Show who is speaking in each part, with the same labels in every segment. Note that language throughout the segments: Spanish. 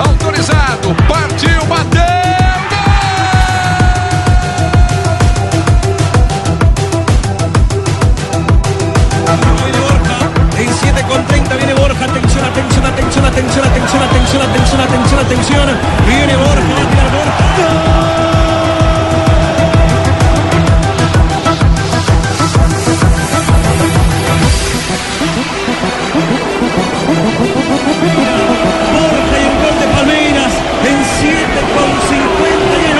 Speaker 1: Autorizado, partiu, bateu!
Speaker 2: En 7 con 30 viene Borja, atención, atención, atención, atención, atención, atención, atención, atención, atención. Viene Borja, va a tirar Borja. ¡Gol! Borja y el gol de Palmeiras en 7 con 50 y en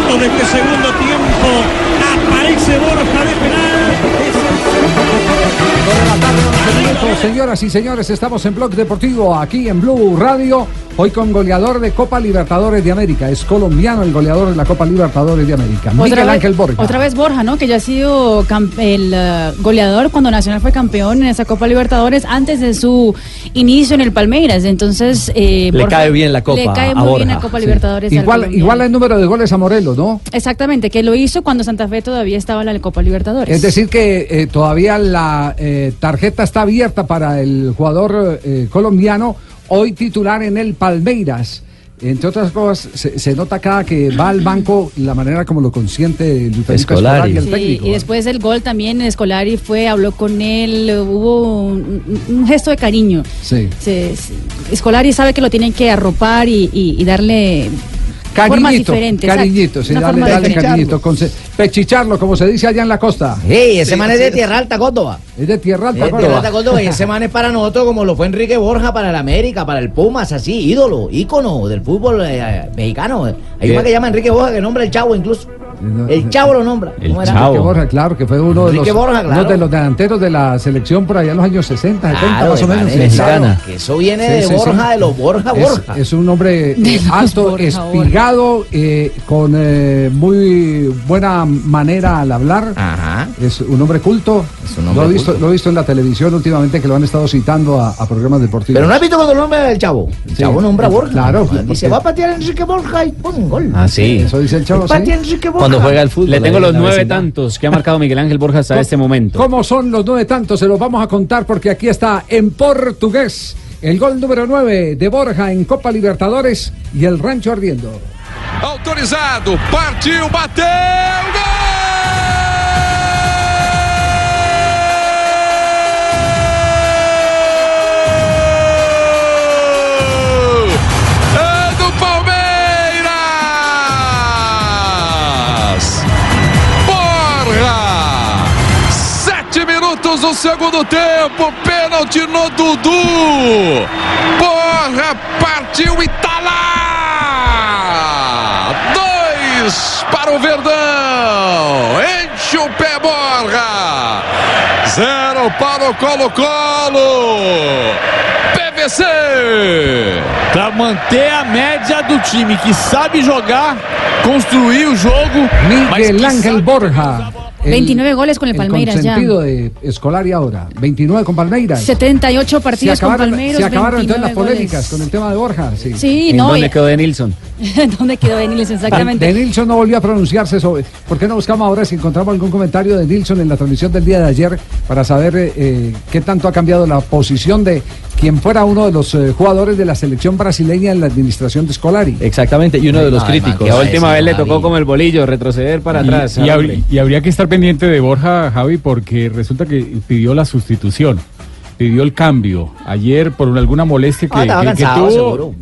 Speaker 2: 8 minutos de este segundo tiempo aparece Borja de penal. Es el
Speaker 3: Minutos, Señoras y señores, estamos en Blog Deportivo aquí en Blue Radio. Hoy con goleador de Copa Libertadores de América. Es colombiano el goleador de la Copa Libertadores de América. Miguel
Speaker 4: vez-
Speaker 3: Ángel Borja.
Speaker 4: Otra vez Borja, ¿no? Que ya ha sido cam- el eh, goleador cuando Nacional fue campeón en esa Copa Libertadores antes de su inicio en el Palmeiras. Entonces, eh,
Speaker 5: Le
Speaker 4: Borja-
Speaker 5: cae bien la copa
Speaker 4: Le cae
Speaker 5: a
Speaker 4: muy bien
Speaker 5: Borja,
Speaker 4: la Copa
Speaker 5: sí.
Speaker 4: Libertadores. al
Speaker 3: Igual,
Speaker 4: colombiano.
Speaker 3: igual el número de goles a Morelos, ¿no?
Speaker 4: Exactamente, que lo hizo cuando Santa Fe todavía estaba en la Copa Libertadores.
Speaker 3: Es decir que eh, todavía la eh, tarjeta está abierta para el jugador eh, colombiano, hoy titular en el Palmeiras. Entre otras cosas, se, se nota acá que va al banco la manera como lo consiente Luis
Speaker 5: Scolari.
Speaker 3: y el
Speaker 4: Sí,
Speaker 3: técnico.
Speaker 4: y después del gol también Escolari fue, habló con él, hubo un, un- un gesto de cariño.
Speaker 3: Sí.
Speaker 4: Se- se- Scolari sabe que lo tienen que arropar y, y- y darle formas
Speaker 3: Cariñito,
Speaker 4: diferentes. exacto,
Speaker 3: cariñito, sí,
Speaker 4: una
Speaker 3: dale,
Speaker 4: forma
Speaker 3: dale
Speaker 4: diferente.
Speaker 3: cariñito, conce- pechicharlo, como se dice allá en la costa.
Speaker 6: Sí, ese man es de Tierra Alta, Córdoba.
Speaker 3: Es de tierra
Speaker 6: Es Eh, de
Speaker 3: alta,
Speaker 6: Tierra
Speaker 3: Córdoba.
Speaker 6: Alta, Córdoba. Y ese man es para nosotros como lo fue Enrique Borja para el América, para el Pumas, así, ídolo, ícono del fútbol eh, mexicano. Hay un man que llama Enrique Borja que nombra el Chavo incluso. El Chavo lo nombra.
Speaker 5: El
Speaker 6: ¿Cómo era?
Speaker 5: Chavo.
Speaker 3: Enrique Borja, claro, que fue uno de, los,
Speaker 6: Enrique Borja, claro.
Speaker 3: uno de los delanteros de la selección por allá en los años 60, 70
Speaker 6: Claro,
Speaker 3: más o
Speaker 6: el man
Speaker 3: menos.
Speaker 6: es
Speaker 3: Sí,
Speaker 6: mexicano,
Speaker 5: Mexicana.
Speaker 6: que eso viene
Speaker 3: Sí,
Speaker 6: de
Speaker 3: sí, sí.
Speaker 6: Borja, de los Borja,
Speaker 3: Es-
Speaker 6: Borja.
Speaker 3: Es, un hombre eh,
Speaker 4: De los
Speaker 3: alto,
Speaker 4: Borja,
Speaker 3: espigado, eh, con eh, muy buena manera al hablar.
Speaker 6: Ajá.
Speaker 3: Es un hombre culto.
Speaker 6: Es un hombre
Speaker 3: lo, he visto,
Speaker 6: culto.
Speaker 3: lo he visto en la televisión últimamente que lo han estado citando a, a programas deportivos.
Speaker 6: Pero no has visto cuando nombra el Chavo. El
Speaker 3: Sí.
Speaker 6: Chavo nombra a Borja.
Speaker 3: Claro,
Speaker 6: Y
Speaker 3: porque-
Speaker 6: se va a patear Enrique Borja y pone un gol.
Speaker 5: Ah, sí.
Speaker 3: Eso dice el chavo. ¿sí?
Speaker 6: Patea Enrique Borja.
Speaker 5: Cuando juega al fútbol.
Speaker 7: Le tengo
Speaker 5: ahí
Speaker 7: los
Speaker 5: en la
Speaker 7: nueve
Speaker 5: vecindad.
Speaker 7: tantos que ha marcado Miguel Ángel Borja hasta este momento.
Speaker 3: ¿Cómo son los nueve tantos? Se los vamos a contar porque aquí está en portugués el gol número nueve de Borja en Copa Libertadores y el rancho ardiendo.
Speaker 1: Autorizado, partiu, bateu! Gol! É do Palmeiras! Borra! Sete minutos do segundo tempo, pênalti no Dudu. Borra partiu e tá lá! Dois para o Verdão! Enche o pé, Borra! Zero para o Colo-Colo! PVC!
Speaker 8: Pra manter a média do time que sabe jogar, construir o jogo. mas que
Speaker 3: Miguel Ángel
Speaker 8: sabe-
Speaker 3: Borja. el-
Speaker 4: 29 goles con el Palmeiras ya.
Speaker 3: consentido de Escolari ahora. 29 con Palmeiras.
Speaker 4: 78
Speaker 3: se
Speaker 4: partidos
Speaker 3: acabaron,
Speaker 4: con Palmeiras.
Speaker 3: se acabaron entonces las
Speaker 4: 29
Speaker 3: polémicas
Speaker 4: goles.
Speaker 3: con el tema de Borja. Sí.
Speaker 4: Sí,
Speaker 7: ¿En
Speaker 4: no.
Speaker 7: dónde
Speaker 4: y-
Speaker 7: quedó de Nilsson?
Speaker 4: ¿Dónde quedó Denilson? Exactamente.
Speaker 3: De Nilsson no volvió a pronunciarse sobre. ¿Por qué no buscamos ahora si encontramos algún comentario de Nilsson en la transmisión del día de ayer para saber eh, eh, qué tanto ha cambiado la posición de quien fuera uno de los eh, jugadores de la selección brasileña en la administración de Scolari?
Speaker 5: Exactamente, y uno de los
Speaker 6: Ay,
Speaker 5: críticos.
Speaker 6: man,
Speaker 7: La
Speaker 6: Sí,
Speaker 7: última
Speaker 6: sí,
Speaker 7: vez le
Speaker 6: Javi.
Speaker 7: tocó como el bolillo, retroceder para atrás.
Speaker 8: Y, y
Speaker 7: hombre.
Speaker 8: habría, y habría que estar pendiente de Borja, Javi, porque resulta que pidió la sustitución, pidió el cambio. Ayer, por una- alguna molestia que,
Speaker 6: Ah, estaba
Speaker 8: que- que
Speaker 6: cansado,
Speaker 8: tuvo.
Speaker 6: seguro.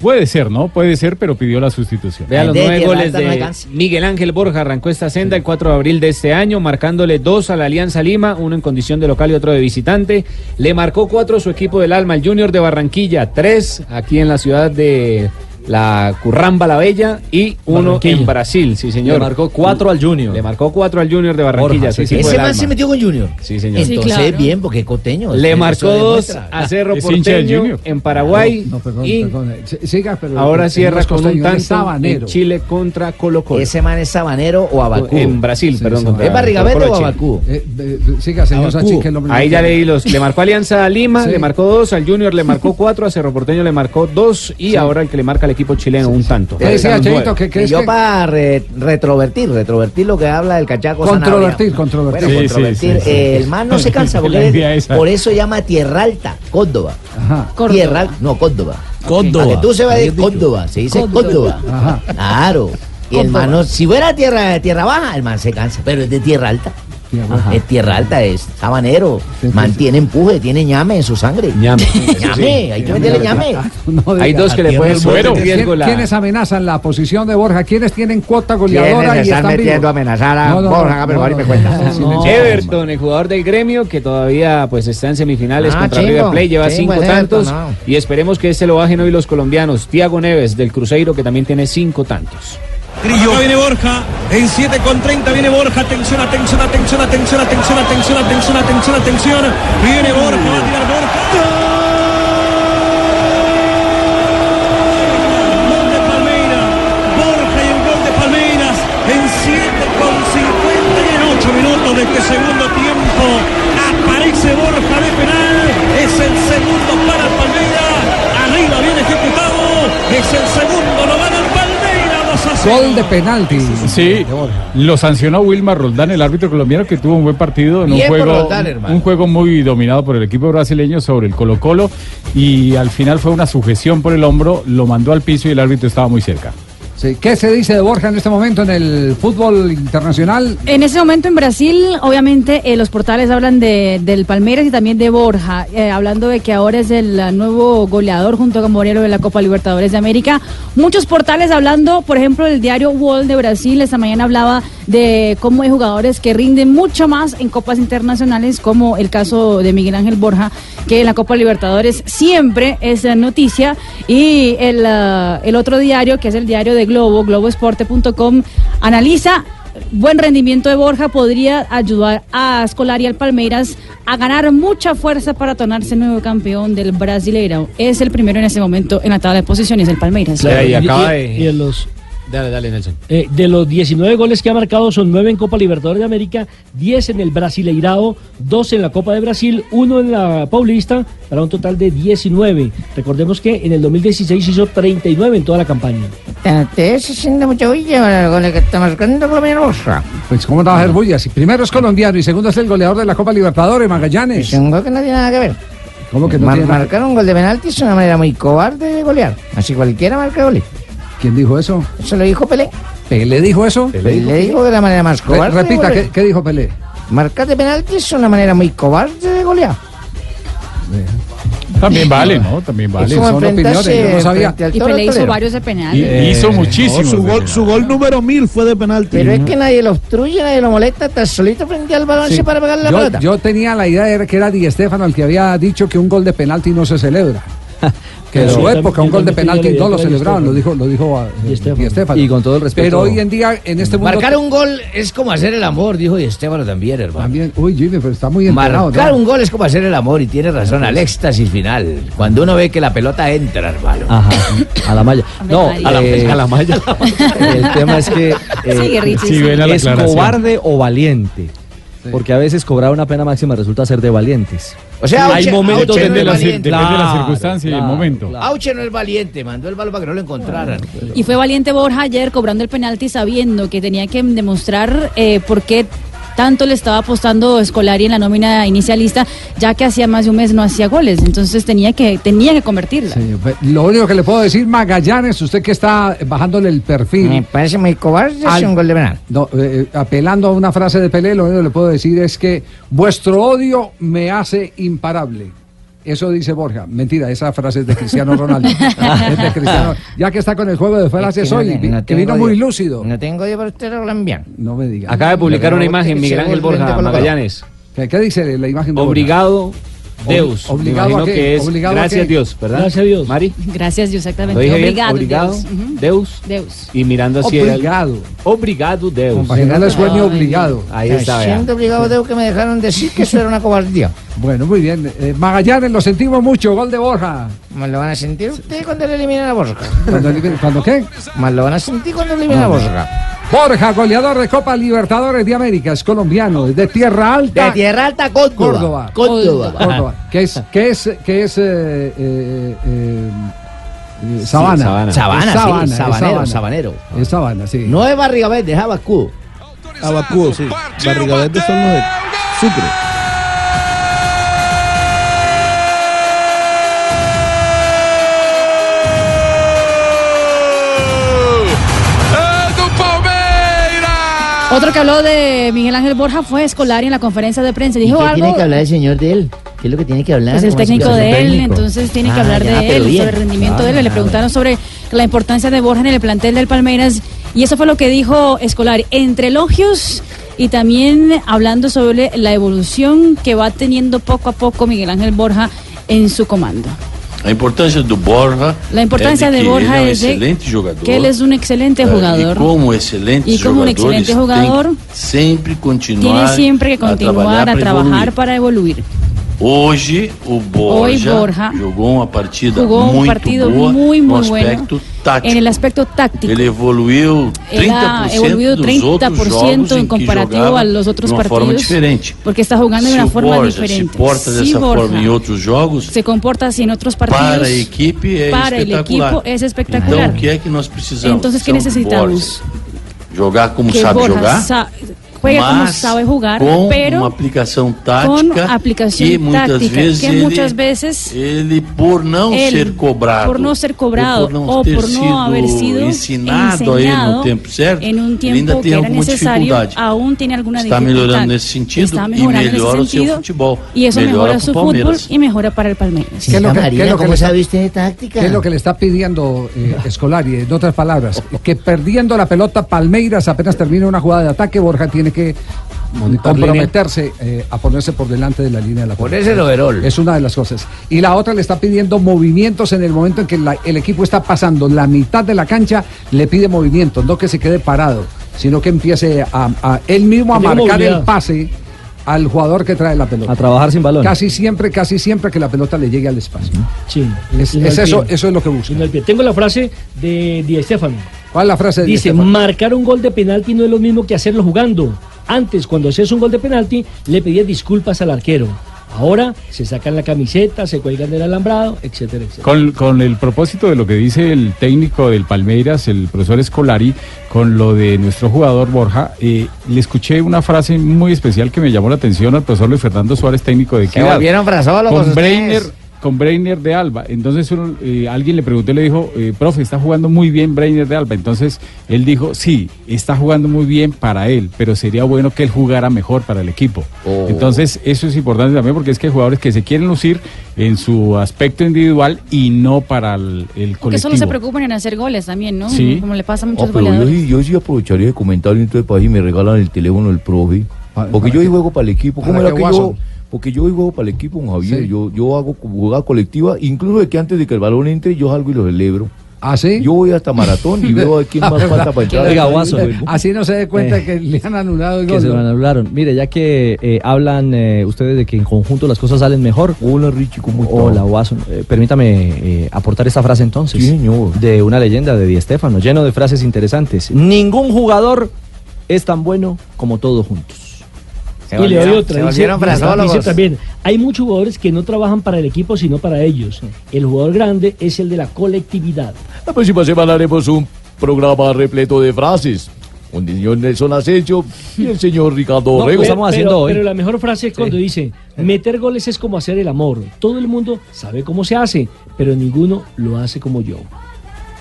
Speaker 8: Puede ser, ¿no? Puede ser, pero pidió la sustitución.
Speaker 7: Vea los
Speaker 6: Desde
Speaker 7: nueve
Speaker 6: que
Speaker 7: goles
Speaker 6: Balta no
Speaker 7: de
Speaker 6: alcanza.
Speaker 7: Miguel Ángel Borja arrancó esta senda el 4 de abril de este año, marcándole dos a la Alianza Lima, uno en condición de local y otro de visitante. Le marcó cuatro a su equipo del alma, el Junior de Barranquilla, tres aquí en la ciudad de la Curramba la Bella y uno en Brasil, sí señor.
Speaker 9: Le marcó cuatro al Junior.
Speaker 7: Le marcó cuatro al Junior de Barranquilla.
Speaker 9: Borja, sí,
Speaker 7: ese
Speaker 9: sí.
Speaker 7: fue
Speaker 6: Ese
Speaker 7: el
Speaker 6: man
Speaker 7: alma.
Speaker 6: se metió con Junior.
Speaker 7: Sí señor.
Speaker 4: Sí,
Speaker 6: Entonces,
Speaker 4: claro.
Speaker 6: bien, porque es costeño.
Speaker 7: Le
Speaker 6: Eso
Speaker 7: marcó dos
Speaker 6: demuestra.
Speaker 7: a Cerro
Speaker 8: Es hincha del
Speaker 7: Porteño
Speaker 8: Junior.
Speaker 7: en Paraguay
Speaker 3: No, perdón,
Speaker 7: y
Speaker 3: perdón. eh, sí- Siga, pero.
Speaker 7: ahora
Speaker 3: en
Speaker 7: cierra
Speaker 3: los
Speaker 7: con un
Speaker 3: costeños, él es
Speaker 7: tanto en
Speaker 3: habanero.
Speaker 7: Chile contra Colo Colo.
Speaker 6: Ese man es sabanero o abacudo.
Speaker 7: En Brasil,
Speaker 3: Sí,
Speaker 7: perdón.
Speaker 3: sí,
Speaker 7: contra
Speaker 6: ¿Es barrigavete
Speaker 7: Colo
Speaker 6: o
Speaker 7: Chile.
Speaker 6: abacudo?
Speaker 3: Eh, eh, siga, señor
Speaker 6: Abacú.
Speaker 3: Sánchez, que el hombre no
Speaker 7: Ahí ya
Speaker 3: tiene-
Speaker 7: leí los. Le marcó Alianza a Lima,
Speaker 3: Sí.
Speaker 7: le marcó dos, al Junior le marcó cuatro, a Cerro Porteño le marcó dos y ahora el que le marca al equipo chileno un tanto.
Speaker 3: Te decía,
Speaker 7: Son nueve.
Speaker 3: Cheito, que
Speaker 6: Y
Speaker 3: crees
Speaker 6: yo
Speaker 3: que.
Speaker 6: para re- retrovertir, retrovertir lo que habla el cachaco
Speaker 3: Controvertir,
Speaker 6: Sanabria.
Speaker 3: controvertir.
Speaker 6: Bueno,
Speaker 8: Sí, sí,
Speaker 6: controvertir.
Speaker 8: sí, sí.
Speaker 6: Eh, El man no se cansa
Speaker 8: La
Speaker 6: porque
Speaker 8: idea
Speaker 6: él-
Speaker 8: esa.
Speaker 6: por eso llama Tierra Alta, Córdoba.
Speaker 3: Ajá.
Speaker 4: Córdoba.
Speaker 6: Tierra Alta, no, Córdoba.
Speaker 9: Córdoba.
Speaker 6: Para que tú se vas de Córdoba, se dice Córdoba.
Speaker 3: Ajá.
Speaker 6: Claro. Y el man, no- si fuera tierra, tierra baja, el man se cansa, pero es de tierra alta.
Speaker 3: Tierra Alta.
Speaker 6: Es tierra alta, es sabanero. Man tiene empuje, tiene ñame en su sangre.
Speaker 7: Ñame.
Speaker 6: Ñame, hay que meterle ñame.
Speaker 3: No
Speaker 7: Hay
Speaker 3: diga.
Speaker 7: dos que le pueden poner en
Speaker 3: ¿Quién-
Speaker 7: riesgo la-
Speaker 3: ¿Quiénes amenazan la posición de Borja? ¿Quiénes tienen cuota
Speaker 6: ¿Quiénes
Speaker 3: goleadora
Speaker 6: se
Speaker 3: y
Speaker 6: están
Speaker 3: están
Speaker 6: metiendo
Speaker 3: vivos?
Speaker 6: a amenazar a Borja? Hágame el favor y me cuenta.
Speaker 3: Ah, no, este
Speaker 6: No.
Speaker 3: silencio.
Speaker 7: Everton, el jugador del gremio que todavía pues está en semifinales
Speaker 6: Ah,
Speaker 7: contra
Speaker 6: chingo,
Speaker 7: River Plate, lleva
Speaker 6: chingo
Speaker 7: cinco
Speaker 6: es Everton,
Speaker 7: tantos
Speaker 6: no.
Speaker 7: y esperemos que este lo bajen hoy los colombianos. Tiago Neves del Cruzeiro que también tiene cinco tantos.
Speaker 2: Acá viene Borja, en 7 con 30 viene Borja, atención, atención, atención, atención, atención, atención, atención, atención, atención, viene Borja, va a tirar Borja. Gol de Palmeiras, Borja y un gol de Palmeiras, en 7 con 50 y en 8 minutos de este segundo tiempo, aparece Borja de penal, es el segundo para Palmeiras, arriba bien ejecutado, es el segundo, lo gana el Palmeiras, 2 a 0.
Speaker 3: Gol de penalti.
Speaker 8: Sí, lo sancionó Wilmar Roldán, el árbitro colombiano que tuvo un buen partido en un
Speaker 6: Bien por
Speaker 8: juego,
Speaker 6: Roldán, hermano.
Speaker 8: un juego muy dominado por el equipo brasileño sobre el Colo Colo y al final fue una sujeción por el hombro, lo mandó al piso y el árbitro estaba muy cerca.
Speaker 3: Sí, ¿Qué se dice de Borja en este momento en el fútbol internacional?
Speaker 4: En ese momento en Brasil, obviamente, eh, los portales hablan de, del Palmeiras y también de Borja, eh, hablando de que ahora es el eh, nuevo goleador junto con Moreno de la Copa Libertadores de América. Muchos portales hablando, por ejemplo, el diario Wall de Brasil, esta mañana hablaba de cómo hay jugadores que rinden mucho más en copas internacionales, como el caso de Miguel Ángel Borja, que en la Copa Libertadores siempre es eh, noticia. Y el, eh, el otro diario, que es el diario de Globo, globoesporte.com, analiza buen rendimiento de Borja podría ayudar a Escolar y al Palmeiras a ganar mucha fuerza para tornarse nuevo campeón del Brasileirão. Es el primero en ese momento en la tabla de posiciones, el Palmeiras.
Speaker 7: Claro, y acaba de-
Speaker 10: y de los
Speaker 7: Dale, dale, Nelson.
Speaker 10: Eh, de los 19 goles que ha marcado, son 9 en Copa Libertadores de América, 10 en el Brasileirao, 2 en la Copa de Brasil, 1 en la Paulista, para un total de 19. Recordemos que en el 2016 hizo 39 en toda la campaña.
Speaker 6: Te se siente mucha villa con el que está marcando Colombia Rosa.
Speaker 3: Pues, ¿cómo no va a hacer bulla? Si primero es colombiano y segundo es el goleador de la Copa Libertadores, Magallanes.
Speaker 6: Es un gol que no tiene nada que ver.
Speaker 3: ¿Cómo que no
Speaker 6: Mar-
Speaker 3: tiene nada?
Speaker 6: marcar un gol de penalti es una manera muy cobarde de golear. Así cualquiera marca goles.
Speaker 3: ¿Quién dijo eso?
Speaker 6: Eso lo dijo Pelé.
Speaker 3: ¿Pelé dijo eso?
Speaker 6: Le digo de la manera más
Speaker 3: Re-
Speaker 6: cobarde. de
Speaker 3: repita,
Speaker 6: golear.
Speaker 3: ¿qué, qué dijo Pelé?
Speaker 6: Marcar de penalti es una manera muy cobarde de golear.
Speaker 8: También vale, ¿no? También
Speaker 6: es
Speaker 8: vale.
Speaker 6: como
Speaker 3: son
Speaker 6: enfrentarse
Speaker 3: opiniones, yo no sabía.
Speaker 6: frente al
Speaker 4: Y
Speaker 6: toro
Speaker 4: Pelé hizo
Speaker 6: torero.
Speaker 4: varios de penal.
Speaker 8: Y-
Speaker 11: eh,
Speaker 8: hizo muchísimo.
Speaker 9: No, su, gol, su gol número mil fue de penalti.
Speaker 6: Pero es que nadie lo obstruye, nadie lo molesta, está solito frente al balón
Speaker 3: Sí.
Speaker 6: para pegar la
Speaker 3: yo,
Speaker 6: pelota.
Speaker 3: yo tenía la idea de que era Di Estefano el que había dicho que un gol de penalti no se celebra. Que en
Speaker 10: Sí,
Speaker 3: su
Speaker 10: yo
Speaker 3: época
Speaker 10: también-
Speaker 3: un gol de
Speaker 10: yo también tenía
Speaker 3: penalti
Speaker 10: la
Speaker 3: no
Speaker 10: idea
Speaker 3: lo
Speaker 10: que era Di
Speaker 3: celebraban, lo dijo, lo dijo ah,
Speaker 10: Di
Speaker 3: eh,
Speaker 10: Stefano.
Speaker 3: Di Stefano.
Speaker 9: Y con todo el respeto-
Speaker 3: Pero hoy en día, en este mundo.
Speaker 6: Marcar un gol es como hacer el amor, dijo Di Estefano también, hermano.
Speaker 3: También, uy, Jimmy, pero está muy enterado.
Speaker 6: Marcar
Speaker 3: ¿no?
Speaker 6: un gol es como hacer el amor y tiene razón al éxtasis final. Cuando uno ve que la pelota entra, hermano.
Speaker 9: Ajá, a la malla. No,
Speaker 4: Hombre,
Speaker 9: eh,
Speaker 7: malla.
Speaker 9: el tema es que eh,
Speaker 4: Sigue, Richie,
Speaker 8: sí,
Speaker 4: sigue.
Speaker 8: ven a la
Speaker 9: es
Speaker 8: aclaración.
Speaker 9: cobarde o valiente.
Speaker 3: Sí.
Speaker 9: Porque a veces cobrar una pena máxima resulta ser de valientes.
Speaker 6: O sea,
Speaker 9: Hay
Speaker 6: Auche-
Speaker 9: momentos
Speaker 6: Auche no
Speaker 8: Depende
Speaker 6: es
Speaker 8: de la, cir-
Speaker 6: valiente.
Speaker 8: depende de la
Speaker 9: Claro,
Speaker 8: circunstancia y el
Speaker 9: claro,
Speaker 8: momento.
Speaker 9: claro.
Speaker 6: Auche no es valiente, mandó el balón para que no lo encontraran.
Speaker 4: Y fue valiente Borja ayer cobrando el penalti sabiendo que tenía que demostrar eh, por qué tanto le estaba apostando Escolari en la nómina inicialista, ya que hacía más de un mes no hacía goles. Entonces tenía que, tenía que convertirla.
Speaker 3: Sí, pues, lo único que le puedo decir, Magallanes, usted que está bajándole el perfil,
Speaker 6: parece muy cobarde
Speaker 3: Al-
Speaker 6: hacer gol de penal.
Speaker 3: no, eh, apelando a una frase de Pelé, lo único que le puedo decir es que vuestro odio me hace imparable. Eso dice Borja. Mentira, esa frase es de Cristiano Ronaldo. Es de Cristiano- ya que está con el juego de frases
Speaker 6: no
Speaker 3: hoy,
Speaker 6: te-
Speaker 3: vi-
Speaker 6: no
Speaker 3: que
Speaker 6: tengo
Speaker 3: vino muy
Speaker 6: odio.
Speaker 3: lúcido.
Speaker 6: No tengo yo para usted lo colombiano.
Speaker 3: No me diga.
Speaker 7: Acaba de publicar una imagen Miguel Ángel
Speaker 6: Seguramente
Speaker 7: Borja
Speaker 6: colocado.
Speaker 7: Magallanes.
Speaker 3: ¿Qué, qué dice la imagen de Borja?
Speaker 7: Obrigado, Deus.
Speaker 3: obligado
Speaker 7: Me imagino
Speaker 3: a qué,
Speaker 7: que es
Speaker 3: obligado a
Speaker 7: gracias
Speaker 3: qué.
Speaker 7: Dios, ¿verdad?
Speaker 10: Gracias a Dios.
Speaker 7: Mari,
Speaker 4: Gracias, Dios, exactamente.
Speaker 7: lo dije bien.
Speaker 4: Obrigado,
Speaker 7: Obligado,
Speaker 4: Deus. Ujú.
Speaker 7: Deus.
Speaker 4: Deus.
Speaker 7: Y mirando hacia
Speaker 3: Obrigado.
Speaker 7: Obrigado, Deus.
Speaker 3: Compaginando el sueño obligado.
Speaker 7: Ahí está, vea.
Speaker 6: Siento obligado tengo que me dejaron decir que eso era una cobardía.
Speaker 3: Bueno, muy bien. Eh, Magallanes, lo sentimos mucho. Gol de Borja.
Speaker 6: ¿Más lo van a sentir usted cuando le eliminen a Borja?
Speaker 3: Cuando, cuando qué?
Speaker 6: ¿Más lo van a sentir cuando le eliminen a Borja?
Speaker 3: Borja, goleador de Copa Libertadores de América, es colombiano, es de Tierra Alta.
Speaker 6: De Tierra Alta, Córdoba.
Speaker 3: Córdoba.
Speaker 6: Córdoba.
Speaker 3: Córdoba, que es, que es, que es eh, eh, eh, eh, Sabana.
Speaker 7: Sabana.
Speaker 6: Sabana, sí,
Speaker 3: Sabana, es
Speaker 6: sabanero,
Speaker 3: Sabana.
Speaker 6: sabanero.
Speaker 3: Es Sabana, sí.
Speaker 6: No es Barriga Verde, es Abascudo.
Speaker 12: Abacudo, sí. Barriga Verde son los de Sucre.
Speaker 1: É do Palmeiras!
Speaker 4: Otro que habló de Miguel Ángel Borja fue Escolari en la conferencia de prensa.
Speaker 6: ¿Y
Speaker 4: Dijo
Speaker 6: qué
Speaker 4: algo.
Speaker 6: tiene que hablar el señor de él? ¿Qué es lo que tiene que hablar?
Speaker 4: Es el
Speaker 6: ¿Cómo Pues es
Speaker 4: técnico
Speaker 6: su
Speaker 4: de él,
Speaker 6: técnico?
Speaker 4: entonces tiene que
Speaker 6: Ah,
Speaker 4: hablar
Speaker 6: ya,
Speaker 4: de
Speaker 6: pero
Speaker 4: él,
Speaker 6: bien.
Speaker 4: sobre el rendimiento
Speaker 6: Ah,
Speaker 4: de él. Le
Speaker 6: ah,
Speaker 4: preguntaron sobre la importancia de Borja en el plantel del Palmeiras y eso fue lo que dijo Escolar, entre elogios y también hablando sobre la evolución que va teniendo poco a poco Miguel Ángel Borja en su comando.
Speaker 13: A importância do Borja.
Speaker 4: La importancia
Speaker 13: é de,
Speaker 4: de
Speaker 13: que
Speaker 4: Borja
Speaker 13: ele é um
Speaker 4: es de
Speaker 13: excelente jogador.
Speaker 4: que él es un excelente
Speaker 13: eh,
Speaker 4: jugador.
Speaker 13: E como excelente
Speaker 4: Y como un
Speaker 13: jogador,
Speaker 4: excelente
Speaker 13: eles têm
Speaker 4: jugador,
Speaker 13: sempre continuar
Speaker 4: Tiene siempre que continuar a
Speaker 13: pra
Speaker 4: trabajar
Speaker 13: evoluir.
Speaker 4: para evoluir.
Speaker 13: Hoje o Borja,
Speaker 4: Borja
Speaker 13: jogou uma partida
Speaker 4: Jugó un
Speaker 13: muito
Speaker 4: partido
Speaker 13: boa
Speaker 4: muy,
Speaker 13: no
Speaker 4: muy bueno
Speaker 13: aspecto tático.
Speaker 4: en el aspecto táctico.
Speaker 13: Ele evoluiu 30%
Speaker 4: Él ha evoluido
Speaker 13: dos outros jogos
Speaker 4: 30% en
Speaker 13: em que
Speaker 4: comparativo
Speaker 13: jogava
Speaker 4: a los otros
Speaker 13: de uma forma
Speaker 4: partidos.
Speaker 13: diferente.
Speaker 4: Porque está jugando de
Speaker 13: se
Speaker 4: una
Speaker 13: o
Speaker 4: forma
Speaker 13: Borja
Speaker 4: diferente.
Speaker 13: se porta
Speaker 4: Si
Speaker 13: dessa
Speaker 4: Borja
Speaker 13: forma em outros jogos,
Speaker 4: se comporta así en otros partidos.
Speaker 13: para a equipe é
Speaker 4: para el
Speaker 13: espetacular.
Speaker 4: equipo es espectacular.
Speaker 13: Então, o que é que nós precisamos?
Speaker 4: Entonces, ¿qué
Speaker 13: São
Speaker 4: necesitamos?
Speaker 13: Borges. Jogar como
Speaker 4: que
Speaker 13: sabe
Speaker 4: Borja
Speaker 13: jogar,
Speaker 4: sa- juega como
Speaker 13: mas
Speaker 4: sabe jugar,
Speaker 13: com uma
Speaker 4: pero
Speaker 13: aplicação
Speaker 4: con
Speaker 13: tática
Speaker 4: aplicación
Speaker 13: que muitas
Speaker 4: táctica,
Speaker 13: vezes
Speaker 4: que
Speaker 13: ele,
Speaker 4: muchas veces
Speaker 13: ele, eh, por não
Speaker 4: él,
Speaker 13: ser cobrado,
Speaker 4: por no ser cobrado
Speaker 13: ou por não
Speaker 4: o
Speaker 13: ter
Speaker 4: por
Speaker 13: sido
Speaker 4: no haber sido
Speaker 13: ensinado a ele
Speaker 4: enseñado
Speaker 13: no tempo certo,
Speaker 4: en un
Speaker 13: ele ainda tem
Speaker 4: tiempo que era
Speaker 13: alguma
Speaker 4: necesario,
Speaker 13: dificuldade.
Speaker 4: aún tiene alguna
Speaker 13: Está
Speaker 4: dificultad.
Speaker 13: melhorando nesse sentido
Speaker 4: Está
Speaker 13: e
Speaker 4: mejorando en ese
Speaker 13: melhora o seu
Speaker 4: sentido,
Speaker 13: futebol.
Speaker 4: y eso
Speaker 13: melhora
Speaker 4: mejora
Speaker 13: pro
Speaker 4: su fútbol
Speaker 13: Palmeiras.
Speaker 4: y mejora para el Palmeiras.
Speaker 3: ¿Qué es lo que- qué es lo que le
Speaker 6: ¿cómo
Speaker 3: está-
Speaker 6: sabe usted de táctica?
Speaker 3: ¿Qué es lo que le está pidiendo eh, Escolari? En otras palabras, que perdiendo la pelota Palmeiras apenas termina una jugada de ataque, Borja tiene que comprometerse eh, a ponerse por delante de la línea de la pelota.
Speaker 6: Ponerse el overall.
Speaker 3: Es una de las cosas. Y la otra le está pidiendo movimientos en el momento en que la- el equipo está pasando la mitad de la cancha, le pide movimientos, no que se quede parado, sino que empiece a, a- él mismo a
Speaker 10: Tiene
Speaker 3: marcar el
Speaker 10: movilidad.
Speaker 3: pase al jugador que trae la pelota.
Speaker 9: A trabajar sin balón.
Speaker 3: Casi siempre, casi siempre que la pelota le llegue al espacio.
Speaker 10: Sí.
Speaker 3: Es,
Speaker 10: Sino
Speaker 3: es
Speaker 10: al
Speaker 3: eso,
Speaker 10: pie.
Speaker 3: eso es lo que busca.
Speaker 10: Sino al pie. Tengo la frase de Di Stefano.
Speaker 3: ¿Cuál es la frase de
Speaker 10: Dice,
Speaker 3: Estefan?
Speaker 10: marcar un gol de penalti no es lo mismo que hacerlo jugando. Antes, cuando hacías un gol de penalti, le pedías disculpas al arquero. Ahora se sacan la camiseta, se cuelgan del alambrado, etcétera, etcétera.
Speaker 8: Con, con el propósito de lo que dice el técnico del Palmeiras, el profesor Escolari, con lo de nuestro jugador Borja, eh, le escuché una frase muy especial que me llamó la atención al profesor Luis Fernando Suárez, técnico de
Speaker 6: Se
Speaker 8: Equidad.
Speaker 6: volvieron frasólogos
Speaker 8: Con
Speaker 6: ustedes.
Speaker 8: Breiner, con Breiner de Alba. Entonces uno, eh, alguien le preguntó y le dijo, eh, profe, está jugando muy bien Breiner de Alba. Entonces él dijo, sí, está jugando muy bien para él, pero sería bueno que él jugara mejor para el equipo.
Speaker 6: Oh.
Speaker 14: Então,
Speaker 4: Então,
Speaker 8: Entonces eso es importante también porque es que hay jugadores que se quieren lucir en su aspecto individual y no para el, el
Speaker 4: que
Speaker 8: colectivo.
Speaker 4: solo se preocupan en hacer goles también, ¿no?
Speaker 8: Sí.
Speaker 4: Como le pasa a muchos
Speaker 12: Ah, pero yo,
Speaker 4: goleadores.
Speaker 12: sí- yo sí aprovecharía de comentarle entonces para si me regalan el teléfono del profe.
Speaker 3: Pa-
Speaker 12: Porque
Speaker 3: Ah, para
Speaker 12: yo
Speaker 3: que-
Speaker 12: hoy juego para el equipo. ¿Cómo
Speaker 3: para
Speaker 12: era
Speaker 3: que
Speaker 12: que yo?
Speaker 3: Guaso.
Speaker 12: Porque yo hoy juego para el equipo, don Javier.
Speaker 3: Sí.
Speaker 12: Yo, yo hago co- jugada colectiva, incluso de que antes de que el balón entre, yo salgo y lo celebro.
Speaker 3: ¿Ah, sí?
Speaker 12: Yo voy hasta maratón y veo a quién más falta para entrar.
Speaker 9: Oiga, Guaso.
Speaker 3: Así no se dé cuenta
Speaker 12: Eh.
Speaker 3: que le han anulado el
Speaker 9: Que
Speaker 3: gol.
Speaker 9: se
Speaker 3: ¿no?
Speaker 9: lo anularon. Mire, ya que eh, hablan eh, ustedes de que en conjunto las cosas salen mejor.
Speaker 12: Hola, Richie, ¿cómo estás?
Speaker 9: Hola, Guaso. Eh, permítame eh, aportar esta frase entonces.
Speaker 12: Sí, señor.
Speaker 9: De una leyenda de Di Stéfano, lleno de frases interesantes. Ningún jugador es tan bueno como todos juntos.
Speaker 6: Se
Speaker 10: y le doy
Speaker 6: volvieron-
Speaker 10: otra.
Speaker 6: Se
Speaker 10: dice-
Speaker 6: volvieron
Speaker 10: dice-
Speaker 6: frasólogos.
Speaker 10: dice también, hay muchos jugadores que no trabajan para el equipo, sino para ellos. El jugador grande es el de la colectividad.
Speaker 12: La próxima semana haremos un programa repleto de frases. Con el señor Nelson Asensio y el señor Ricardo
Speaker 9: No,
Speaker 12: Orrego.
Speaker 9: pues, estamos haciendo hoy.
Speaker 10: pero la mejor frase es cuando dice, meter goles es como hacer el amor. Todo el mundo sabe cómo se hace, pero ninguno lo hace como yo.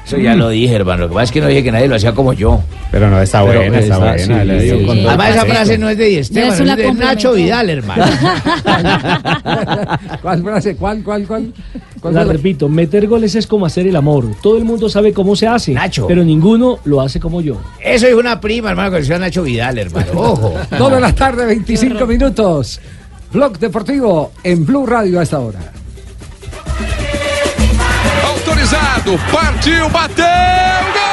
Speaker 6: Eso ya lo dije, hermano. Lo que pasa es que no dije que nadie lo hacía como yo.
Speaker 7: Pero no, está buena,
Speaker 9: Pero,
Speaker 7: está,
Speaker 9: está-
Speaker 7: buena.
Speaker 9: sí,
Speaker 7: le digo
Speaker 9: sí,
Speaker 7: con
Speaker 9: sí.
Speaker 7: todo
Speaker 6: Además, esa
Speaker 7: respeto.
Speaker 6: frase no es de Di Esteban,
Speaker 4: Ya
Speaker 6: es,
Speaker 4: se la
Speaker 6: de Nacho
Speaker 4: complementó.
Speaker 6: Vidal, hermano.
Speaker 3: ¿Cuál frase? ¿Cuál, cuál, cuál? ¿Cuál
Speaker 10: La
Speaker 3: fue la-
Speaker 10: repito, meter goles es como hacer el amor. Todo el mundo sabe cómo se hace,
Speaker 6: Nacho.
Speaker 10: pero ninguno lo hace como yo.
Speaker 6: Eso es una prima, hermano, que le decía Nacho Vidal, hermano. Ojo.
Speaker 3: Dos de la tarde, 25 minutos. Blog Deportivo en Blue Radio a esta hora.
Speaker 1: Autorizado, partiu, bateu, gol!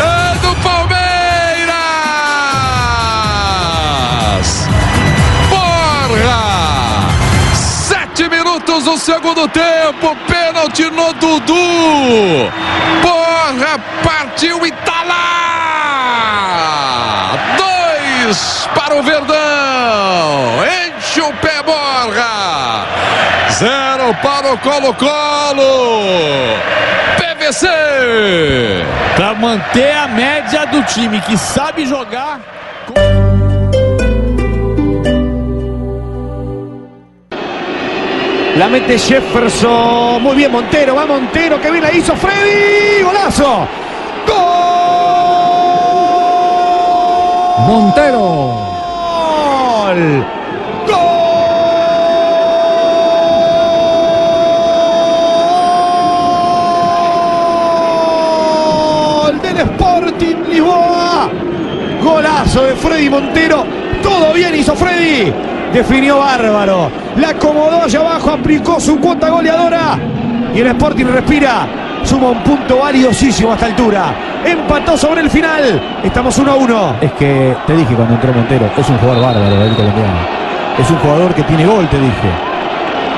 Speaker 1: É do Palmeiras! Porra! Sete minutos do segundo tempo, pênalti no Dudu! Porra, partiu e tá lá! Dois para o Verdão! Enche o pé, Borra! Zero para o Colo-Colo! PVC!
Speaker 15: Pra manter a média do time que sabe jogar.
Speaker 16: La mete Jefferson. Muy bien, Montero. Va Montero. Que bien la hizo Freddy. Golazo.
Speaker 3: Montero.
Speaker 16: Gol. Gol del Sporting Lisboa. Golazo de Freddy Montero. Todo bien hizo Freddy. Definió bárbaro. La acomodó allá abajo. Aplicó su cuota goleadora. Y el Sporting respira. Suma un punto valiosísimo a esta altura. Empató sobre el final. Estamos 1 a 1.
Speaker 7: Es que te dije cuando entró Montero, es un jugador bárbaro el colombiano. Es un jugador que tiene gol, te dije.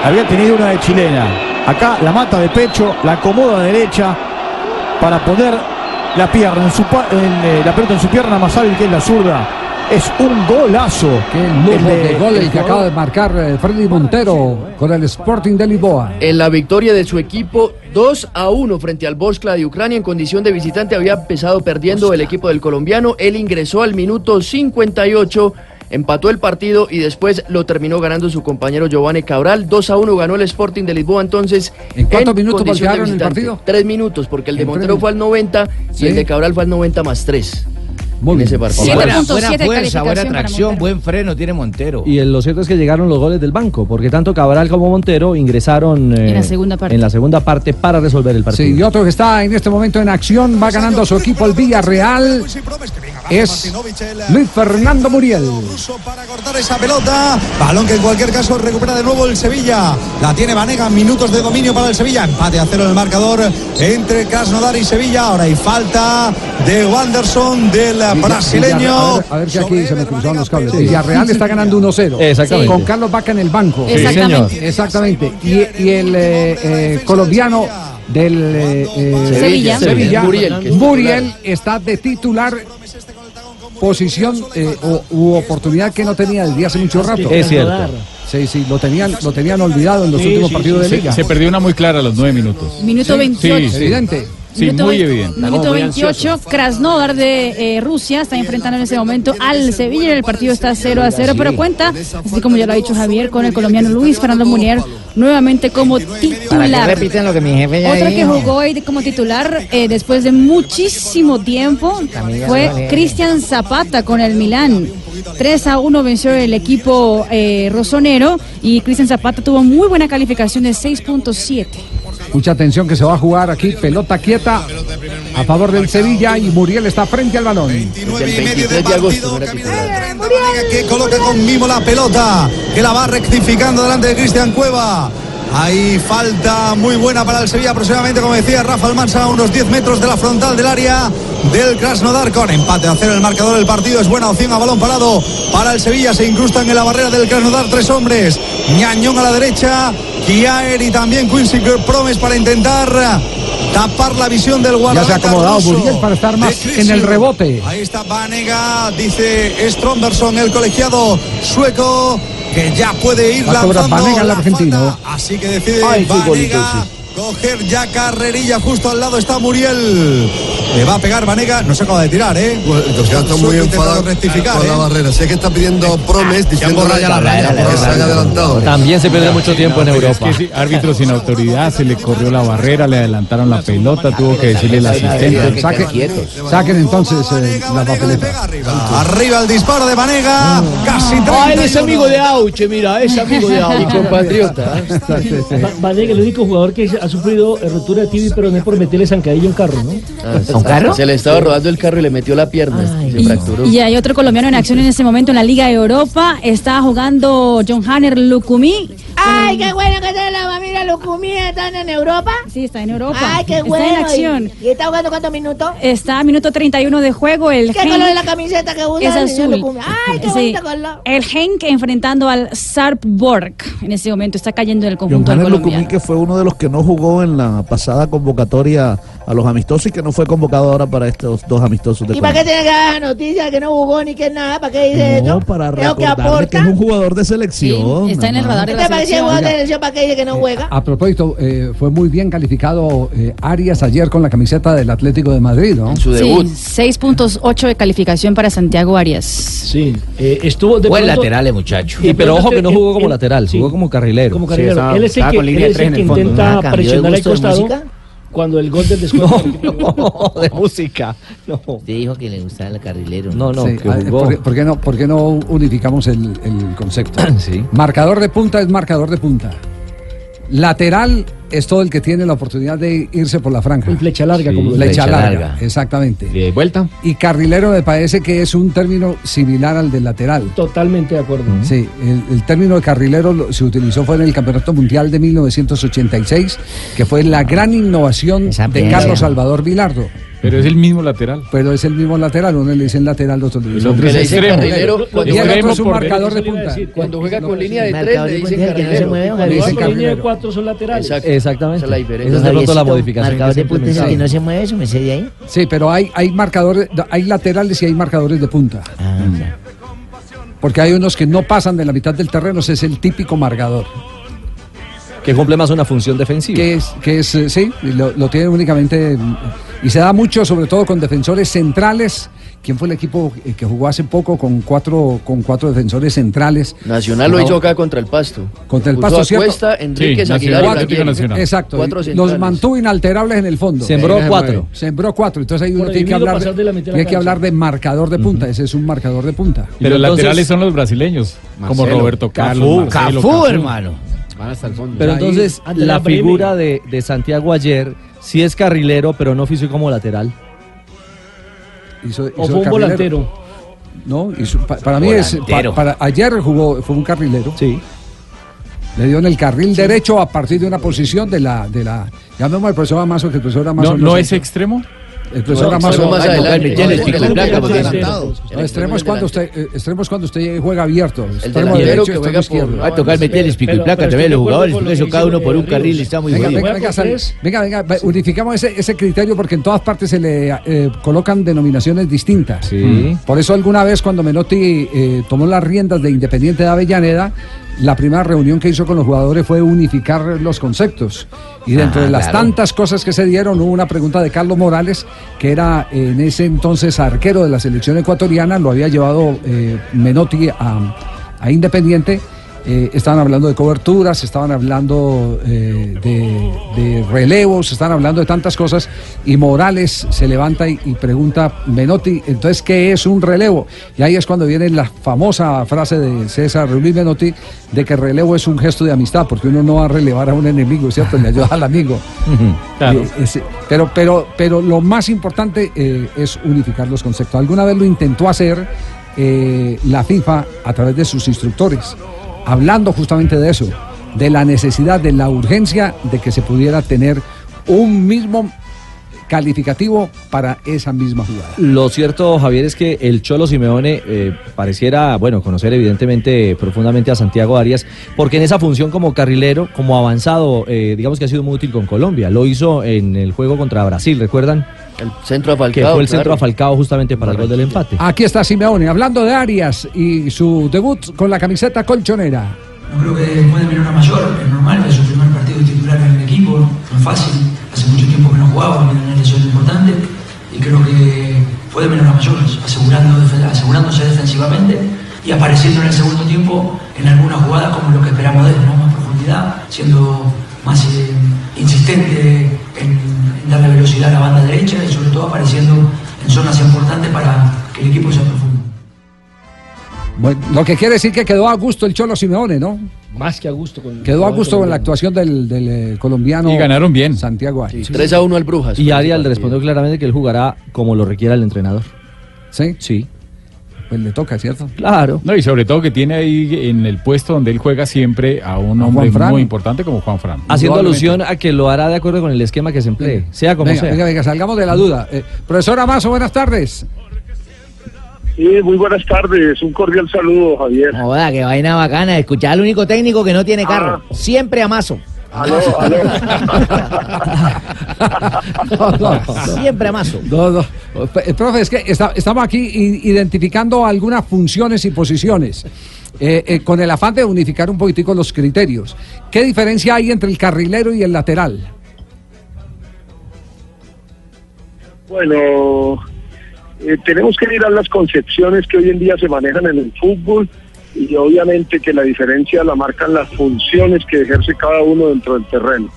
Speaker 7: Había tenido una de chilena. Acá la mata de pecho, la acomoda derecha para poner la pierna en su pa- en, eh, la pelota en su pierna más hábil que es la zurda. Es un golazo. Qué
Speaker 3: Lujo de gol el que acaba de marcar eh, Freddy Montero con el Sporting de Lisboa.
Speaker 17: En la victoria de su equipo 2 a 1 frente al Borskla de Ucrania en condición de visitante había empezado perdiendo el equipo del colombiano. Él ingresó al minuto 58, empató el partido y después lo terminó ganando su compañero Giovanni Cabral. 2 a 1 ganó el Sporting de Lisboa entonces.
Speaker 3: ¿En cuántos minutos
Speaker 17: condición de
Speaker 3: voltearon el
Speaker 17: visitante.
Speaker 3: partido?
Speaker 17: Tres minutos, porque el de
Speaker 3: En tres
Speaker 17: Montero fue al 90
Speaker 3: Sí.
Speaker 17: y el de Cabral fue al 90 más 3. en ese partido.
Speaker 18: Buena, buena fuerza, buena
Speaker 17: para
Speaker 18: tracción, buen freno tiene Montero.
Speaker 7: Y el- lo cierto es que llegaron los goles del banco, porque tanto Cabral como Montero ingresaron eh,
Speaker 3: En la segunda parte.
Speaker 7: en la segunda parte para resolver el partido.
Speaker 3: Sí, y otro que está en este momento en acción, va ganando su equipo el Villarreal, es Luis Fernando Muriel.
Speaker 19: esa pelota. Balón que en cualquier caso recupera de nuevo el Sevilla. La tiene Vanega, minutos de dominio para el Sevilla. Empate a cero en el marcador entre Krasnodar y Sevilla. Ahora hay falta de Wanderson del
Speaker 3: Villarreal, A
Speaker 19: brasileño.
Speaker 3: ver, a ver que aquí se me cruzaron los cables. Villarreal está ganando 1-0.
Speaker 19: Exactamente.
Speaker 3: Con Carlos Vaca en el banco.
Speaker 19: Sí, Exactamente.
Speaker 3: señor. Exactamente. Y, y el eh, eh, colombiano del eh, eh,
Speaker 19: Sevilla.
Speaker 3: Sevilla,
Speaker 19: Muriel, que es
Speaker 3: Muriel está de titular posición eh, o, u oportunidad que no tenía desde hace mucho rato.
Speaker 8: Es cierto.
Speaker 3: Sí, sí, lo tenían, lo tenían olvidado en los últimos partidos de
Speaker 8: Se-
Speaker 3: liga.
Speaker 8: Se, perdió una muy clara a los nueve minutos.
Speaker 4: Minuto
Speaker 8: Sí,
Speaker 4: 28.
Speaker 8: sí, sí.
Speaker 3: Evidente.
Speaker 8: Sí,
Speaker 4: Minuto
Speaker 8: muy
Speaker 4: veinte-
Speaker 8: evidente.
Speaker 4: Minuto 28, Krasnodar de eh, Rusia está enfrentando en ese momento al Sevilla. El partido está 0 a 0, pero cuenta, así como ya lo ha dicho Javier, con el colombiano Luis Fernando Munier nuevamente como
Speaker 18: Para que
Speaker 4: titular.
Speaker 18: repiten lo que mi jefe ya
Speaker 4: Otro que
Speaker 18: dijo.
Speaker 4: jugó hoy como titular eh, después de muchísimo tiempo fue Cristian Zapata con el Milán. 3 a 1 venció el equipo eh, rosonero y Cristian Zapata tuvo muy buena calificación de 6.7.
Speaker 3: Mucha atención que se va a jugar aquí, pelota quieta a favor del Sevilla y Muriel está frente al balón.
Speaker 19: El 23 de agosto no era titular. Que coloca con mimo la pelota, que la va rectificando delante de Cristian Cueva. Hay falta muy buena para el Sevilla, aproximadamente, como decía Rafa Almansa, a unos 10 metros de la frontal del área del Krasnodar con empate a cero el marcador del partido. Es buena opción a balón parado para el Sevilla. Se incrustan en la barrera del Krasnodar tres hombres. Ñañón a la derecha, Kiaer y también Quincy Promes para intentar tapar la visión del
Speaker 3: Ya se ha
Speaker 19: guardameta.
Speaker 3: acomodado
Speaker 19: ruso
Speaker 3: Muriel para estar
Speaker 19: de
Speaker 3: más en el
Speaker 19: Krishov.
Speaker 3: rebote.
Speaker 19: Ahí está Vanega, dice Stromberson, el colegiado sueco, que ya puede ir
Speaker 3: Va a cobrar Vanega
Speaker 19: lanzando.
Speaker 3: el
Speaker 19: la-
Speaker 3: argentino.
Speaker 19: Así que decide
Speaker 3: Ay, qué
Speaker 19: Vanega
Speaker 3: golito ese.
Speaker 19: coger ya carrerilla. Justo al lado está Muriel. Le va a pegar Vanega, no se acaba de tirar, ¿eh?
Speaker 14: Entonces ya está
Speaker 19: Suelto
Speaker 14: muy
Speaker 19: intentando
Speaker 14: enfadado
Speaker 19: rectificar,
Speaker 14: con
Speaker 19: ¿eh?
Speaker 14: la barrera. Si es que está pidiendo promes diciendo
Speaker 19: raya la raya,
Speaker 14: porque se haya adelantado.
Speaker 8: También se
Speaker 14: pierde
Speaker 8: mucho tiempo en Europa. árbitro sin autoridad, se le corrió la barrera, le adelantaron la pelota, tuvo que decirle el asistente.
Speaker 3: Saque-
Speaker 8: Saquen,
Speaker 3: saquen entonces eh, la papeleta.
Speaker 19: Arriba el disparo de Vanega. Casi
Speaker 12: Ah,
Speaker 19: 30.
Speaker 12: él es amigo de Auche, mira, es amigo de Auche.
Speaker 10: Y compatriota. Vanega, el único jugador que ha sufrido eh, ruptura de tibia, pero no es por meterle zancadilla a un carro, ¿no?
Speaker 17: ¿Un carro? Se le estaba rodando el carro y le metió la pierna. se fracturó.
Speaker 4: Y hay otro colombiano en acción en este momento en la Liga de Europa. Está jugando John Hanner Eh, Lukumi.
Speaker 20: Ay, qué bueno que está la familia Lucumía, están en Europa.
Speaker 4: Sí, está en Europa.
Speaker 20: Ay, qué
Speaker 4: Está
Speaker 20: bueno.
Speaker 4: en acción.
Speaker 20: ¿Y, y está jugando cuántos minutos?
Speaker 4: Está a minuto 31 de juego. El
Speaker 20: ¿Qué
Speaker 4: Genk
Speaker 20: color es la camiseta que usa?
Speaker 4: es
Speaker 20: el señor
Speaker 4: azul.
Speaker 20: Lucumía? Ay, qué
Speaker 4: Sí.
Speaker 20: bonito color.
Speaker 4: El Henk enfrentando al Sarpborg en este momento. Está cayendo en el conjunto del colombiano.
Speaker 11: que fue uno de los que no jugó en la pasada convocatoria a los amistosos y que no fue convocado ahora para estos dos amistosos de
Speaker 20: ¿Y para qué
Speaker 11: Colombia.
Speaker 20: tiene que dar noticias que no jugó ni que nada? ¿Para qué dice
Speaker 11: No,
Speaker 20: esto?
Speaker 11: para
Speaker 20: Creo que
Speaker 11: recordarle que es
Speaker 20: aporta.
Speaker 11: un jugador de selección.
Speaker 3: hermano. radar de la
Speaker 20: ¿Te parece
Speaker 3: selección.
Speaker 20: jugador de
Speaker 3: Oiga.
Speaker 20: selección? ¿Para qué dice que no juega?
Speaker 3: A propósito, eh, fue muy bien calificado eh, Arias ayer con la camiseta del Atlético de Madrid, ¿no?
Speaker 4: Sí, 6.8 de calificación para Santiago Arias. Sí,
Speaker 10: eh, estuvo
Speaker 4: de
Speaker 10: Buen pronto-
Speaker 4: lateral,
Speaker 18: Dale, muchacho.
Speaker 10: Y pero ojo que no jugó como En-
Speaker 18: lateral, jugó
Speaker 11: como carrilero.
Speaker 10: Como carrilero. él es el que, él es el
Speaker 3: Ah,
Speaker 10: que intenta presionar al costado cuando el gol del descuento.
Speaker 18: de música. No. Te dijo que le gustaba el carrilero.
Speaker 3: Sí, ah, ¿por, qué- por qué no, por qué no unificamos el, el concepto? Marcador de punta es marcador de punta. Lateral es todo el que tiene la oportunidad de irse por la franja.
Speaker 10: flecha larga,
Speaker 3: como
Speaker 10: como lo
Speaker 3: flecha
Speaker 10: dicen.
Speaker 3: larga, exactamente.
Speaker 21: De vuelta.
Speaker 3: Y carrilero me parece que es un término similar al del lateral.
Speaker 10: Totalmente de acuerdo.
Speaker 3: Sí, el, el término de carrilero lo- se utilizó fue en el Campeonato Mundial de 1986, que fue la gran innovación de
Speaker 8: pieza.
Speaker 3: Carlos Salvador Vilardo.
Speaker 8: Pero es el mismo lateral.
Speaker 3: Pero es el mismo lateral, uno le dicen lateral, otro le dicen
Speaker 8: otro es
Speaker 3: lateral.
Speaker 8: extremo.
Speaker 17: Carrilero, cuando
Speaker 3: Y el
Speaker 17: juega
Speaker 3: otro
Speaker 17: con
Speaker 3: es un marcador de punta.
Speaker 17: Cuando juega con línea de tres,
Speaker 18: Marcador
Speaker 17: le
Speaker 18: de
Speaker 17: dicen
Speaker 18: punta es el que no se
Speaker 17: carrilero.
Speaker 18: mueve,
Speaker 17: Y
Speaker 18: Javier.
Speaker 17: cuando
Speaker 18: Dicen
Speaker 17: juega con línea de cuatro,
Speaker 10: cuatro son laterales.
Speaker 18: Exactamente.
Speaker 17: Esa es la diferencia.
Speaker 18: Esa es de pronto la
Speaker 17: Javiercito,
Speaker 18: modificación. Marcador de punta es el que no se mueve, eso me sé de ahí.
Speaker 3: Sí, pero hay, hay marcadores, hay laterales y hay marcadores de punta.
Speaker 12: Ah.
Speaker 3: Porque hay unos que no pasan de la mitad del terreno, ese es el típico marcador.
Speaker 9: Que cumple más una función defensiva.
Speaker 3: Que es, que es eh, sí, lo, lo tienen únicamente. mm, Y se da mucho, sobre todo con defensores centrales. ¿Quién fue el equipo eh, que jugó hace poco con cuatro, con cuatro defensores centrales?
Speaker 17: Nacional lo hizo acá contra el Pasto.
Speaker 3: Contra el
Speaker 17: Puso
Speaker 3: Pasto,
Speaker 17: a
Speaker 3: ¿cierto?
Speaker 17: Cuesta, Enríquez, Aguilar y
Speaker 3: Cuatro,
Speaker 17: Raquel.
Speaker 3: Exacto.
Speaker 17: Cuatro
Speaker 3: los
Speaker 17: centrales.
Speaker 3: mantuvo inalterables en el fondo.
Speaker 17: Sembró Venga, cuatro. nueve.
Speaker 3: Sembró cuatro. Entonces ahí uno
Speaker 10: Por
Speaker 3: tiene que
Speaker 10: debido
Speaker 3: hablar
Speaker 10: pasar
Speaker 3: de,
Speaker 10: de la mitad de la
Speaker 3: tiene que
Speaker 10: cancha.
Speaker 3: hablar de marcador de punta. Ese es un marcador de punta.
Speaker 8: Y los laterales son los brasileños, como
Speaker 9: Marcelo,
Speaker 8: Roberto
Speaker 9: Cafú,
Speaker 8: Carlos. Marcelo,
Speaker 9: Cafú, hermano.
Speaker 15: Van hasta el fondo.
Speaker 9: Pero entonces,
Speaker 15: Ahí,
Speaker 9: la
Speaker 15: Breme.
Speaker 9: figura de, de Santiago ayer sí es carrilero, pero no ofició como lateral.
Speaker 3: Hizo-
Speaker 9: O
Speaker 3: hizo
Speaker 9: fue un
Speaker 3: carrilero.
Speaker 9: volantero.
Speaker 3: No, hizo- pa- para mí es. pa-
Speaker 9: Volantero.
Speaker 3: para, ayer jugó, fue un carrilero. Sí. Le dio en el carril derecho a partir de una posición de la. De la llamemos al profesor Amazo, que el profesor Amazo.
Speaker 8: No, no
Speaker 3: sé.
Speaker 8: es extremo.
Speaker 3: El profesor
Speaker 8: No,
Speaker 3: Amazo.
Speaker 8: extremo más
Speaker 3: Ay, no,
Speaker 8: adelante.
Speaker 3: Miguel,
Speaker 8: No,
Speaker 3: el
Speaker 8: el
Speaker 3: Pico
Speaker 8: delantero,
Speaker 3: Blanca,
Speaker 8: el
Speaker 3: porque es-
Speaker 8: delantero.
Speaker 3: No, extremo es cuando usted, eh, extremo es cuando usted juega abierto. Extremo
Speaker 18: delantero
Speaker 3: derecho,
Speaker 18: que
Speaker 3: extremo
Speaker 18: juega por-
Speaker 3: izquierdo.
Speaker 18: Va a tocar meter el pico y placa también a los jugadores, porque eso cada uno por un carril está muy
Speaker 3: venga,
Speaker 18: jodido.
Speaker 3: venga, venga, sal- venga, venga, va- unificamos ese, ese criterio porque en todas partes se le eh, colocan denominaciones distintas.
Speaker 9: Mm.
Speaker 3: Por eso alguna vez cuando Menotti eh, tomó las riendas de Independiente de Avellaneda, la primera reunión que hizo con los jugadores fue unificar los conceptos. Y dentro
Speaker 9: Ah,
Speaker 3: de las
Speaker 9: claro.
Speaker 3: tantas cosas que se dieron, hubo una pregunta de Carlos Morales, que era eh, en ese entonces arquero de la selección ecuatoriana, lo había llevado eh, Menotti a, a Independiente. Eh, estaban hablando de coberturas, estaban hablando eh, de, de relevos, estaban hablando de tantas cosas. Y Morales se levanta y, y pregunta, Menotti, entonces, ¿qué es un relevo? Y ahí es cuando viene la famosa frase de César Luis Menotti de que relevo es un gesto de amistad, porque uno no va a relevar a un enemigo, ¿cierto? Le ayuda al amigo.
Speaker 8: Claro.
Speaker 3: Eh, ese- pero, pero, pero lo más importante eh, es unificar los conceptos. Alguna vez lo intentó hacer eh, la FIFA a través de sus instructores, hablando justamente de eso, de la necesidad, de la urgencia de que se pudiera tener un mismo calificativo para esa misma jugada.
Speaker 9: Lo cierto, Javier, es que el Cholo Simeone eh, pareciera, bueno, conocer evidentemente profundamente a Santiago Arias, porque en esa función como carrilero, como avanzado, eh, digamos que ha sido muy útil con Colombia. Lo hizo en el juego contra Brasil, ¿recuerdan?
Speaker 17: El centro a
Speaker 9: que
Speaker 17: Falcao.
Speaker 9: fue el
Speaker 17: claro.
Speaker 9: centro a Falcao justamente para el gol del empate.
Speaker 3: Aquí está Simeone hablando de Arias y su debut con la camiseta colchonera.
Speaker 22: No creo que después de venir una mayor, es normal, es su primer partido de titular en el equipo, no es fácil, hace mucho tiempo que no jugaba, viene una lesión importante, y y creo que fue de menor a mayores, asegurando, defen- asegurándose defensivamente y apareciendo en el segundo tiempo en algunas jugadas como lo que esperamos de él, ¿no? más profundidad, siendo más eh, insistente en, en darle velocidad a la banda derecha y sobre todo apareciendo en zonas importantes para que el equipo sea profundo.
Speaker 3: Bueno, lo que quiere decir que quedó a gusto el Cholo Simeone, ¿no?
Speaker 10: Más que a gusto. Con
Speaker 3: Quedó a gusto con la actuación del, del, eh, colombiano.
Speaker 9: Y ganaron
Speaker 3: bien. Santiago Arias.
Speaker 17: 3 a 1 al Brujas.
Speaker 9: Y Arias le respondió claramente que él jugará como lo requiera el entrenador.
Speaker 3: ¿Sí?
Speaker 9: Sí.
Speaker 3: Pues le toca, ¿cierto?
Speaker 9: Claro.
Speaker 8: No, y sobre todo que tiene ahí en el puesto donde él juega siempre a un hombre
Speaker 9: Fran.
Speaker 8: muy importante como Juan Fran.
Speaker 9: Haciendo alusión a que lo hará de acuerdo con el esquema que se emplee, sea como
Speaker 3: venga,
Speaker 9: sea.
Speaker 3: venga, venga, salgamos de la duda. Eh, profesora Mazo, buenas tardes.
Speaker 23: Sí, muy buenas tardes. Un cordial saludo, Javier.
Speaker 18: Joda, qué vaina bacana. Escuchar al único técnico que no tiene
Speaker 6: Ah.
Speaker 18: carro. Siempre a Mazo.
Speaker 23: Aló, aló.
Speaker 18: Siempre a Mazo.
Speaker 3: No, no. Eh, Profe, es que está- estamos aquí i- identificando algunas funciones y posiciones eh, eh, con el afán de unificar un poquitico los criterios. ¿Qué diferencia hay entre el carrilero y el lateral?
Speaker 23: Bueno, eh, tenemos que mirar las concepciones que hoy en día se manejan en el fútbol y obviamente que la diferencia la marcan las funciones que ejerce cada uno dentro del terreno.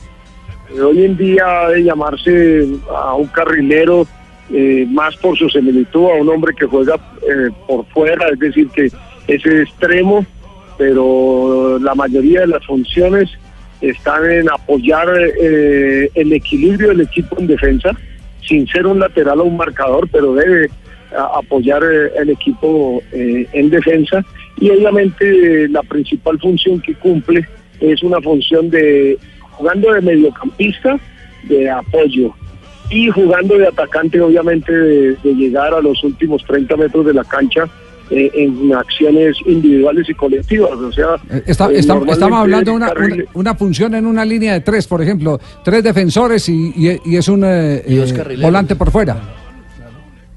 Speaker 23: Eh, hoy en día ha de llamarse a un carrilero eh, más por su similitud a un hombre que juega eh, por fuera, es decir, que es extremo, pero la mayoría de las funciones están en apoyar eh, el equilibrio del equipo en defensa, sin ser un lateral o un marcador, pero debe a- apoyar eh, el equipo eh, en defensa. Y obviamente eh, la principal función que cumple es una función de jugando de mediocampista, de apoyo. Y jugando de atacante, obviamente, de, de llegar a los últimos 30 metros de la cancha eh, en acciones individuales y colectivas. O sea,
Speaker 3: Eh, está-
Speaker 23: eh,
Speaker 3: está-
Speaker 23: normalmente
Speaker 3: estamos hablando de una,
Speaker 23: el carril-
Speaker 3: una, una función en una línea de tres, por ejemplo, tres defensores y, y- y es un eh, eh,
Speaker 23: carrileros.
Speaker 3: volante por fuera.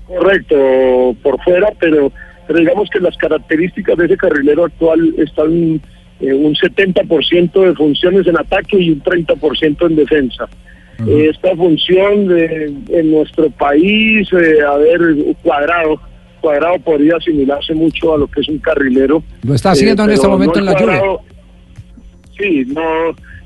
Speaker 23: Correcto, por fuera, pero, pero digamos que las características de ese carrilero actual están eh, un 70% de funciones en ataque y un 30% en defensa. Eh, Esta función eh, en nuestro país, eh, a ver, cuadrado, cuadrado podría asimilarse mucho a lo que es un carrilero. Eh,
Speaker 3: Lo está haciendo en
Speaker 23: pero
Speaker 3: este momento en la
Speaker 23: Cuadrado-
Speaker 3: Juve.
Speaker 23: Sí, no,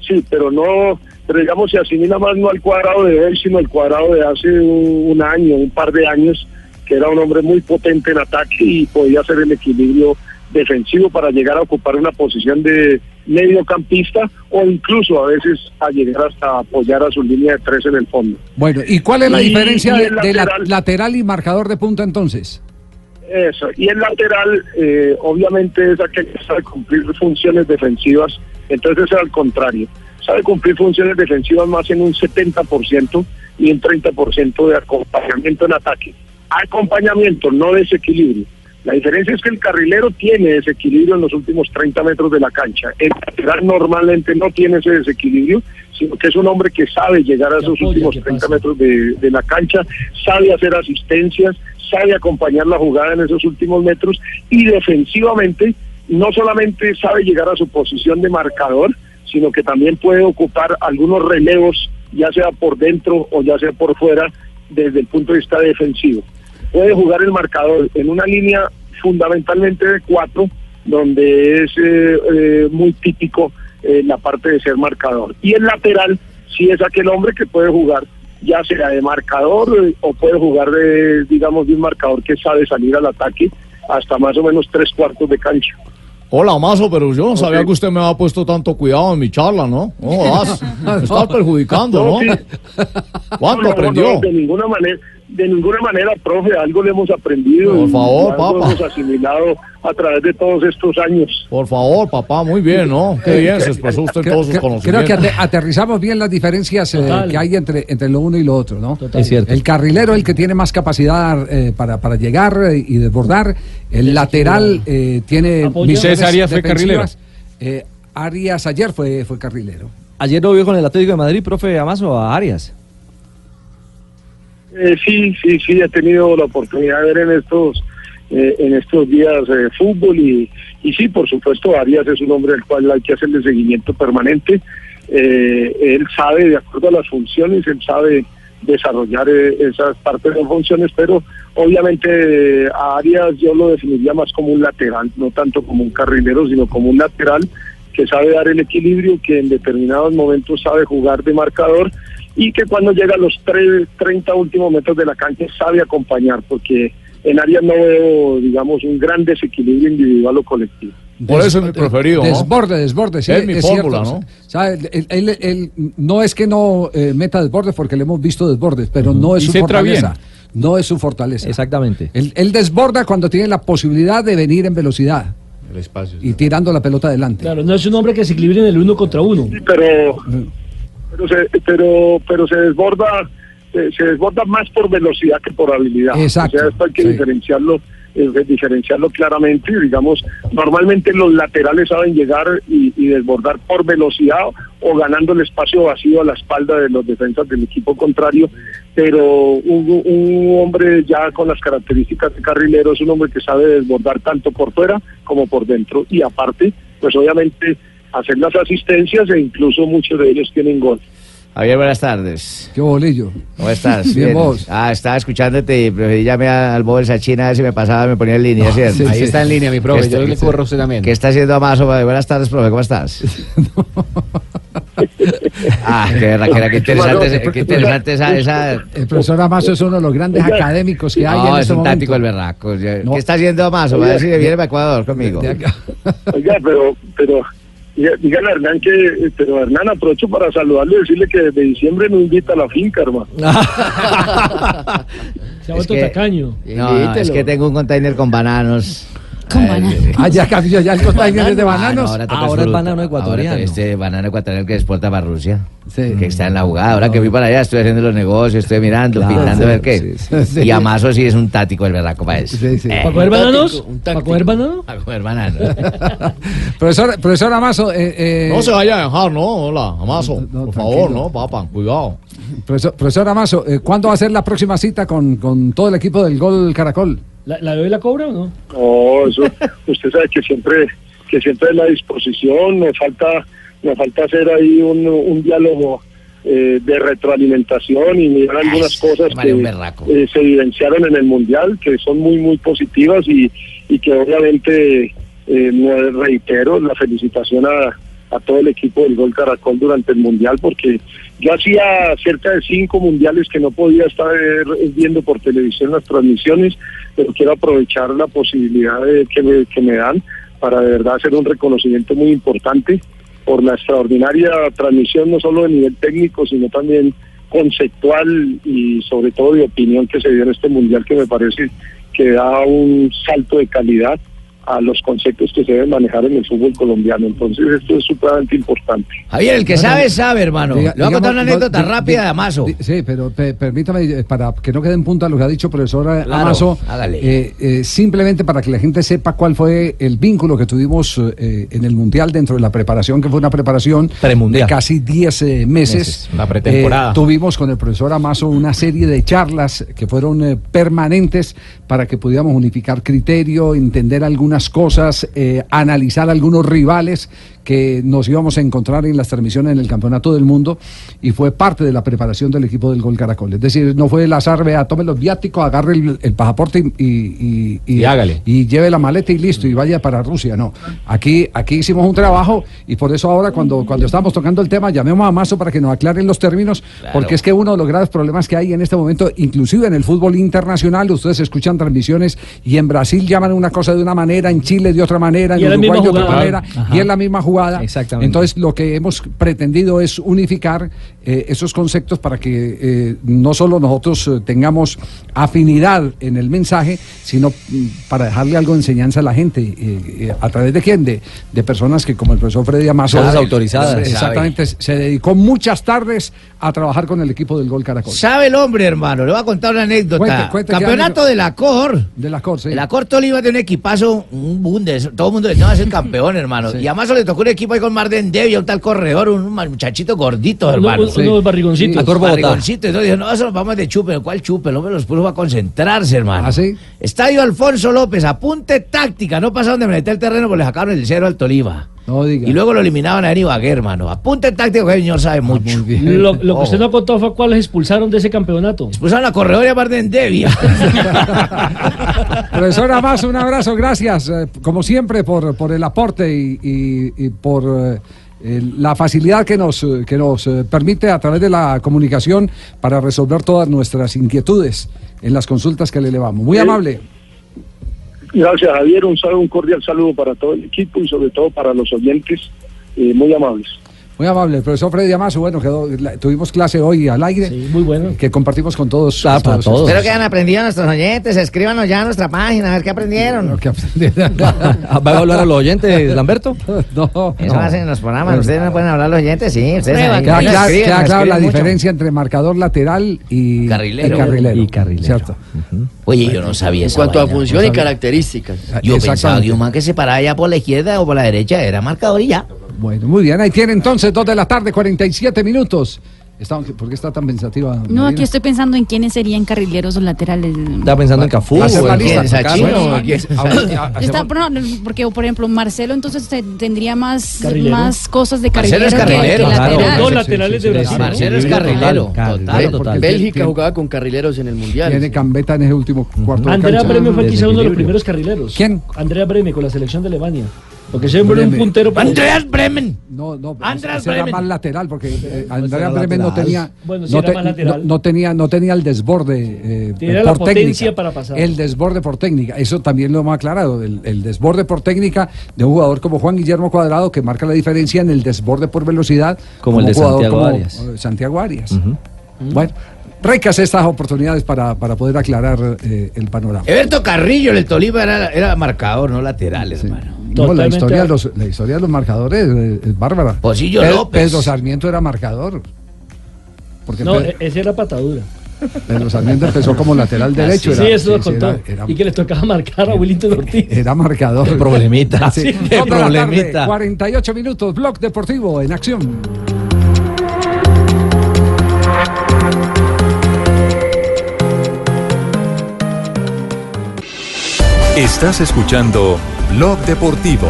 Speaker 23: sí, pero no, pero digamos se asimila más no al cuadrado de hoy, sino al cuadrado de hace un, un año, un par de años, que era un hombre muy potente en ataque y podía hacer el equilibrio defensivo para llegar a ocupar una posición de mediocampista o incluso a veces a llegar hasta apoyar a su línea de tres en el fondo.
Speaker 3: Bueno, ¿y cuál es la
Speaker 23: Y-
Speaker 3: diferencia
Speaker 23: y
Speaker 3: de,
Speaker 23: el
Speaker 3: de la-
Speaker 23: lateral.
Speaker 3: lateral y marcador de punta entonces?
Speaker 23: Eso, y el lateral eh, obviamente es aquel que sabe cumplir funciones defensivas, entonces es al contrario, sabe cumplir funciones defensivas más en un 70% y un 30% de acompañamiento en ataque. Acompañamiento, no desequilibrio. La diferencia es que el carrilero tiene desequilibrio en los últimos 30 metros de la cancha. El lateral normalmente no tiene ese desequilibrio, sino que es un hombre que sabe llegar a esos últimos 30 metros de, de la cancha, sabe hacer asistencias, sabe acompañar la jugada en esos últimos metros y defensivamente no solamente sabe llegar a su posición de marcador, sino que también puede ocupar algunos relevos, ya sea por dentro o ya sea por fuera, desde el punto de vista defensivo puede jugar el marcador en una línea fundamentalmente de cuatro, donde es eh, eh, muy típico eh, la parte de ser marcador. Y el lateral, si es aquel hombre que puede jugar ya sea de marcador eh, o puede jugar, de, digamos, de un marcador que sabe salir al ataque hasta más o menos tres cuartos de cancha.
Speaker 24: Hola, Mazo, pero yo no sabía que usted me había puesto tanto cuidado en mi charla, ¿no? No, vas, me estás perjudicando,
Speaker 23: No,
Speaker 24: ¿no?
Speaker 23: sí.
Speaker 24: ¿Cuánto
Speaker 23: No, no,
Speaker 24: aprendió?
Speaker 23: no, de ninguna manera, de ninguna manera, profe, algo le hemos aprendido.
Speaker 24: Por
Speaker 23: y
Speaker 24: favor,
Speaker 23: algo
Speaker 24: papa.
Speaker 23: hemos asimilado a través de todos estos años.
Speaker 24: Por favor, papá, muy bien, ¿no? Qué bien se expresó usted en
Speaker 3: Eh, Creo,
Speaker 24: todos sus
Speaker 3: creo- creo que
Speaker 24: conocimientos.
Speaker 3: ate- aterrizamos bien las diferencias eh,
Speaker 24: Total.
Speaker 3: que hay entre, entre lo uno y lo otro, ¿no?
Speaker 9: Es cierto.
Speaker 3: El carrilero, el que tiene más capacidad eh, para, para llegar eh, y desbordar. El lateral eh, tiene.
Speaker 9: Apoyo.
Speaker 3: misiones
Speaker 9: César Arias fue
Speaker 3: defensivas. Eh, Arias ayer fue, fue carrilero.
Speaker 9: Ayer lo vio con el Atlético de Madrid, profe Amazo, a Arias.
Speaker 23: Eh, sí, sí, sí, he tenido la oportunidad de ver en estos eh, en estos días eh, fútbol y, y sí, por supuesto, Arias es un hombre al cual hay que hacerle seguimiento permanente. Eh, él sabe, de acuerdo a las funciones, él sabe desarrollar eh, esas partes de funciones, pero obviamente eh, a Arias yo lo definiría más como un lateral, no tanto como un carrilero, sino como un lateral que sabe dar el equilibrio, que en determinados momentos sabe jugar de marcador y que cuando llega a los tres, 30 últimos metros de la cancha sabe acompañar, porque en Arias no veo, digamos, un gran desequilibrio individual o colectivo.
Speaker 24: Por eso es mi preferido. ¿no?
Speaker 3: Desborde, desborde. Sí,
Speaker 24: Es mi fórmula,
Speaker 3: cierto.
Speaker 24: ¿no?
Speaker 3: Sabe, él- él- él no es que no eh, meta desbordes, porque le hemos visto desbordes, pero no es
Speaker 24: Y
Speaker 3: su
Speaker 24: centra
Speaker 3: fortaleza.
Speaker 24: bien.
Speaker 3: No es su fortaleza.
Speaker 9: Exactamente.
Speaker 3: Él, él desborda cuando tiene la posibilidad de venir en velocidad
Speaker 24: El espacio.
Speaker 3: y tirando la pelota adelante.
Speaker 10: Claro, no es un hombre que se equilibre en el uno contra uno.
Speaker 23: pero pero se, pero pero se desborda eh, se, se desborda más por velocidad que por habilidad
Speaker 3: Exacto,
Speaker 23: o sea esto hay que diferenciarlo eh, diferenciarlo claramente y digamos normalmente los laterales saben llegar y, y desbordar por velocidad o ganando el espacio vacío a la espalda de los defensas del equipo contrario pero un, un hombre ya con las características de carrilero es un hombre que sabe desbordar tanto por fuera como por dentro y aparte pues obviamente hacer las asistencias e incluso muchos de ellos tienen gol.
Speaker 6: Javier, buenas tardes.
Speaker 3: ¿Qué bolillo?
Speaker 6: ¿Cómo estás?
Speaker 3: Bien, vos.
Speaker 6: Ah, estaba escuchándote y preferí llamé a- al bobo esa china, a ver si me pasaba, me ponía en línea,
Speaker 21: No,
Speaker 6: ¿cierto?
Speaker 21: sí, Ahí sí. está en línea, mi profe,
Speaker 6: ¿Qué está-
Speaker 21: yo le
Speaker 6: qué está-
Speaker 21: corro a usted también.
Speaker 6: ¿Qué está haciendo Amazo? Buenas tardes, profe, ¿cómo estás? ah, qué verdad, que era, qué interesante, ese- qué interesante esa... esa...
Speaker 3: El profesor Amazo es uno de los grandes académicos que hay en
Speaker 6: No, es
Speaker 3: este
Speaker 6: un táctico
Speaker 3: momento.
Speaker 6: el berraco. ¿Qué está haciendo Amazo? Va a
Speaker 23: Oiga,
Speaker 6: decir, viene para Ecuador conmigo.
Speaker 23: Oiga, pero, pero diga- dígale a Hernán que, eh, pero Hernán aprovecho para saludarlo y decirle que desde diciembre no invita a la finca, hermano.
Speaker 10: Se ha vuelto tacaño.
Speaker 6: No, no, es que tengo un container con bananos. Con bananos.
Speaker 3: Ah, ya cambió, ya el container es de bananos.
Speaker 6: Ah, ahora, toca
Speaker 3: Ahora es
Speaker 6: fruta.
Speaker 3: banano ecuatoriano.
Speaker 6: Ahora este banano ecuatoriano que exporta para Rusia. Que está en la jugada. Ahora que fui para allá, estoy haciendo los negocios, estoy mirando,
Speaker 3: Claro,
Speaker 6: pintando
Speaker 3: sí,
Speaker 6: a ver qué.
Speaker 3: sí, sí.
Speaker 6: Y Amazo sí es un tático el verdad, para eso. Eh.
Speaker 10: ¿Para comer bananos? ¿Para comer bananos?
Speaker 6: Para comer bananos.
Speaker 3: Profesor, profesor Amazo, eh, eh,
Speaker 24: No se vaya a dejar, ¿no? Hola, Amazo. por favor, ¿no? Papa, cuidado.
Speaker 3: profesor, profesor Amazo, eh, ¿cuándo va a ser la próxima cita con, con todo el equipo del Gol Caracol?
Speaker 10: ¿La, la doy la cobra o no?
Speaker 23: No, eso, usted sabe que siempre, que siempre es la disposición, me falta, me falta hacer ahí un, un diálogo eh, de retroalimentación y mirar algunas cosas que
Speaker 6: Ah, vale un berraco.
Speaker 23: eh, se evidenciaron en el mundial, que son muy, muy positivas y, y que obviamente eh, no- reitero la felicitación a, a todo el equipo del Gol Caracol durante el mundial, porque yo hacía cerca de cinco mundiales que no podía estar eh, viendo por televisión las transmisiones, pero quiero aprovechar la posibilidad de- que, me, que me dan para de verdad hacer un reconocimiento muy importante por la extraordinaria transmisión, no solo de nivel técnico, sino también conceptual y sobre todo de opinión que se dio en este mundial, que me parece que da un salto de calidad a los conceptos que se deben manejar en el fútbol colombiano. Entonces, esto es supremamente importante.
Speaker 6: Javier, el que sabe, sabe, hermano.
Speaker 3: Diga-
Speaker 6: Le voy a contar
Speaker 3: digamos,
Speaker 6: una
Speaker 3: no,
Speaker 6: anécdota
Speaker 3: di-
Speaker 6: rápida
Speaker 3: di-
Speaker 6: de Amazo.
Speaker 3: di- Sí, pero pe- permítame, eh, para que no quede en punta lo que ha dicho profesor eh,
Speaker 6: Claro,
Speaker 3: Amazo,
Speaker 6: hágale.
Speaker 3: eh, eh, simplemente para que la gente sepa cuál fue el vínculo que tuvimos eh, en el Mundial dentro de la preparación, que fue una preparación
Speaker 9: Premundial.
Speaker 3: de casi 10 eh, meses.
Speaker 9: Meses, la pretemporada.
Speaker 3: Eh, tuvimos con el profesor Amazo una serie de charlas que fueron eh, permanentes para que pudiéramos unificar criterio, entender algunas cosas, eh, analizar algunos rivales que nos íbamos a encontrar en las transmisiones en el Campeonato del Mundo y fue parte de la preparación del equipo del Gol Caracol. Es decir, no fue el azar, vea, tome los viáticos, agarre el, el pasaporte y, y- y-
Speaker 21: Y hágale.
Speaker 3: y lleve la maleta y listo y vaya para Rusia. No, aquí, aquí hicimos un trabajo y por eso ahora cuando, cuando estamos tocando el tema llamemos a Mazo para que nos aclaren los términos, porque es que uno de los graves problemas que hay en este momento, inclusive en el fútbol internacional, ustedes escuchan transmisiones y en Brasil llaman una cosa de una manera, en Chile de otra manera,
Speaker 10: Y es
Speaker 3: en
Speaker 10: la
Speaker 3: Uruguay
Speaker 10: misma
Speaker 3: de otra
Speaker 10: jugada.
Speaker 3: manera
Speaker 10: Ajá.
Speaker 3: y es la misma jugada. Exactamente. Entonces lo que hemos pretendido es unificar eh, esos conceptos para que eh, no solo nosotros eh, tengamos afinidad en el mensaje, sino mm, para dejarle algo de enseñanza a la gente. eh, eh, ¿A través de quién? De, de personas que como el profesor Freddy Amazo...
Speaker 9: Personas autorizadas.
Speaker 3: Eh, Exactamente. Se dedicó muchas tardes a trabajar con el equipo del Gol Caracol.
Speaker 6: Sabe el hombre, hermano. Le voy a contar una anécdota.
Speaker 3: Cuente, cuente,
Speaker 6: Campeonato
Speaker 3: qué
Speaker 6: de la Cor.
Speaker 3: De la Cor, sí.
Speaker 6: La Cor Tolima tiene un equipazo, un bundes. Todo el mundo decía, no va a ser campeón, hermano. Y además le tocó un equipo ahí con Mar de Endevia, un tal corredor, un ma- muchachito gordito,
Speaker 10: Uno-
Speaker 6: hermano.
Speaker 10: uno- unos barrigoncitos.
Speaker 6: Sí,
Speaker 10: La Cor Bogotá.
Speaker 6: barrigoncitos. Entonces dijo, no, eso nos vamos de chupe. ¿Cuál chupe? El hombre los puso a concentrarse, hermano.
Speaker 3: ¿Ah, sí?
Speaker 6: Estadio Alfonso López, apunte táctica. No pasaron de meter el terreno porque le sacaron el cero al Tolima. Y luego lo eliminaban a Ibagué, hermano. Apunte táctico que el señor sabe mucho.
Speaker 10: Lo, lo que usted no contó fue cuáles expulsaron de ese campeonato.
Speaker 6: Expulsaron a Corredor y a Bardendevia.
Speaker 3: Profesora más un abrazo, gracias, eh, como siempre, por, por el aporte y, y- y por eh, el- la facilidad que nos, eh, que nos eh, permite a través de la comunicación para resolver todas nuestras inquietudes en las consultas que le elevamos. Muy
Speaker 23: Sí.
Speaker 3: amable.
Speaker 23: Gracias, Javier. Un, saludo, un cordial saludo para todo el equipo y sobre todo para los oyentes eh, muy amables.
Speaker 3: Muy amable, el profesor Freddy Amazo, bueno, quedó- la- tuvimos clase hoy al aire. muy bueno. Que compartimos con todos. con
Speaker 18: Espero que hayan aprendido nuestros oyentes. Escríbanos ya a nuestra página a ver qué aprendieron.
Speaker 9: Ah, ¿Va a evaluar a los oyentes, Lamberto?
Speaker 3: No.
Speaker 18: Eso hacen en los programas. Ustedes no pueden hablar a los oyentes, sí. Ustedes
Speaker 3: Queda
Speaker 18: ahí
Speaker 3: clara-
Speaker 18: nos escriben,
Speaker 3: queda
Speaker 18: nos
Speaker 3: clara la
Speaker 18: escriben mucho.
Speaker 3: diferencia entre marcador lateral y
Speaker 18: Carrilero.
Speaker 3: Y carrilero,
Speaker 18: Y carrilero.
Speaker 3: ¿cierto?
Speaker 18: Oye, yo no sabía
Speaker 17: En
Speaker 18: esa
Speaker 17: cuanto a
Speaker 18: vaina, no
Speaker 17: función y
Speaker 18: sabía. Ah,
Speaker 17: características.
Speaker 18: Yo pensaba que un man que se paraba ya por la izquierda o por la derecha era marcador y ya.
Speaker 3: Bueno, muy bien. Ahí tiene entonces 2 de la tarde, 47 minutos. Estamos, ¿Por qué está tan pensativa?
Speaker 1: No,
Speaker 3: Marina?
Speaker 1: aquí estoy pensando en quiénes serían carrileros o laterales.
Speaker 9: Está pensando en Cafú.
Speaker 3: Hacer la
Speaker 9: o en
Speaker 3: lista,
Speaker 9: quién,
Speaker 3: sacar-
Speaker 9: Sachino,
Speaker 3: Bueno,
Speaker 9: o en quién.
Speaker 1: Yo estaba- pero no, porque, por ejemplo, Marcelo entonces te- tendría más,
Speaker 9: Carrilero.
Speaker 1: más cosas de
Speaker 6: Marcelo
Speaker 1: carrilero,
Speaker 6: es carrilero.
Speaker 1: que, que lateral.
Speaker 6: Claro, Dos sí, laterales sí, de sí, Brasil. sí, Marcelo es carrilero,
Speaker 17: Total,
Speaker 6: total,
Speaker 17: Bel-
Speaker 6: total.
Speaker 17: Bélgica
Speaker 3: Tiene-
Speaker 17: jugaba con carrileros en el mundial.
Speaker 3: Tiene Cambeta en ese último cuarto
Speaker 10: Andrea
Speaker 3: cancha.
Speaker 10: Breme fue quizá uno de los primeros carrileros.
Speaker 3: ¿Quién?
Speaker 10: Andrea Breme con la selección de Alemania. Porque siempre era un
Speaker 3: Breme.
Speaker 10: puntero.
Speaker 3: Andreas
Speaker 6: Bremen!
Speaker 3: No, no,
Speaker 10: Andreas
Speaker 3: ese era
Speaker 10: Bremen.
Speaker 3: más lateral porque eh, Andrea
Speaker 10: era
Speaker 3: Bremen no
Speaker 10: lateral.
Speaker 3: tenía,
Speaker 10: Bueno, sí
Speaker 3: no,
Speaker 10: era más lateral.
Speaker 3: no- no tenía, no tenía el desborde eh,
Speaker 10: Tenía la
Speaker 3: por
Speaker 10: potencia
Speaker 3: técnica.
Speaker 10: para pasar.
Speaker 3: El desborde por técnica, eso también lo hemos aclarado. El, el desborde por técnica de un jugador como Juan Guillermo Cuadrado que marca la diferencia en el desborde por velocidad
Speaker 9: Como el de
Speaker 3: jugador
Speaker 9: Santiago
Speaker 3: como,
Speaker 9: Arias.
Speaker 3: eh, Santiago Arias.
Speaker 10: Mm.
Speaker 3: Bueno, ricas estas oportunidades para, para poder aclarar eh, el panorama.
Speaker 6: Everto Carrillo en el Tolima era, era marcador, no lateral, hermano.
Speaker 3: No, la, historia de los, la historia de los marcadores eh, es bárbara.
Speaker 6: Pocillo
Speaker 3: Pe-
Speaker 6: López.
Speaker 3: Pedro Sarmiento era marcador. Porque
Speaker 10: No,
Speaker 3: Pe-
Speaker 10: e- ese era patadura. Ah,
Speaker 3: Pedro Sarmiento empezó como lateral derecho.
Speaker 10: Sí,
Speaker 3: era-
Speaker 10: eso lo
Speaker 3: sí,
Speaker 10: contó.
Speaker 3: era- era-
Speaker 10: y que les tocaba marcar a Willington Ortiz.
Speaker 3: Era marcador.
Speaker 9: Problemita.
Speaker 3: Sí.
Speaker 9: Qué
Speaker 3: Dos de la tarde,
Speaker 9: problemita.
Speaker 3: 48 minutos, Blog Deportivo en acción.
Speaker 25: Estás escuchando Blog Deportivo.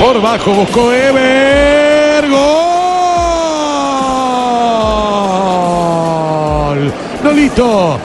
Speaker 15: Por bajo buscó Ever. Gol. Lolito.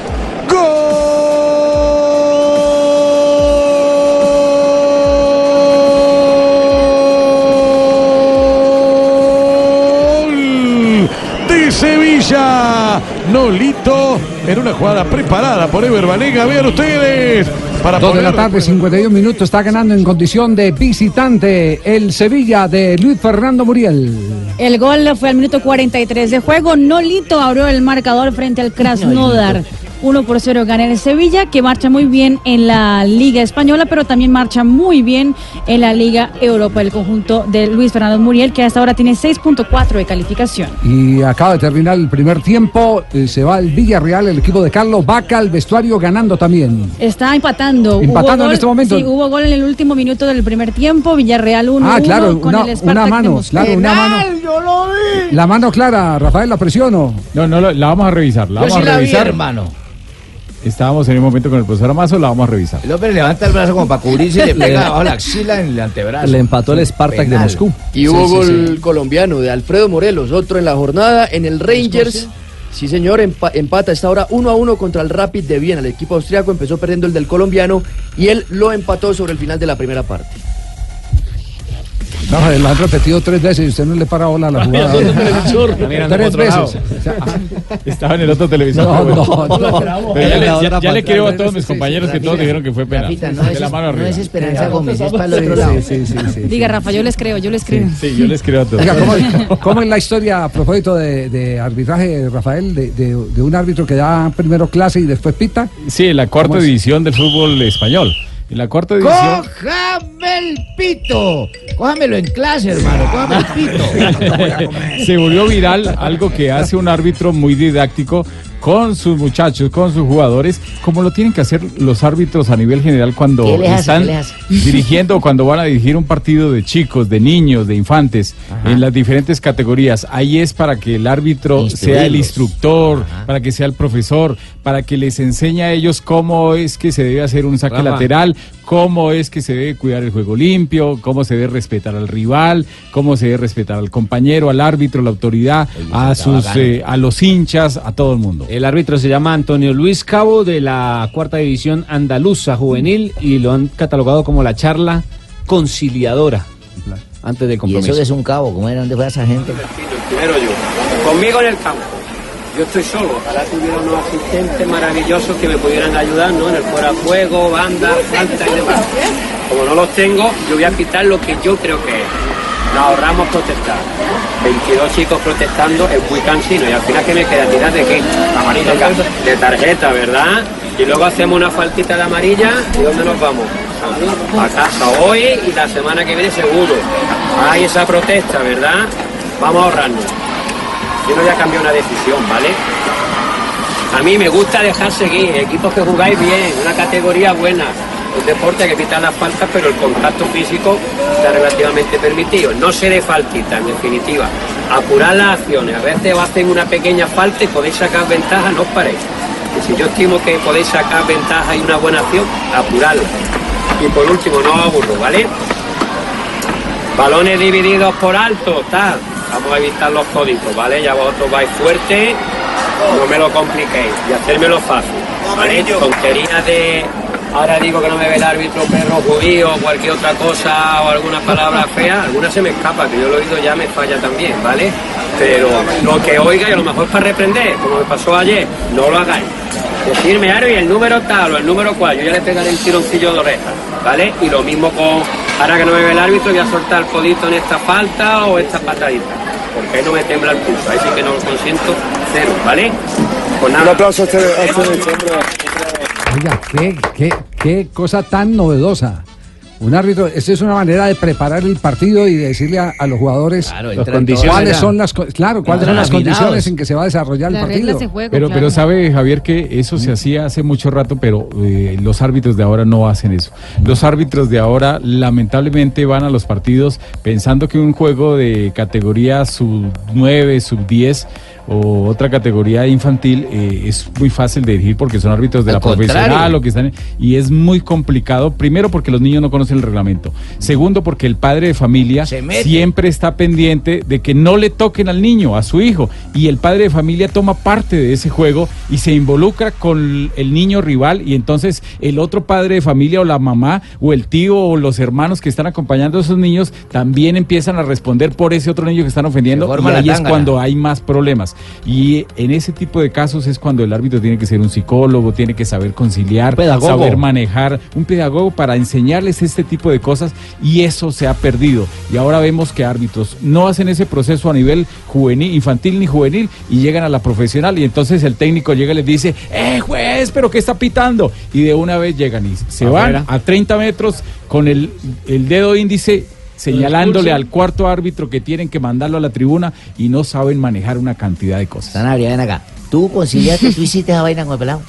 Speaker 15: Gol de Sevilla. Nolito en una jugada preparada por Ever Banega. Vean ustedes. Para
Speaker 3: Dos de
Speaker 15: poner
Speaker 3: la tarde, 51 minutos, está ganando en condición de visitante el Sevilla de Luis Fernando Muriel.
Speaker 4: El gol fue al minuto 43 de juego. Nolito abrió el marcador frente al Krasnodar. 1 por 0 gana el Sevilla, que marcha muy bien en la Liga Española, pero también marcha muy bien en la Liga Europa, el conjunto de Luis Fernando Muriel, que hasta ahora tiene 6.4 de calificación.
Speaker 3: Y acaba de terminar el primer tiempo. eh, se va el Villarreal, el equipo de Carlos Vaca, al vestuario ganando también.
Speaker 4: Está empatando. Hubo
Speaker 3: Empatando en
Speaker 4: gol-
Speaker 3: este momento.
Speaker 4: Sí, hubo gol en el último minuto del primer tiempo. Villarreal 1
Speaker 3: Ah, claro,
Speaker 4: con
Speaker 3: una-
Speaker 4: el Spartak
Speaker 3: una
Speaker 4: de
Speaker 3: mano,
Speaker 4: Moscú.
Speaker 3: claro, una mano.
Speaker 20: yo lo vi.
Speaker 3: La mano clara, Rafael, ¿la presiono?
Speaker 8: No, no, la la vamos a revisar. La
Speaker 3: Yo
Speaker 8: vamos
Speaker 3: sí
Speaker 8: a
Speaker 3: la vi,
Speaker 8: revisar.
Speaker 3: hermano.
Speaker 8: Estábamos en un momento con el profesor Amazo, la vamos a revisar.
Speaker 6: López levanta el brazo como para cubrirse y le
Speaker 8: Eh,
Speaker 6: pega abajo la axila en el antebrazo.
Speaker 9: Le empató el Spartak de
Speaker 6: Penal.
Speaker 9: Moscú.
Speaker 17: Y hubo gol colombiano de Alfredo Morelos, otro en la jornada en el Rangers. Sí, señor, empa- empata a esta hora 1 a 1 contra el Rapid de Viena. El equipo austriaco empezó perdiendo el del colombiano y él lo empató sobre el final de la primera parte.
Speaker 3: No, la han repetido tres veces y usted no le para bola a la jugada.
Speaker 8: mirando
Speaker 3: tres
Speaker 8: el televisor. Está mirando para otro
Speaker 3: veces.
Speaker 8: lado.
Speaker 3: O sea,
Speaker 8: Estaba en el otro televisor.
Speaker 3: No,
Speaker 8: pero
Speaker 3: no,
Speaker 8: bueno.
Speaker 3: no.
Speaker 8: Pero ya le- ya- Ya le creo a todos mis compañeros que todos
Speaker 18: Rafita,
Speaker 8: dijeron que fue penal.
Speaker 18: Rafita, no
Speaker 8: De
Speaker 18: es-
Speaker 8: la mano
Speaker 18: no
Speaker 8: arriba.
Speaker 18: es Esperanza Gómez, es para el
Speaker 3: Sí,
Speaker 18: otro
Speaker 3: sí,
Speaker 18: lado.
Speaker 3: sí, sí, sí.
Speaker 1: Diga, Rafa, yo les creo, yo les creo.
Speaker 8: Sí, yo les creo a todos.
Speaker 3: Oiga, ¿cómo, cómo es la historia a propósito de, de arbitraje, Rafael, de, de- de un árbitro que da primero clase y después pita?
Speaker 8: Sí, en la cuarta
Speaker 3: ¿Cómo es?
Speaker 8: división del fútbol español. En la cuarta división.
Speaker 6: ¡Cójame el pito! Cójamelo en clase, hermano. Cójame el pito.
Speaker 8: se volvió viral algo que hace un árbitro muy didáctico con sus muchachos, con sus jugadores, como lo tienen que hacer los árbitros a nivel general cuando
Speaker 26: ¿Qué les hace?
Speaker 8: están
Speaker 26: ¿Qué les hace?
Speaker 8: dirigiendo o cuando van a dirigir un partido de chicos, de niños, de infantes, en las diferentes categorías. Ahí es para que el árbitro sea el
Speaker 27: Instruirlos.
Speaker 8: instructor, para que sea el profesor, para que les enseñe a ellos cómo es que se debe hacer un saque
Speaker 27: Rafa.
Speaker 8: lateral, cómo es que se debe cuidar el juego limpio, cómo se debe respetar al rival, cómo se debe respetar al compañero, al árbitro, a la autoridad, a
Speaker 7: está
Speaker 8: sus
Speaker 7: bacano.
Speaker 8: eh, a los hinchas, a todo el mundo.
Speaker 7: Ah, El árbitro se llama Antonio Luis Cabo de la cuarta división andaluza juvenil y lo han catalogado como la charla conciliadora antes del
Speaker 6: Y
Speaker 7: compromiso.
Speaker 6: eso que es un cabo, ¿cómo era? ¿Dónde fue esa gente?
Speaker 28: Primero yo. Conmigo en el campo. Yo estoy solo. Ojalá tuviera unos asistentes maravillosos que me pudieran ayudar, ¿no? En el fuera de juego, banda, falta y demás. Como no los tengo, yo voy a quitar lo que yo creo que es. Nos ahorramos protestar. 22 chicos protestando es muy cansino. Y al final, ¿qué me queda? ¿Tirar de qué? Amarilla, ca- de tarjeta, ¿verdad? Y luego hacemos una faltita de amarilla. ¿Y dónde nos vamos? A casa hoy y la semana que viene seguro. Hay esa protesta, ¿verdad? Vamos a ahorrarnos. Yo no voy a cambiar una decisión, ¿vale? A mí me gusta dejar seguir, equipos que jugáis bien, una categoría buena. Un deporte que quita las faltas, pero el contacto físico está relativamente permitido. No seré faltita, en definitiva. Apurar las acciones. A veces os hacen una pequeña falta y podéis sacar ventaja, no os paréis. Y si yo estimo que podéis sacar ventaja y una buena acción, apurarla. Y por último, no os aburro, ¿vale? Balones divididos por alto, tal. Vamos a evitar los códigos, ¿vale? Ya vosotros vais fuerte, no me lo compliquéis y hacérmelo fácil, ¿vale? Tonterías de ahora digo que no me ve el árbitro perro judío o cualquier otra cosa o alguna palabra fea, alguna se me escapa, que yo lo he oído ya me falla también, ¿vale? Pero lo que oiga y a lo mejor para reprender, como me pasó ayer, no lo hagáis. Decirme, Aro, y el número tal o el número cual, yo ya le pegaré el tironcillo de oreja, ¿vale? Y lo mismo con, ahora que no me ve el árbitro, voy a soltar el codito en esta falta o esta patadita, porque ahí no me tembla el pulso, ahí sí que no lo consiento, cero, ¿vale? Pues nada. Un aplauso a este,
Speaker 3: Oiga, qué, qué- qué cosa tan novedosa. Un árbitro, esta es una manera de preparar el partido y de decirle a, a los jugadores
Speaker 8: entra en condiciones
Speaker 3: cuáles
Speaker 8: ya.
Speaker 3: son las co- claro, cuáles son
Speaker 8: Entran
Speaker 3: las
Speaker 8: afinados.
Speaker 3: condiciones en que se va a desarrollar el
Speaker 8: Las
Speaker 3: partido.
Speaker 8: reglas de pero, pero sabe Javier que eso se hacía hace mucho rato, pero eh, los árbitros de ahora no hacen eso. Los árbitros de ahora lamentablemente van a los partidos pensando que un juego de categoría sub 9, sub 10 o otra categoría infantil eh, es muy fácil de dirigir porque son árbitros de
Speaker 29: Al
Speaker 8: la
Speaker 29: contrario.
Speaker 8: profesional o que están en- y es muy complicado primero porque los niños no conocen el reglamento segundo porque el padre de familia
Speaker 6: mete.
Speaker 8: siempre está pendiente de que no le toquen al niño, a su hijo. Y el padre de familia toma parte de ese juego y se involucra con el niño rival. Y entonces el otro padre de familia o la mamá o el tío o los hermanos que están acompañando a esos niños también empiezan a responder por ese otro niño que están ofendiendo.
Speaker 6: Se
Speaker 8: Y
Speaker 6: forma la
Speaker 8: ahí es
Speaker 6: tángana.
Speaker 8: cuando hay más problemas. Y en ese tipo de casos es cuando el árbitro tiene que ser un psicólogo, tiene que saber conciliar,
Speaker 29: Pedagogo.
Speaker 8: saber manejar, un pedagogo para enseñarles este tipo de cosas y eso se ha perdido. Y ahora vemos que árbitros no hacen ese proceso a nivel juvenil, infantil ni juvenil y llegan a la profesional y entonces el técnico llega y les dice, ¡eh, juez, pero qué está pitando! Y de una vez llegan y se
Speaker 7: Afuera.
Speaker 8: van a 30 metros con el, el dedo índice señalándole
Speaker 7: expulsan.
Speaker 8: al cuarto árbitro que tienen que mandarlo a la tribuna y no saben manejar una cantidad de cosas.
Speaker 6: Sanabria, ven acá. Tú conciliaste, tú hiciste esa vaina con el pelado.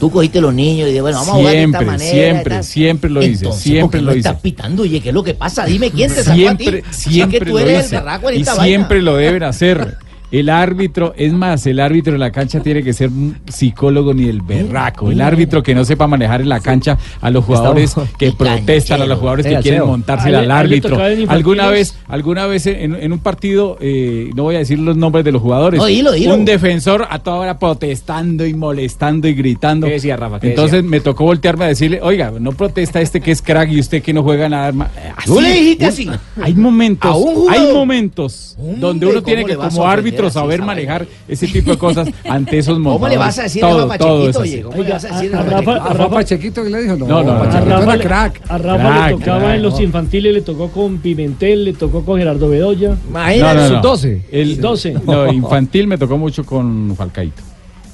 Speaker 6: Tú cogiste los niños y de bueno, vamos a jugar de
Speaker 8: siempre,
Speaker 6: esta manera. y
Speaker 8: siempre,
Speaker 6: tal.
Speaker 8: siempre lo hice,
Speaker 6: Entonces, ¿por
Speaker 8: siempre
Speaker 6: qué
Speaker 8: lo
Speaker 6: no
Speaker 8: hice.
Speaker 6: estás pitando, oye, ¿qué es lo que pasa? Dime quién te sacó
Speaker 8: Siempre,
Speaker 6: a ti.
Speaker 8: siempre
Speaker 6: es que tú
Speaker 8: lo
Speaker 6: eres
Speaker 8: hice.
Speaker 6: el berraco en
Speaker 8: y
Speaker 6: esta vaina.
Speaker 8: siempre lo deben hacer. El árbitro, es más, el árbitro de la cancha tiene que ser un psicólogo ni el berraco.
Speaker 6: Mm.
Speaker 8: El árbitro que no sepa manejar en la cancha a los jugadores
Speaker 29: Estamos-
Speaker 8: que protestan, a los jugadores que
Speaker 29: Oiga,
Speaker 8: quieren
Speaker 29: Seo.
Speaker 8: montársela
Speaker 29: Ale-
Speaker 8: al
Speaker 29: Ale
Speaker 8: árbitro.
Speaker 29: tocaba en infantiles.
Speaker 8: Alguna vez, alguna vez en, en un partido, eh, no voy a decir los nombres de los jugadores,
Speaker 29: No, dilo, dilo.
Speaker 8: un defensor a toda hora protestando y molestando y gritando.
Speaker 7: ¿Qué decía, Rafa? ¿Qué
Speaker 8: Entonces me tocó voltearme a decirle, oiga, no protesta este que es crack y usted que no juega nada arma.
Speaker 7: Tú le dijiste
Speaker 8: un-
Speaker 7: así.
Speaker 8: Hay momentos,
Speaker 7: A un
Speaker 8: hay
Speaker 7: jugador.
Speaker 8: momentos donde uno
Speaker 7: ¿cómo
Speaker 8: tiene que
Speaker 7: le vas a
Speaker 8: como
Speaker 7: ofender
Speaker 8: árbitro
Speaker 7: así,
Speaker 8: saber
Speaker 7: esa
Speaker 8: manejar ese tipo de cosas ante esos
Speaker 7: ¿Cómo le
Speaker 8: momentos.
Speaker 7: vas a decir
Speaker 8: todo,
Speaker 7: Rafa
Speaker 8: todo
Speaker 7: Chiquito,
Speaker 8: es así.
Speaker 7: oye?
Speaker 3: ¿Cómo le vas a decir a
Speaker 10: Rafa-
Speaker 3: Pachequito? ¿A Rafa Pachequito que le dijo? No,
Speaker 8: No, no, no,
Speaker 3: Pachequito
Speaker 8: no.
Speaker 3: era
Speaker 8: Rafa le-
Speaker 3: crack.
Speaker 10: A Rafa
Speaker 8: Crack,
Speaker 10: le tocaba
Speaker 8: crack,
Speaker 10: en los
Speaker 8: no.
Speaker 10: infantiles, le tocó con Pimentel, le tocó con Gerardo Bedoya.
Speaker 8: No, no, no. El
Speaker 10: El 12.
Speaker 8: No, infantil me tocó mucho con Falcaito.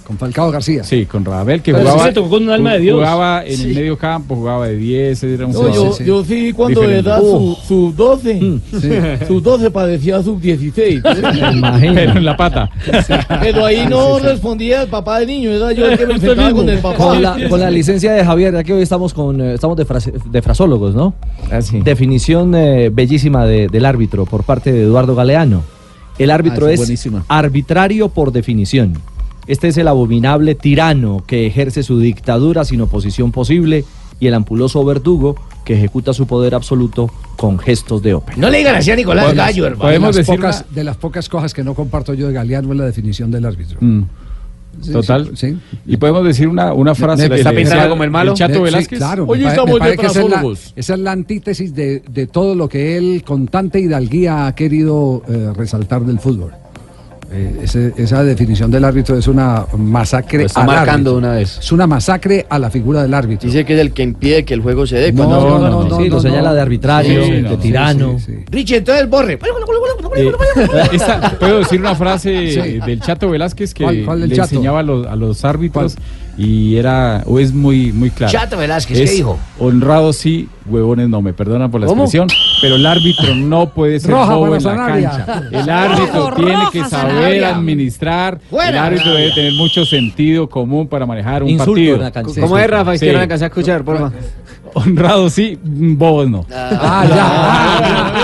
Speaker 3: Con Falcao García.
Speaker 8: Sí, con Rabel, que
Speaker 3: Pero
Speaker 8: jugaba.
Speaker 3: se tocó con un alma de Dios.
Speaker 8: Jugaba en
Speaker 3: Sí.
Speaker 8: el medio campo, jugaba de 10, era un
Speaker 12: No, yo,
Speaker 8: jugador
Speaker 12: yo sí, cuando
Speaker 8: diferente.
Speaker 12: era
Speaker 8: Oh.
Speaker 12: su, su 12,
Speaker 8: sí.
Speaker 12: su 12 parecía sub 16. ¿eh?
Speaker 8: Pero en la pata.
Speaker 12: Pero ahí no respondía el papá del niño, era yo el que me enfrentaba con el papá.
Speaker 9: Con la, con la licencia de Javier, ya que hoy estamos con eh, estamos de, frase- de frasólogos, ¿no?
Speaker 7: Ah,
Speaker 9: Definición eh, bellísima de- del árbitro por parte de Eduardo Galeano. El árbitro
Speaker 7: Ah, sí,
Speaker 9: es
Speaker 7: buenísima.
Speaker 9: arbitrario por definición. Este es el abominable tirano que ejerce su dictadura sin oposición posible y el ampuloso verdugo que ejecuta su poder absoluto con gestos de ópera.
Speaker 30: No le digan así a Nicolás
Speaker 3: Bueno,
Speaker 30: Gallo,
Speaker 3: de
Speaker 30: hermano.
Speaker 3: las pocas- De las pocas cosas que no comparto yo de Galeano es la definición del árbitro.
Speaker 8: Mm.
Speaker 3: Sí,
Speaker 8: Total.
Speaker 3: sí, sí.
Speaker 8: Y podemos decir una, una frase.
Speaker 3: Me-
Speaker 8: que
Speaker 3: me-
Speaker 8: le
Speaker 3: pintado
Speaker 8: decía
Speaker 3: como el
Speaker 8: El Chato
Speaker 3: Sí,
Speaker 8: Velázquez.
Speaker 3: claro, me pare- me parece que esa es, la, esa es la antítesis de, de todo lo que él con tanta hidalguía ha querido eh, resaltar del fútbol. Eh, ese- esa definición del árbitro es una masacre
Speaker 17: Lo está
Speaker 3: al
Speaker 17: marcando
Speaker 3: árbitro.
Speaker 17: de una vez.
Speaker 3: Es una masacre a la figura del árbitro.
Speaker 17: Dice que es el que impide que el juego se dé.
Speaker 3: No,
Speaker 17: cuando
Speaker 3: no, no, no, Sí, lo no, señala no. de
Speaker 9: arbitrario, de tirano.
Speaker 30: Richie, entonces borre. pues.
Speaker 8: Eh, esta- puedo decir una frase
Speaker 3: Sí.
Speaker 8: del Chato Velázquez que
Speaker 3: ¿Cuál- cuál del
Speaker 8: le
Speaker 3: Chato?
Speaker 8: enseñaba a los, a los árbitros y era, o es muy, muy claro.
Speaker 30: Chato Velázquez, ¿qué
Speaker 8: Es
Speaker 30: dijo?
Speaker 8: Honrado sí, huevones no, me perdonan por la
Speaker 30: ¿Cómo?
Speaker 8: expresión, pero el árbitro no puede ser
Speaker 3: Roja
Speaker 8: bobo
Speaker 3: para
Speaker 8: en la
Speaker 3: Sanabria.
Speaker 8: cancha. El árbitro
Speaker 3: Rojo,
Speaker 8: tiene
Speaker 3: roja,
Speaker 8: que saber
Speaker 3: Sanabria.
Speaker 8: administrar, el
Speaker 3: Fuera,
Speaker 8: árbitro
Speaker 3: Sanabria.
Speaker 8: debe tener mucho sentido común para manejar un
Speaker 7: Insulto
Speaker 8: partido.
Speaker 7: en la cancha. ¿Cómo es, Rafa?
Speaker 8: Sí.
Speaker 7: Izquierda en la cancha, escuchar, por favor.
Speaker 8: Honrado sí, bobos no.
Speaker 7: Ah,
Speaker 8: ya.
Speaker 11: Ah,
Speaker 6: Ah,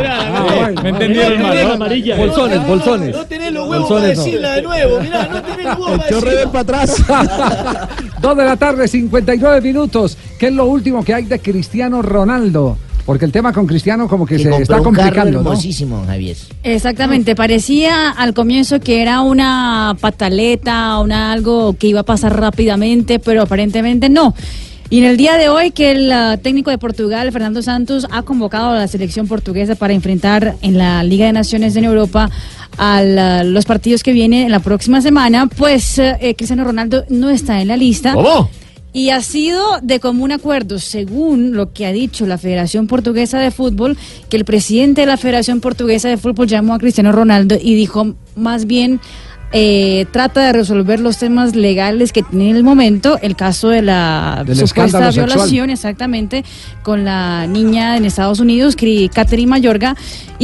Speaker 8: Eh,
Speaker 7: Me
Speaker 8: entendieron mal, ¿no?
Speaker 7: Bolsones, bolsones.
Speaker 12: No tenés los huevos para
Speaker 7: Bolsones, no.
Speaker 12: decirla de nuevo, mirá, no tenés los huevos para decirla.
Speaker 3: para atrás. Dos de la tarde, 59 minutos. ¿Qué es lo último que hay de Cristiano Ronaldo? Porque el tema con Cristiano como que,
Speaker 30: Que
Speaker 3: se
Speaker 30: compró
Speaker 3: está
Speaker 30: un carro
Speaker 3: complicando, ¿no?
Speaker 30: hermosísimo, Javier.
Speaker 4: Exactamente, parecía al comienzo que era una pataleta, una algo que iba a pasar rápidamente, pero aparentemente no. Y en el día de hoy que el ah, técnico de Portugal, Fernando Santos, ha convocado a la selección portuguesa para enfrentar en la Liga de Naciones en Europa a la- los partidos que vienen en la próxima semana, pues eh, eh, Cristiano Ronaldo no está en la lista.
Speaker 31: ¿Cómo?
Speaker 4: Y ha sido de común acuerdo, según lo que ha dicho la Federación Portuguesa de Fútbol, que el presidente de la Federación Portuguesa de Fútbol llamó a Cristiano Ronaldo y dijo más bien... eh, trata de resolver los temas legales que tiene en el momento, el caso de la
Speaker 32: Del
Speaker 4: supuesta
Speaker 32: escándalo sexual.
Speaker 4: violación, exactamente, con la niña en Estados Unidos, Cri- Catherine Mayorga,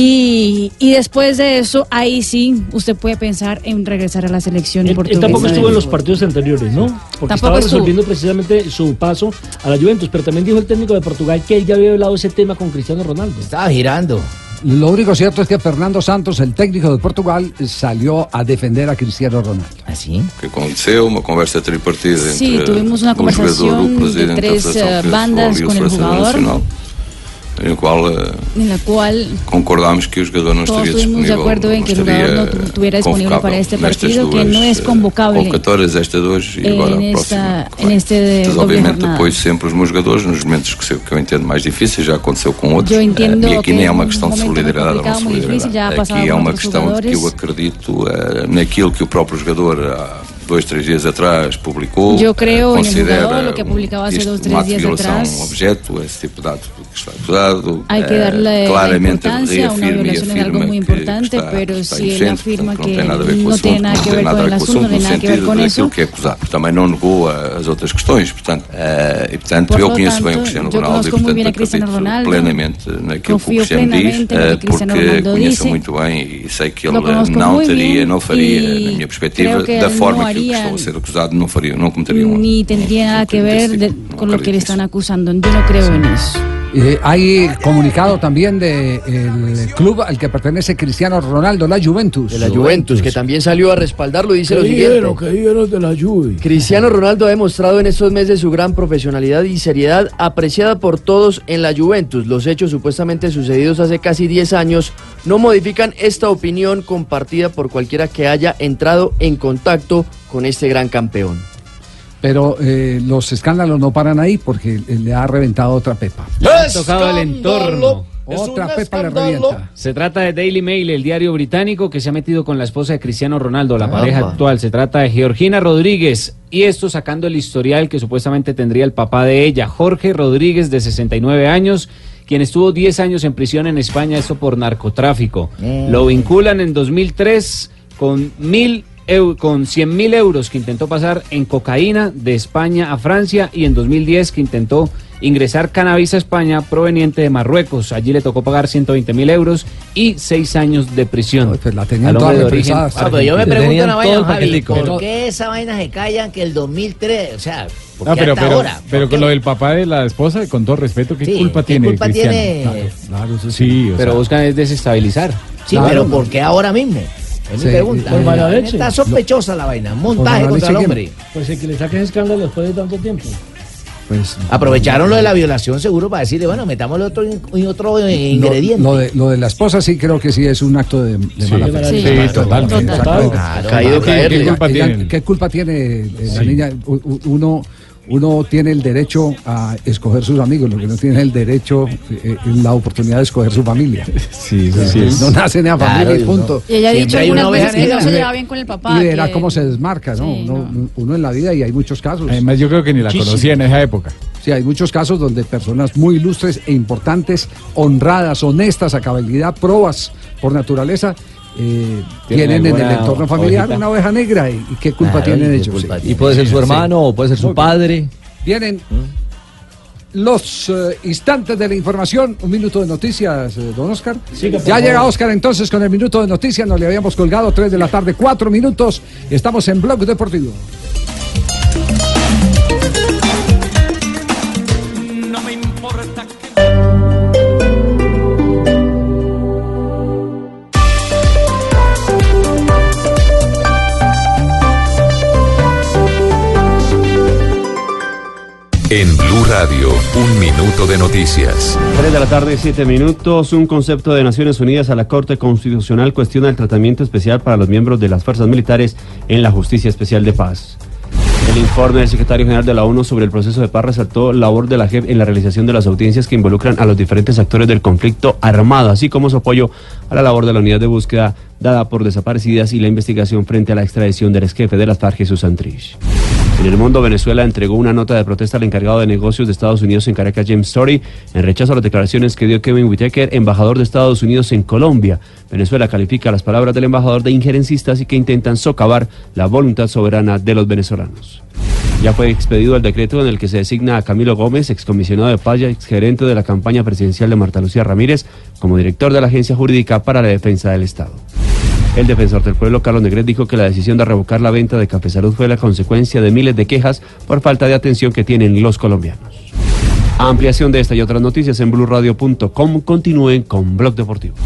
Speaker 4: y, y después de eso, ahí sí, usted puede pensar en regresar a la selección portuguesa.
Speaker 10: Él tampoco
Speaker 4: de
Speaker 10: estuvo en los
Speaker 4: fútbol.
Speaker 10: partidos anteriores, ¿no? Porque
Speaker 4: Tampoco
Speaker 10: estaba
Speaker 4: estuvo.
Speaker 10: resolviendo precisamente su paso a la Juventus. Pero también dijo el técnico de Portugal que él ya había hablado ese tema con Cristiano Ronaldo.
Speaker 30: Estaba girando.
Speaker 3: Lo único cierto es que Fernando Santos, el técnico de Portugal, salió a defender a Cristiano Ronaldo.
Speaker 30: Así.
Speaker 14: que aconteceu, uma conversa tripartida
Speaker 4: Sí,
Speaker 14: entre
Speaker 4: tuvimos una
Speaker 14: o jogador,
Speaker 4: conversación
Speaker 14: o
Speaker 4: de
Speaker 14: presidente da
Speaker 4: tres,
Speaker 14: Federação
Speaker 4: eh,
Speaker 14: Portuguesa de
Speaker 4: bandas
Speaker 14: Futebol e o
Speaker 4: con el
Speaker 14: selecionador
Speaker 4: jugador.
Speaker 14: nacional, em qual eh,
Speaker 4: En la cual
Speaker 14: concordámos que o jogador não
Speaker 4: todos
Speaker 14: estaria
Speaker 4: estuvimos de
Speaker 14: disponível,
Speaker 4: acuerdo en
Speaker 14: não
Speaker 4: que el jugador no tu-
Speaker 14: estaria
Speaker 4: estuviera disponible
Speaker 14: convocável
Speaker 4: para este
Speaker 14: nestas
Speaker 4: partido, que
Speaker 14: duas,
Speaker 4: no es
Speaker 14: eh,
Speaker 4: convocable
Speaker 14: convocatórias, esta de hoje e agora
Speaker 4: en,
Speaker 14: a próxima.
Speaker 4: esta, en este doble
Speaker 14: Mas, obviamente, pues,
Speaker 4: jornada.
Speaker 14: apoio sempre os meus jogadores nos momentos que, se- que eu entendo mais difíceis, já aconteceu com outros.
Speaker 4: Eu entendo
Speaker 14: eh, e aqui
Speaker 4: que
Speaker 14: nem é
Speaker 4: é
Speaker 14: uma
Speaker 4: um
Speaker 14: questão de
Speaker 4: momento
Speaker 14: solidariedade ou não
Speaker 4: complicado, muito difícil, já
Speaker 14: solidariedade.
Speaker 4: passaram
Speaker 14: Aqui é
Speaker 4: por
Speaker 14: uma
Speaker 4: outros
Speaker 14: questão de que eu
Speaker 4: jogadores.
Speaker 14: acredito eh, naquilo que o próprio jogador há dois, três dias atrás publicou.
Speaker 4: Yo
Speaker 14: eh,
Speaker 4: creo en el
Speaker 14: considera
Speaker 4: jugador, lo que publicaba hace
Speaker 14: este
Speaker 4: dos, tres
Speaker 14: ato de
Speaker 4: días
Speaker 14: violação
Speaker 4: atrás.
Speaker 14: um objeto, esse tipo de ato que está acusado.
Speaker 4: Hay que
Speaker 14: eh,
Speaker 4: darle la
Speaker 14: claramente
Speaker 4: importancia a una
Speaker 14: reafirma e
Speaker 4: violación es algo
Speaker 14: afirma
Speaker 4: muy
Speaker 14: que
Speaker 4: importante, pero
Speaker 14: está
Speaker 4: si él
Speaker 14: inocente,
Speaker 4: afirma
Speaker 14: portanto,
Speaker 4: que
Speaker 14: não tem nada a ver com o
Speaker 4: no
Speaker 14: assunto,
Speaker 4: tiene nada
Speaker 14: não
Speaker 4: que
Speaker 14: tem
Speaker 4: ver
Speaker 14: nada
Speaker 4: con
Speaker 14: a
Speaker 4: el
Speaker 14: ver com o
Speaker 4: asunto, no tiene
Speaker 14: assunto, no
Speaker 4: nada que ver
Speaker 14: sentido
Speaker 4: con
Speaker 14: daquilo
Speaker 4: eso.
Speaker 14: que é acusado. Também não negou eh, as outras questões, portanto, eh, e portanto
Speaker 4: Por
Speaker 14: eu
Speaker 4: lo
Speaker 14: conheço bem o
Speaker 4: tanto,
Speaker 14: Cristiano
Speaker 4: yo
Speaker 14: Ronaldo e
Speaker 4: conozco muy
Speaker 14: portanto
Speaker 4: bien a Cristiano
Speaker 14: acredito
Speaker 4: Ronaldo,
Speaker 14: plenamente naquilo que o
Speaker 4: confío
Speaker 14: Cristiano diz,
Speaker 4: plenamente en lo que
Speaker 14: eh,
Speaker 4: Cristiano
Speaker 14: porque
Speaker 4: Ronaldo
Speaker 14: conheço
Speaker 4: dice.
Speaker 14: muito bem e sei que ele
Speaker 4: Lo
Speaker 14: eh,
Speaker 4: conozco
Speaker 14: não
Speaker 4: muy
Speaker 14: teria,
Speaker 4: bien
Speaker 14: não faria,
Speaker 4: y
Speaker 14: na minha perspectiva,
Speaker 4: creo que
Speaker 14: da
Speaker 4: él
Speaker 14: forma
Speaker 4: no
Speaker 14: que o que
Speaker 4: haría-
Speaker 14: estou a ser acusado não faria, não cometeria um
Speaker 4: Ni tendría nada que ver de- con lo que le están acusando. Yo no creo en eso.
Speaker 3: Eh, hay comunicado también del club al que pertenece Cristiano Ronaldo, la Juventus.
Speaker 17: De la Juventus, que también salió a respaldarlo, dice lo
Speaker 3: ¿Qué
Speaker 17: siguiente.
Speaker 3: dijeron?
Speaker 17: que de la Juve. Cristiano Ronaldo ha demostrado en estos meses su gran profesionalidad y seriedad apreciada por todos en la Juventus. Los hechos supuestamente sucedidos hace casi 10 años no modifican esta opinión compartida por cualquiera que haya entrado en contacto con este gran campeón.
Speaker 3: Pero eh, los escándalos no paran ahí porque eh, le ha reventado otra pepa.
Speaker 7: Ha tocado el entorno.
Speaker 3: Otra pepa le revienta.
Speaker 7: Se trata de Daily Mail, el diario británico que se ha metido con la esposa de Cristiano Ronaldo, la
Speaker 30: Caramba.
Speaker 7: pareja actual. Se trata de Georgina Rodríguez. Y esto sacando el historial que supuestamente tendría el papá de ella, Jorge Rodríguez, de 69 años, quien estuvo 10 años en prisión en España, esto por narcotráfico. Lo vinculan en 2003 con mil eu- con 100 mil euros que intentó pasar en cocaína de España a Francia y en 2010 que intentó ingresar cannabis a España proveniente de Marruecos. Allí le tocó pagar 120 mil euros y seis años de prisión.
Speaker 3: la
Speaker 7: Al hombre de origen
Speaker 6: Ah, pero yo me
Speaker 7: argentino.
Speaker 6: pregunto una
Speaker 7: Tenían
Speaker 6: vaina,
Speaker 7: todo el
Speaker 6: Javi,
Speaker 7: paquetico.
Speaker 6: ¿por qué esa vaina se callan que el 2003, o sea, ¿por qué
Speaker 8: No, pero,
Speaker 6: hasta
Speaker 8: pero,
Speaker 6: ahora?
Speaker 8: pero con lo del papá de la esposa, con todo respeto, ¿qué
Speaker 6: Sí,
Speaker 8: culpa
Speaker 6: ¿qué
Speaker 8: tiene?
Speaker 6: culpa
Speaker 8: Cristiano?
Speaker 6: tiene?
Speaker 8: Claro, claro, eso sí.
Speaker 7: Pero buscan es desestabilizar.
Speaker 6: Sí, pero ¿por qué ahora mismo? Es
Speaker 8: Sí,
Speaker 6: mi pregunta.
Speaker 8: por mala leche.
Speaker 6: Está sospechosa la vaina, un montaje
Speaker 33: Por
Speaker 6: contra el
Speaker 33: mala leche,
Speaker 6: hombre.
Speaker 33: ¿quién? Pues el que le saques escándalo después de tanto tiempo.
Speaker 3: Pues,
Speaker 6: Aprovecharon lo de la violación seguro para decirle, bueno, metámosle otro, in- y otro eh, ingrediente.
Speaker 3: Lo, lo de, lo de la esposa sí creo que sí es un acto de, de mala fe.
Speaker 6: Sí,
Speaker 3: Exacto,
Speaker 6: totalmente.
Speaker 3: exacto.
Speaker 6: Total.
Speaker 3: Claro,
Speaker 6: Caído
Speaker 3: claro.
Speaker 6: caerle.
Speaker 3: Ella-
Speaker 6: ¿Qué culpa
Speaker 3: ella-
Speaker 6: tiene?
Speaker 3: ¿Qué culpa tiene eh, la
Speaker 6: Sí.
Speaker 3: niña? U- u- Uno, uno tiene el derecho a escoger sus amigos, lo que no tiene es el derecho, eh, la oportunidad de escoger su familia.
Speaker 8: Sí,
Speaker 3: sí, sí. No nace ni a
Speaker 8: Claro,
Speaker 3: familia y
Speaker 8: no.
Speaker 3: punto.
Speaker 17: Y ella ha dicho
Speaker 3: Siempre hay una
Speaker 17: algunas
Speaker 6: Pues,
Speaker 3: oveja
Speaker 17: veces que
Speaker 3: negra.
Speaker 17: no se lleva bien con el papá.
Speaker 3: Y verá
Speaker 17: que-
Speaker 3: cómo se desmarca, ¿no?
Speaker 17: Sí,
Speaker 3: uno, uno en la vida y hay muchos casos.
Speaker 8: Además, yo creo que ni la
Speaker 3: Muchísimo.
Speaker 8: conocía en esa época.
Speaker 3: Sí, hay muchos casos donde personas muy ilustres e importantes, honradas, honestas, a cabalidad, probas por naturaleza, eh, tienen en el
Speaker 9: alguna
Speaker 3: entorno familiar
Speaker 9: ovejita?
Speaker 3: una oveja negra. ¿Y y qué culpa
Speaker 9: Claro,
Speaker 3: tienen
Speaker 9: ¿y qué
Speaker 3: ellos?
Speaker 9: Ah, culpa
Speaker 3: Sí.
Speaker 9: tiene? Y puede ser su hermano o puede ser su
Speaker 3: Muy bien.
Speaker 9: padre.
Speaker 3: Vienen los eh, instantes de la información. Un minuto de noticias, eh, don Oscar.
Speaker 33: Siga, por
Speaker 3: ya
Speaker 33: favor.
Speaker 3: llega Oscar entonces con el minuto de noticias. Nos le habíamos colgado 3 de la tarde, 4 minutos. Estamos en Blog Deportivo.
Speaker 34: No me importa
Speaker 35: En Blue Radio, un minuto de noticias.
Speaker 36: 3 de la tarde, 7 minutos. Un concepto de Naciones Unidas a la Corte Constitucional cuestiona el tratamiento especial para los miembros de las fuerzas militares en la Justicia Especial de Paz. El informe del secretario general de la ONU sobre el proceso de paz resaltó labor de la JEP en la realización de las audiencias que involucran a los diferentes actores del conflicto armado, así como su apoyo a la labor de la unidad de búsqueda dada por desaparecidas y la investigación frente a la extradición del ex jefe de las FARC, Jesús Santrich. En el mundo, Venezuela entregó una nota de protesta al encargado de negocios de Estados Unidos en Caracas, James Story, en rechazo a las declaraciones que dio Kevin Whitaker, embajador de Estados Unidos en Colombia. Venezuela califica las palabras del embajador de injerencistas y que intentan socavar la voluntad soberana de los venezolanos. Ya fue expedido el decreto en el que se designa a Camilo Gómez, excomisionado de Paya, exgerente de la campaña presidencial de Marta Lucía Ramírez, como director de la Agencia Jurídica para la Defensa del Estado. El defensor del pueblo, Carlos Negret, dijo que la decisión de revocar la venta de Cafesalud fue la consecuencia de miles de quejas por falta de atención que tienen los colombianos. Ampliación de esta y otras noticias en blurradio.com. Continúen con Blog Deportivo.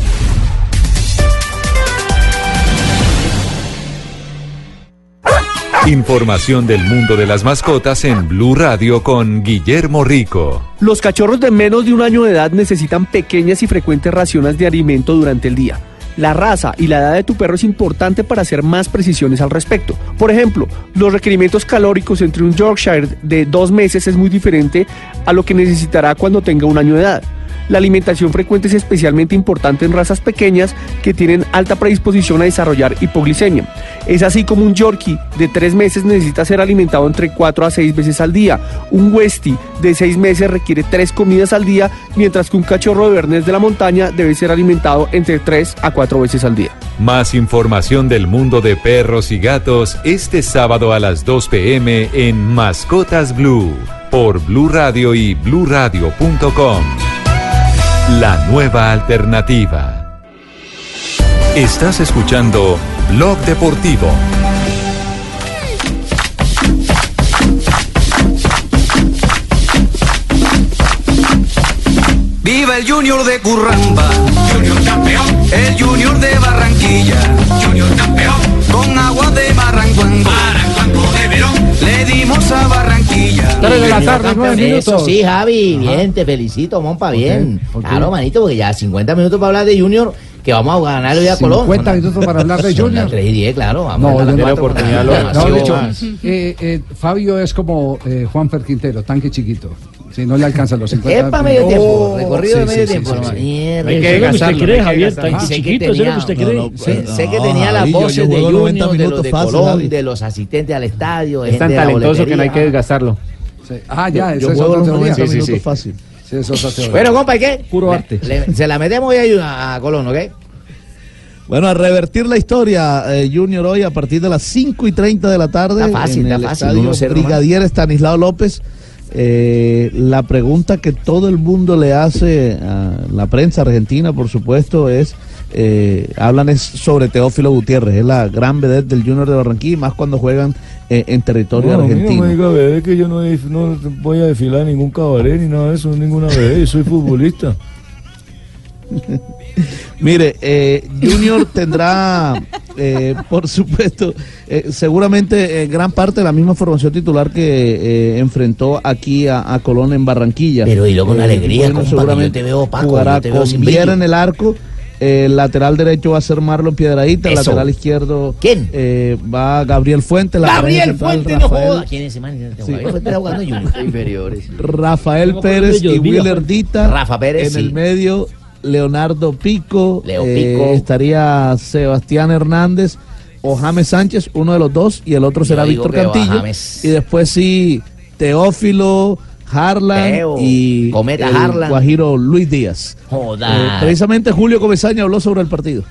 Speaker 35: Información del mundo de las mascotas en Blue Radio con Guillermo Rico.
Speaker 11: Los cachorros de menos de un año de edad necesitan pequeñas y frecuentes raciones de alimento durante el día. La raza y la edad de tu perro es importante para hacer más precisiones al respecto. Por ejemplo, los requerimientos calóricos entre un Yorkshire de dos meses es muy diferente a lo que necesitará cuando tenga un año de edad. La alimentación frecuente es especialmente importante en razas pequeñas que tienen alta predisposición a desarrollar hipoglicemia. Es así como un Yorkie de 3 meses necesita ser alimentado entre 4 a 6 veces al día. Un Westie de 6 meses requiere 3 comidas al día, mientras que un cachorro de Bernés de la montaña debe ser alimentado entre 3 a 4 veces al día.
Speaker 35: Más información del mundo de perros y gatos este sábado a las 2 p.m. en Mascotas Blue por Blue Radio y bluradio.com. La nueva alternativa. Estás escuchando Blog Deportivo.
Speaker 19: Viva el Junior de Curramba. Junior campeón. El Junior de Barranquilla. Junior campeón. Con agua de Barrancuango. Barrancuango de Verón. Le dimos a Barranquilla.
Speaker 3: Tres de la tarde, nueve
Speaker 6: Eso
Speaker 3: minutos.
Speaker 6: sí, Javi, bien, te felicito, Mompa, bien. Claro, manito, porque ya 50 minutos para hablar de Junior, que vamos a ganar hoy a Colón.
Speaker 3: 50 minutos para hablar de
Speaker 6: Son las
Speaker 3: Junior.
Speaker 6: 3 y 10, claro, vamos
Speaker 3: No,
Speaker 6: a
Speaker 3: yo
Speaker 6: ganar
Speaker 3: no-
Speaker 6: la
Speaker 3: no, no, de hecho, eh, eh, Fabio es como eh, Juanfer Quintero, tanque chiquito. Si no le alcanzan los 50.
Speaker 6: Epa, medio tiempo,
Speaker 3: Oh,
Speaker 6: recorrido de
Speaker 3: sí,
Speaker 6: medio
Speaker 3: sí,
Speaker 6: tiempo.
Speaker 3: sí, sí,
Speaker 6: nomás.
Speaker 3: sí.
Speaker 6: Mierda,
Speaker 3: Hay que
Speaker 6: eso es lo usted
Speaker 3: gastarlo,
Speaker 6: cree,
Speaker 3: hay que
Speaker 6: Javier,
Speaker 3: gastarlo.
Speaker 6: tan
Speaker 3: Ah, sé que
Speaker 6: chiquito, eso es lo que
Speaker 3: tenía-
Speaker 6: usted
Speaker 3: no,
Speaker 6: cree.
Speaker 3: no,
Speaker 6: Sé-
Speaker 3: no,
Speaker 6: Sé que tenía las
Speaker 3: Javi, yo- yo
Speaker 6: voces de
Speaker 3: juego 90
Speaker 6: Junior, de los
Speaker 3: minutos
Speaker 6: de
Speaker 3: fácil,
Speaker 6: Colón,
Speaker 3: Javi.
Speaker 6: de los asistentes al estadio.
Speaker 7: Es tan
Speaker 6: gente de la
Speaker 7: talentoso que no hay
Speaker 6: boletería.
Speaker 7: que desgastarlo.
Speaker 3: Ah, ya,
Speaker 7: Yo-
Speaker 3: eso
Speaker 7: yo
Speaker 3: es
Speaker 7: juego
Speaker 3: otra
Speaker 7: los
Speaker 3: teoría.
Speaker 7: 90 Sí, sí, minutos sí.
Speaker 3: fácil. Sí, eso es otra teoría.
Speaker 6: Bueno, compa, ¿y qué?
Speaker 3: Puro arte.
Speaker 6: Le- se la metemos hoy a, a Colón, ¿ok?
Speaker 18: Bueno, a revertir la historia, eh, Junior, hoy a partir de las 5 y 30 de la tarde.
Speaker 37: Está fácil,
Speaker 18: en
Speaker 37: está
Speaker 18: el
Speaker 37: fácil,
Speaker 18: estadio
Speaker 37: 1-0 nomás.
Speaker 18: Brigadier Estanislao López. eh, la pregunta que todo el mundo le hace a la prensa argentina, por supuesto, es: eh, hablan es sobre Teófilo Gutiérrez, es la gran vedette del Junior de Barranquilla, y más cuando juegan eh, en territorio
Speaker 12: No, a mí
Speaker 18: argentino.
Speaker 12: No me diga bebé que yo no, def- no voy a desfilar en ningún cabaret ni nada de eso, ninguna bebé, yo soy futbolista.
Speaker 18: Mire, eh, Junior tendrá, eh, por supuesto, eh, seguramente eh, gran parte de la misma formación titular que eh, enfrentó aquí a, a Colón en Barranquilla.
Speaker 6: Pero dilo con
Speaker 18: Eh,
Speaker 6: alegría,
Speaker 18: bueno,
Speaker 6: compa,
Speaker 18: seguramente
Speaker 6: que yo te veo opaco,
Speaker 18: jugará
Speaker 6: yo te veo sin
Speaker 18: con Viera
Speaker 6: brillo.
Speaker 18: en el arco. eh, El lateral derecho va a ser Marlon Piedradita, el
Speaker 6: Eso.
Speaker 18: lateral izquierdo eh, va Gabriel Fuente, la
Speaker 6: Gabriel Fuente, no joda. ¿Quién es ese man?
Speaker 18: Sí.
Speaker 6: Gabriel Fuente está jugando Junior. Inferiores.
Speaker 18: Rafael
Speaker 6: ¿Cómo
Speaker 18: Pérez
Speaker 6: fueron
Speaker 18: y
Speaker 6: ellos? Mira,
Speaker 18: Willer
Speaker 6: fue-
Speaker 18: Dita.
Speaker 6: Rafa Pérez,
Speaker 18: En el
Speaker 6: sí.
Speaker 18: medio, Leonardo Pico.
Speaker 6: Leo
Speaker 18: eh,
Speaker 6: Pico.
Speaker 18: Estaría Sebastián Hernández o James Sánchez, uno de los dos, y el otro
Speaker 6: Yo
Speaker 18: será
Speaker 6: digo
Speaker 18: Víctor
Speaker 6: que va
Speaker 18: Cantillo.
Speaker 6: James.
Speaker 18: Y después sí, Teófilo, Harlan
Speaker 6: Teo,
Speaker 18: y
Speaker 6: Cometa
Speaker 18: el
Speaker 6: Harlan.
Speaker 18: Guajiro Luis Díaz. Eh,
Speaker 6: Joda.
Speaker 18: precisamente Julio Comesaña habló sobre el partido.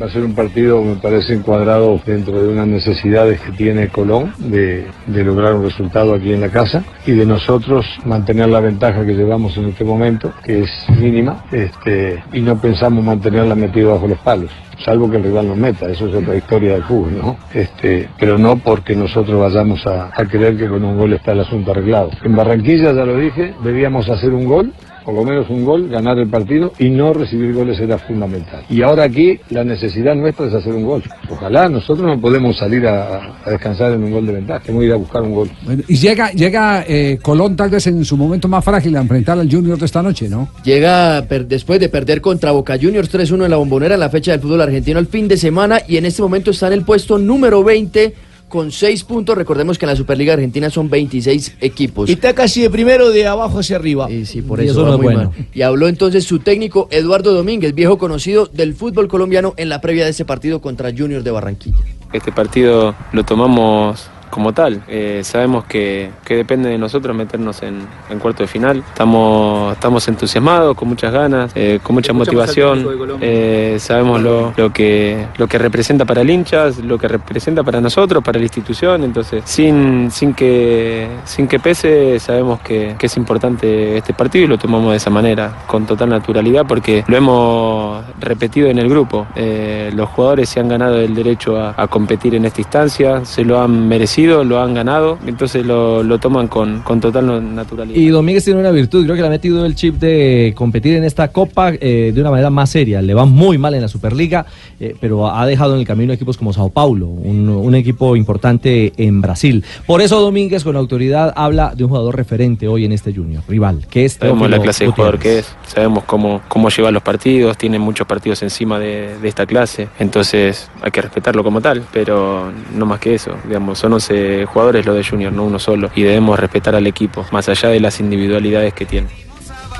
Speaker 15: Va a ser un partido, me parece, encuadrado dentro de unas necesidades que tiene Colón de, de lograr un resultado aquí en la casa y de nosotros mantener la ventaja que llevamos en este momento, que es mínima, este, y no pensamos mantenerla metida bajo los palos, salvo que el rival nos meta, eso es otra historia del fútbol, ¿no? Este, pero no porque nosotros vayamos a, a creer que con un gol está el asunto arreglado. En Barranquilla, ya lo dije, debíamos hacer un gol por lo menos un gol, ganar el partido y no recibir goles era fundamental. Y ahora aquí la necesidad nuestra es hacer un gol. Ojalá nosotros no podemos salir a, a descansar en un gol de ventaja, tenemos que ir a buscar un gol.
Speaker 3: Bueno, y llega, llega eh, Colón tal vez en su momento más frágil a enfrentar al Junior de esta noche, ¿no?
Speaker 17: Llega per- después de perder contra Boca Juniors 3-1 en la bombonera en la fecha del fútbol argentino el fin de semana y en este momento está en el puesto número 20 con 6 puntos. Recordemos que en la Superliga Argentina son 26 equipos.
Speaker 38: Y está casi de primero de abajo hacia arriba.
Speaker 17: Y sí, por eso, va muy mal. Y habló entonces su técnico Eduardo Domínguez, viejo conocido del fútbol colombiano en la previa de este partido contra Junior de Barranquilla.
Speaker 22: Este partido lo tomamos como tal. Eh, sabemos que, que depende de nosotros meternos en, en cuarto de final. Estamos, estamos entusiasmados, con muchas ganas, eh, con mucha Escuchamos al motivación. técnico de Colombia. Eh, sabemos lo, lo que, lo que representa para el hincha, lo que representa para nosotros, para la institución. Entonces, sin, sin, que, sin que pese, sabemos que, que es importante este partido y lo tomamos de esa manera, con total naturalidad, porque lo hemos repetido en el grupo. Eh, los jugadores se han ganado el derecho a, a competir en esta instancia, se lo han merecido, lo han ganado, entonces lo, lo toman con, con total no- naturalidad.
Speaker 9: Y Domínguez tiene una virtud, creo que le ha metido el chip de competir en esta copa eh, de una manera más seria. Le va muy mal en la Superliga, eh, pero ha dejado en el camino equipos como Sao Paulo, un, un equipo importante en Brasil. Por eso Domínguez con autoridad habla de un jugador referente hoy en este Junior, rival, que es
Speaker 22: Sabemos
Speaker 9: Teófilo
Speaker 22: la clase de jugador
Speaker 9: Gutiérrez.
Speaker 22: que es, sabemos cómo, cómo lleva los partidos, tiene muchos partidos encima de, de esta clase, entonces hay que respetarlo como tal, pero no más que eso, digamos, son 11 jugadores lo de Junior, no uno solo, y debemos respetar al equipo, más allá de las individualidades que tiene.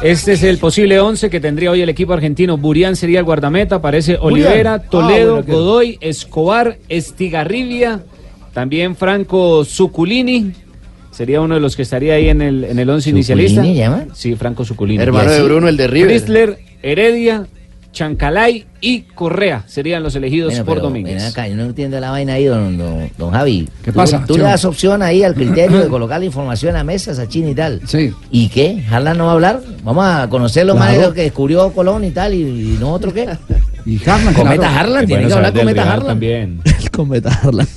Speaker 7: Este es el posible 11 que tendría hoy el equipo argentino. Burián sería el guardameta, aparece
Speaker 10: Burián.
Speaker 7: Olivera,
Speaker 10: Ah,
Speaker 7: Toledo,
Speaker 10: bueno, que-
Speaker 7: Godoy, Escobar, Estigarribia, también Franco Zuculini. Sería uno de los que estaría ahí en el, en el once
Speaker 10: ¿Zuculini
Speaker 7: inicialista.
Speaker 10: llama?
Speaker 7: Sí, Franco Zuculini.
Speaker 17: Hermano
Speaker 7: Y
Speaker 17: de
Speaker 7: así,
Speaker 17: Bruno, el de River.
Speaker 7: Chrysler, Heredia, Chancalay y Correa serían los elegidos
Speaker 6: Bueno,
Speaker 7: por
Speaker 6: pero
Speaker 7: Domínguez.
Speaker 6: ven acá, yo no entiendo la vaina ahí, don, don- don Javi.
Speaker 7: ¿Qué
Speaker 6: Tú-
Speaker 7: pasa,
Speaker 6: Tú
Speaker 7: Chino?
Speaker 6: le das opción ahí al criterio de colocar la información a mesas, a China y tal.
Speaker 3: Sí.
Speaker 6: ¿Y qué? ¿Harlan no va a hablar? Vamos a conocer lo más
Speaker 3: Claro.
Speaker 6: de lo que descubrió Colón y tal, y, y nosotros qué.
Speaker 3: Y Harlan,
Speaker 6: Cometa
Speaker 3: claro.
Speaker 6: Harlan, tiene que hablar Cometa Harlan.
Speaker 7: También.
Speaker 18: El cometa Harlan.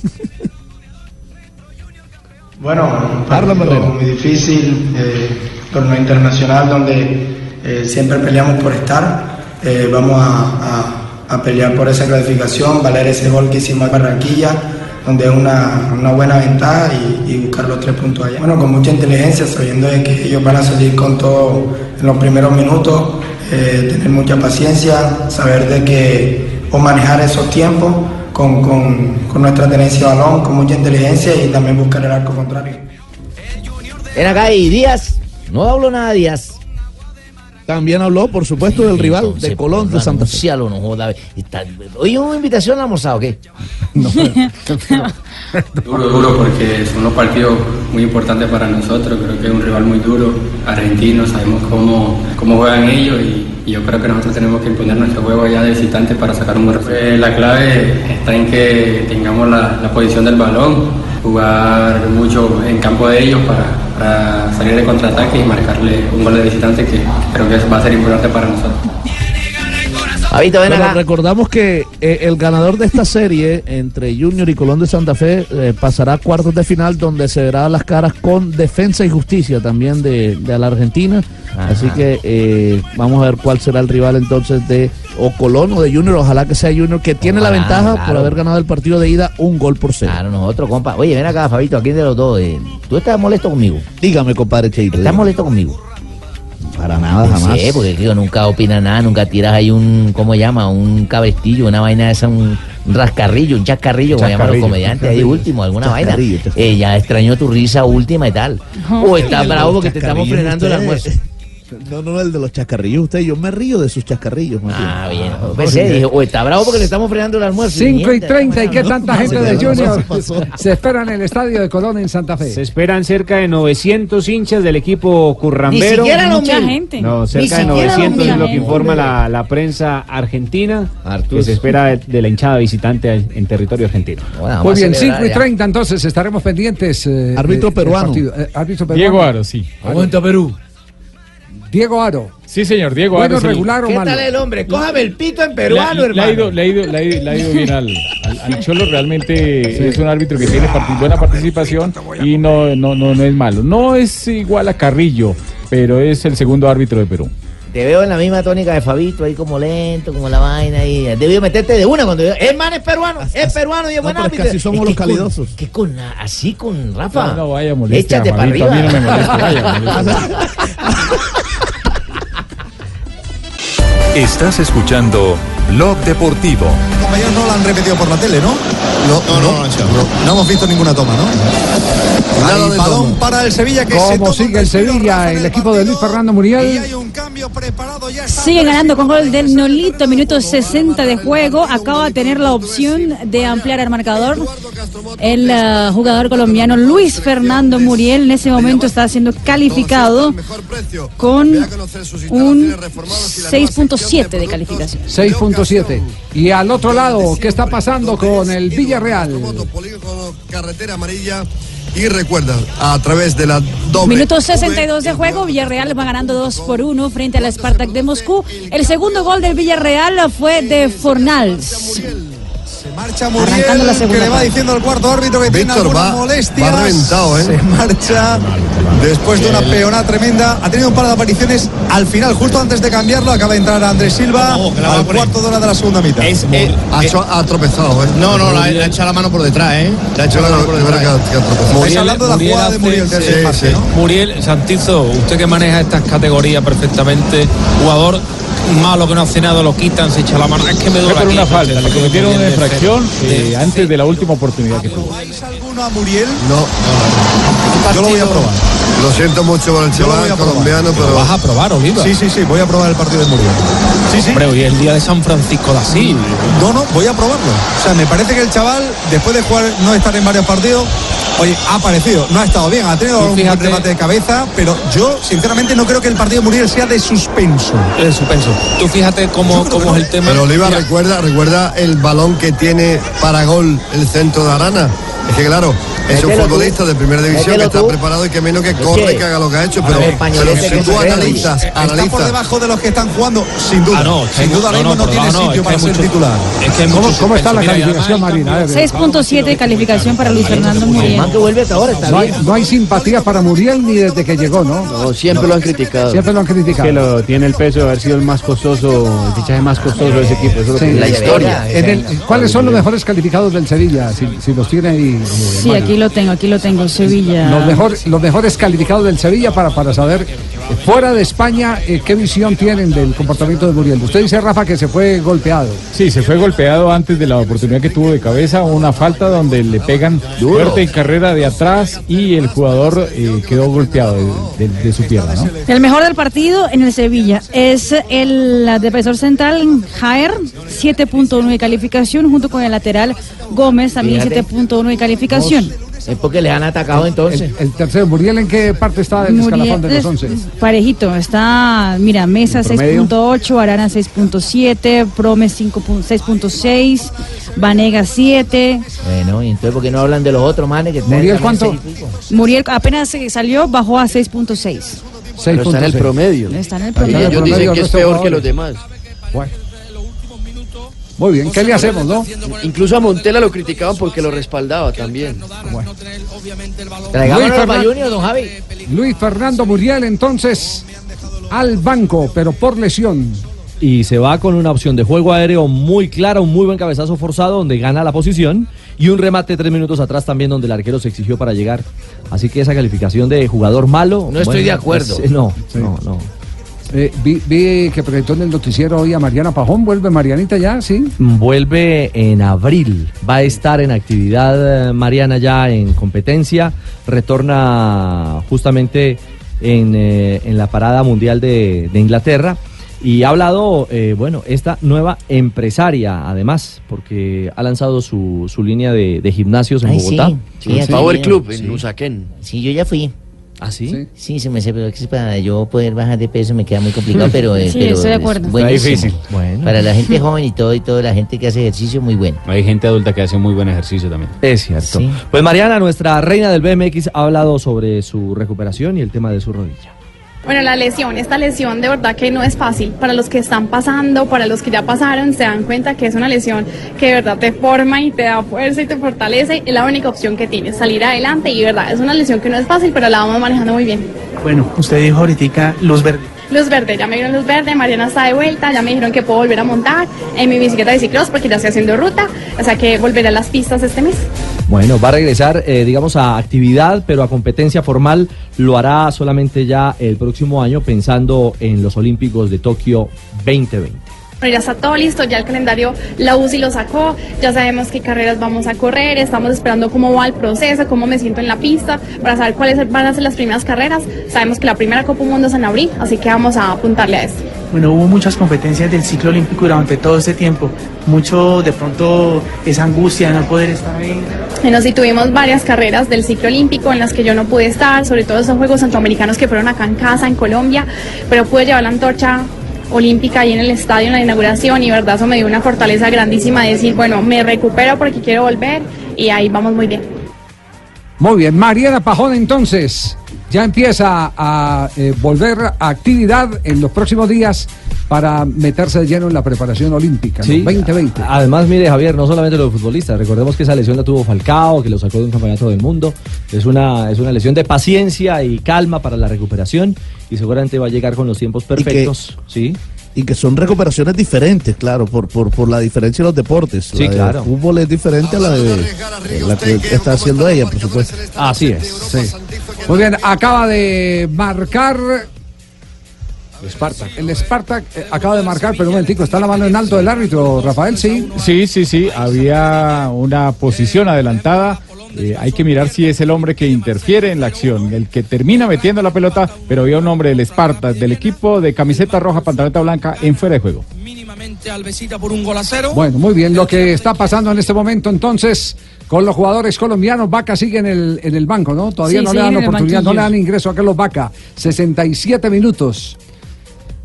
Speaker 39: Bueno, un partido muy difícil, eh, torneo internacional donde eh, siempre peleamos por estar. Eh, vamos a, a- a pelear por esa clasificación, valer ese gol que hicimos en Barranquilla, donde es una, una buena ventaja y, y buscar los tres puntos allá. Bueno, con mucha inteligencia, sabiendo de que ellos van a salir con todo en los primeros minutos, eh, tener mucha paciencia, saber de que o manejar esos tiempos con, con- con nuestra tenencia de balón, con mucha inteligencia y también buscar el arco contrario.
Speaker 6: Ven acá y Díaz. No hablo nada, Díaz.
Speaker 18: También habló, por supuesto, del rival de Colón de Santa Fe.
Speaker 6: no joda. Está- Oye, una invitación a almorzar, ¿o qué?
Speaker 40: Duro, duro, porque son unos partidos muy importantes para nosotros. Creo que es un rival muy duro, argentino, sabemos cómo, cómo juegan ellos y, y yo creo que nosotros tenemos que imponer nuestro juego allá de visitante para sacar un buen resultado. Eh, la clave está en que tengamos la, la posición del balón, jugar mucho en campo de ellos para, para salir de contraataque y marcarle un gol de visitante que creo que eso va a ser importante para nosotros.
Speaker 18: Bueno, recordamos que eh, el ganador de esta serie entre Junior y Colón de Santa Fe eh, pasará a cuartos de final donde se verá las caras con Defensa y Justicia también de, de la Argentina.
Speaker 6: Ajá.
Speaker 18: Así que eh, vamos a ver cuál será el rival entonces de o Colón o de Junior. Ojalá que sea Junior que tiene la
Speaker 6: Ojalá,
Speaker 18: ventaja por
Speaker 6: claro.
Speaker 18: haber ganado el partido de ida un gol por cero.
Speaker 6: Claro, nosotros, compa. Oye, ven acá, Fabito, aquí de los dos. eh, ¿Tú estás molesto conmigo?
Speaker 18: Dígame, compadre Cheito.
Speaker 6: ¿Estás molesto conmigo?
Speaker 18: Para nada,
Speaker 6: No
Speaker 18: jamás.
Speaker 6: sé, porque tío, nunca opinas nada, nunca tiras ahí un, ¿cómo se llama? Un cabestillo, una vaina de esa, un un rascarrillo, un chascarrillo, como llaman los
Speaker 30: Chascarrillo,
Speaker 6: comediantes ahí
Speaker 30: chascarrillo.
Speaker 6: último, alguna vaina.
Speaker 30: Chascarrillo,
Speaker 6: Eh, ya extrañó tu risa última y tal. O estás
Speaker 18: El de
Speaker 6: bravo
Speaker 18: los
Speaker 6: porque te estamos
Speaker 18: chascarrillos
Speaker 6: frenando el
Speaker 18: de
Speaker 6: almuerzo.
Speaker 18: ustedes. No, no, el de los chascarrillos. Usted, yo me río de sus chascarrillos. Ah,
Speaker 6: bien. Pues Pensé, eh, dije, o está bravo porque le estamos frenando el almuerzo.
Speaker 3: 5 y 30,
Speaker 6: Mierda,
Speaker 3: ¿y
Speaker 6: hermano.
Speaker 3: qué tanta
Speaker 6: No,
Speaker 3: gente
Speaker 6: se
Speaker 3: de
Speaker 6: pasó,
Speaker 3: Junior
Speaker 6: se pasó.
Speaker 3: se espera en el estadio de Colón en Santa Fe?
Speaker 7: Se esperan cerca de 900 hinchas del equipo currambero.
Speaker 3: Ni siquiera los
Speaker 7: Mucha
Speaker 3: mil.
Speaker 7: gente. No,
Speaker 3: Ni
Speaker 7: cerca de
Speaker 3: siquiera los
Speaker 7: 900 es
Speaker 3: mil.
Speaker 7: lo que informa la, la prensa argentina, que se espera de, de la hinchada visitante en en territorio argentino.
Speaker 3: Muy bien, 5 y 30, entonces estaremos pendientes. eh,
Speaker 7: Árbitro
Speaker 3: del
Speaker 7: peruano.
Speaker 3: partido. Eh, árbitro peruano.
Speaker 8: Diego Aro, sí.
Speaker 3: Aguanta
Speaker 8: Perú.
Speaker 3: Diego Aro.
Speaker 8: Sí, señor, Diego
Speaker 3: Bueno,
Speaker 8: Aro. es el-
Speaker 3: regular o
Speaker 8: ¿Qué
Speaker 3: malo.
Speaker 8: tal
Speaker 6: El hombre, cójame el pito en
Speaker 8: Le-
Speaker 6: peruano,
Speaker 8: le, ha
Speaker 6: hermano.
Speaker 8: ido, le, ha ido, le ha ido- le ha ido bien al, al- al Cholo. Realmente es un árbitro que tiene parti- buena participación y no, no, no, no es malo. No es igual a Carrillo, pero es el segundo árbitro de Perú.
Speaker 6: Te veo en la misma tónica de Fabito, ahí como lento, como la vaina ahí. Debió meterte de una cuando yo. Es man, es peruano, es peruano y es buen
Speaker 18: pero es que
Speaker 6: árbitro.
Speaker 18: así somos
Speaker 6: Es
Speaker 18: los
Speaker 6: que con-
Speaker 18: calidosos.
Speaker 6: Que con así con Rafa.
Speaker 8: No, no, vaya, moleste
Speaker 6: Échate
Speaker 8: a
Speaker 6: para
Speaker 8: Fabito,
Speaker 6: arriba.
Speaker 8: a mí no me moleste, vaya,
Speaker 41: Estás escuchando Blog Deportivo.
Speaker 8: Compañeros no la han repetido por la tele, ¿no? no, no, no, hemos visto ninguna toma, ¿no? Nada de balón para el Sevilla que se
Speaker 3: ¿Cómo sigue el Sevilla, el equipo de Luis Fernando Muriel?
Speaker 4: Sigue ganando con gol del Nolito, minuto 60 de juego. Acaba de tener la opción de ampliar el marcador. El eh, jugador colombiano Luis Fernando Muriel en ese momento está siendo calificado con un 6.7 de calificación.
Speaker 3: 6.7. Y al otro lado, ¿qué está pasando con el Villarreal?
Speaker 8: Carretera amarilla.
Speaker 19: Y recuerda, a través de la doble.
Speaker 4: Minuto 62 de juego, Villarreal va ganando 2 por 1 frente al Spartak de Moscú. El segundo gol del Villarreal fue de Fornals. Arrancando la
Speaker 19: que le
Speaker 4: segunda
Speaker 19: va
Speaker 4: parte.
Speaker 19: diciendo al cuarto árbitro que tiene
Speaker 4: Víctor,
Speaker 19: algunas
Speaker 4: va-
Speaker 19: molestias.
Speaker 4: va reventado, ¿eh?
Speaker 19: Se marcha después de una peonada tremenda. Ha tenido un par de apariciones al final, justo antes de cambiarlo. Acaba de entrar Andrés Silva al cuarto de hora de la segunda mitad. ha, cho- ha tropezado, ¿eh?
Speaker 15: eh, No, no, la, la echa la mano por detrás, ¿eh? La echa la mano por detrás.
Speaker 19: Estáis hablando de la jugada de Muriel del
Speaker 15: sí,
Speaker 19: desmarque,
Speaker 15: sí. Muriel, Santizo, usted que maneja estas categorías perfectamente, jugador malo que no hace nada, lo quitan, se echa la mano. Es que me
Speaker 8: Fue
Speaker 15: duele
Speaker 8: por
Speaker 15: aquí,
Speaker 8: una falta,
Speaker 15: Santizo.
Speaker 8: le cometieron una
Speaker 15: Muriel,
Speaker 8: infracción
Speaker 15: de-
Speaker 8: eh, antes de la última oportunidad que tuvo.
Speaker 19: ¿Alguno a Muriel?
Speaker 8: Yo lo voy a
Speaker 19: probar.
Speaker 42: Lo siento mucho por el chaval colombiano, pero.
Speaker 15: vas a probar, Oliva.
Speaker 19: Sí, sí, sí, voy a probar el partido de Muriel. Sí, sí.
Speaker 15: Hombre, hoy es el día de San Francisco de Asís.
Speaker 19: No, no, voy a probarlo. O sea, me parece que el chaval, después de jugar, no estar en varios partidos, oye, ha aparecido, no ha estado bien, ha tenido
Speaker 15: Tú
Speaker 19: algún
Speaker 15: fíjate-
Speaker 19: remate de cabeza, pero yo, sinceramente, no creo que el partido de Muriel sea de suspenso.
Speaker 15: De Eh, suspenso. Tú fíjate cómo, cómo es el tema.
Speaker 42: Pero Oliva
Speaker 15: Mira,
Speaker 42: recuerda, recuerda el balón que tiene para gol el centro de Arana. Es que claro, es un
Speaker 19: Mételo tú.
Speaker 42: futbolista de primera división
Speaker 19: Mételo
Speaker 42: que está
Speaker 19: tú.
Speaker 42: preparado y que menos que
Speaker 19: Es
Speaker 42: corre
Speaker 19: que-
Speaker 42: que haga lo que ha hecho,
Speaker 19: Ahora
Speaker 42: pero,
Speaker 19: el español este
Speaker 42: pero
Speaker 19: es el
Speaker 42: si tú
Speaker 19: Ferrari.
Speaker 42: analizas,
Speaker 19: Está
Speaker 42: analizas.
Speaker 19: por debajo de los que están jugando, sin duda.
Speaker 15: Ah, no,
Speaker 19: sin duda, Lemos no,
Speaker 15: por
Speaker 19: tiene
Speaker 15: debajo no,
Speaker 19: sitio
Speaker 15: es que
Speaker 19: para
Speaker 15: hay
Speaker 19: ser
Speaker 15: mucho-
Speaker 19: titular.
Speaker 15: Es que hay
Speaker 3: ¿Cómo,
Speaker 15: mucho
Speaker 3: cómo está la
Speaker 15: suspenso. Mira, y además-
Speaker 3: calificación, Marina? A ver,
Speaker 4: 6.7 de calificación para Luis Fernando Muriel.
Speaker 3: No hay, no hay simpatía para Muriel ni desde que llegó, ¿no? No,
Speaker 43: siempre lo han criticado.
Speaker 3: Siempre lo han
Speaker 7: Es
Speaker 3: criticado.
Speaker 7: que lo, tiene el peso de haber sido el más costoso, el fichaje más costoso de ese equipo. eso es lo que-
Speaker 3: Sí. En el- ¿Cuáles son los mejores calificados del Sevilla? Si, si los tiene ahí. eh,
Speaker 4: Sí,
Speaker 3: Mario.
Speaker 4: aquí lo tengo, aquí lo tengo, Sevilla.
Speaker 3: Los, mejor- los mejores calificados del Sevilla para, para saber, eh, fuera de España, eh, qué visión tienen del comportamiento de Muriel. Usted dice, Rafa, que se fue golpeado.
Speaker 8: Sí, se fue golpeado antes de la oportunidad que tuvo de cabeza, una falta donde le pegan fuerte en carrera de atrás y el jugador eh, quedó golpeado de, de- de su pierna, ¿no?
Speaker 4: El mejor del partido en el Sevilla es el defensor central Jaer, 7.1 de calificación, junto con el lateral Gómez, también
Speaker 6: Fíjate.
Speaker 4: 7.1 de calificación.
Speaker 6: Es porque les han atacado entonces.
Speaker 3: El tercero, Muriel, ¿en qué parte está del
Speaker 4: Muriel
Speaker 3: escalafón de los
Speaker 4: es
Speaker 3: 11?
Speaker 4: Parejito, está, mira, Mesa
Speaker 3: ¿En promedio?
Speaker 4: 6.8, Arana 6.7, Promes 6.6, Vanega 7.
Speaker 6: Bueno, y entonces, ¿por qué no hablan de los otros manes que están
Speaker 4: Muriel,
Speaker 6: también
Speaker 4: ¿cuánto?
Speaker 6: seis y pico?
Speaker 4: Muriel apenas eh, salió, bajó a 6.6.
Speaker 17: Pero está en el
Speaker 4: 6.6.
Speaker 17: promedio.
Speaker 4: Está en el
Speaker 17: Ahí
Speaker 4: promedio.
Speaker 17: Ellos
Speaker 3: Promedio de
Speaker 17: dicen que es
Speaker 3: los
Speaker 17: peor que
Speaker 3: jugadores.
Speaker 17: los demás.
Speaker 3: Muy bien, ¿qué le hacemos, no?
Speaker 17: Incluso a Montela lo criticaban porque lo respaldaba también.
Speaker 3: Luis
Speaker 6: Traigámonos
Speaker 3: Fernan-
Speaker 6: para Junior, don Javi.
Speaker 3: Luis Fernando Muriel, entonces, al banco, pero por lesión.
Speaker 9: y se va con una opción de juego aéreo muy clara, un muy buen cabezazo forzado donde gana la posición y un remate tres minutos atrás también donde el arquero se exigió para llegar. Así que esa calificación de jugador malo.
Speaker 3: No estoy de acuerdo.
Speaker 9: es- no, no, no.
Speaker 3: Eh, vi, vi que presentó en el noticiero hoy a Mariana Pajón. ¿Vuelve Marianita ya? Sí.
Speaker 9: Vuelve en abril, va a estar en actividad eh, Mariana ya en competencia, retorna justamente en, eh, en la parada mundial de, de Inglaterra y ha hablado, eh, bueno, esta nueva empresaria además, porque ha lanzado su, su línea de, de gimnasios Pues en
Speaker 6: Ay,
Speaker 9: Bogotá.
Speaker 6: sí, sí,
Speaker 17: Power
Speaker 6: sí,
Speaker 17: Club,
Speaker 6: sí.
Speaker 17: en Usaquén.
Speaker 6: Sí, yo ya fui.
Speaker 9: ¿Ah, sí?
Speaker 6: Sí, se me sé, pero es que para yo poder bajar de peso me queda muy complicado, pero, eh,
Speaker 4: Sí,
Speaker 6: pero
Speaker 4: estoy de
Speaker 6: es
Speaker 4: acuerdo. Está
Speaker 6: buenísimo.
Speaker 10: difícil. Bueno.
Speaker 6: Para la gente joven y todo, y toda la gente que hace ejercicio, muy bueno.
Speaker 10: Hay gente adulta que hace muy buen ejercicio también.
Speaker 9: Es cierto. Pues Mariana, nuestra reina del BMX, ha hablado sobre su recuperación y el tema de su rodilla.
Speaker 16: Bueno, la lesión, esta lesión de verdad que no es fácil. Para los que están pasando, para los que ya pasaron, se dan cuenta que es una lesión que de verdad te forma y te da fuerza y te fortalece. Es la única opción que tienes, salir adelante y de verdad es una lesión que no es fácil, pero la vamos manejando muy bien.
Speaker 19: Bueno, usted dijo ahorita luz verde.
Speaker 16: Luz verde, ya me dieron luz verde, Mariana está de vuelta, ya me dijeron que puedo volver a montar en mi bicicleta de ciclos porque ya estoy haciendo ruta, o sea que volveré a las pistas este mes.
Speaker 9: Bueno, va a regresar, eh, digamos, a actividad, pero a competencia formal lo hará solamente ya el próximo año, pensando en los Olímpicos de Tokio 2020.
Speaker 16: Bueno, ya está todo listo, ya el calendario la UCI lo sacó, ya sabemos qué carreras vamos a correr, estamos esperando cómo va el proceso, cómo me siento en la pista, para saber cuáles van a ser las primeras carreras. Sabemos que la primera Copa Mundo es en abril, así que vamos a apuntarle a eso.
Speaker 19: Bueno, hubo muchas competencias del ciclo olímpico durante todo este tiempo. Mucho de pronto esa angustia de no poder estar ahí.
Speaker 16: Bueno, sí, tuvimos varias carreras del ciclo olímpico en las que yo no pude estar, sobre todo esos Juegos Centroamericanos que fueron acá en casa, en Colombia, pero pude llevar la antorcha olímpica ahí en el estadio, en la inauguración, y verdad eso me dio una fortaleza grandísima de decir, bueno, me recupero porque quiero volver y ahí vamos muy bien.
Speaker 3: Muy bien, Mariana Pajón entonces ya empieza a eh, volver a actividad en los próximos días para meterse de lleno en la preparación olímpica, ¿no? 2020.
Speaker 9: Además, mire, Javier, no solamente los futbolistas, recordemos que esa lesión la tuvo Falcao, que lo sacó de un campeonato del mundo. Es una, es una lesión de paciencia y calma para la recuperación y seguramente va a llegar con los tiempos perfectos. sí.
Speaker 23: Y que son recuperaciones diferentes, claro, por, por, por la diferencia de los deportes.
Speaker 9: Sí,
Speaker 23: la de
Speaker 9: claro.
Speaker 23: fútbol es diferente a la de eh, la que está haciendo ella, por supuesto.
Speaker 9: Así es.
Speaker 3: Muy bien, acaba de marcar
Speaker 1: El Spartak.
Speaker 3: El Spartak eh, acaba de marcar, pero un momentico, está la mano en alto del árbitro, Rafael, sí.
Speaker 1: Sí, sí, sí, había una posición adelantada. Eh, hay que mirar si es el hombre que interfiere en la acción, el que termina metiendo la pelota, pero había un hombre del Esparta, del equipo de camiseta roja, pantaleta blanca, en fuera de juego.
Speaker 20: Alvesita por un gol a cero.
Speaker 3: Bueno, muy bien, lo que está pasando en este momento entonces con los jugadores colombianos, Vaca sigue en el, en el banco, ¿no? Todavía
Speaker 4: Sí,
Speaker 3: no le
Speaker 4: siguen
Speaker 3: dan
Speaker 4: en el
Speaker 3: oportunidad, no le
Speaker 4: banquillo.
Speaker 3: dan ingreso a Carlos Vaca. 67 minutos.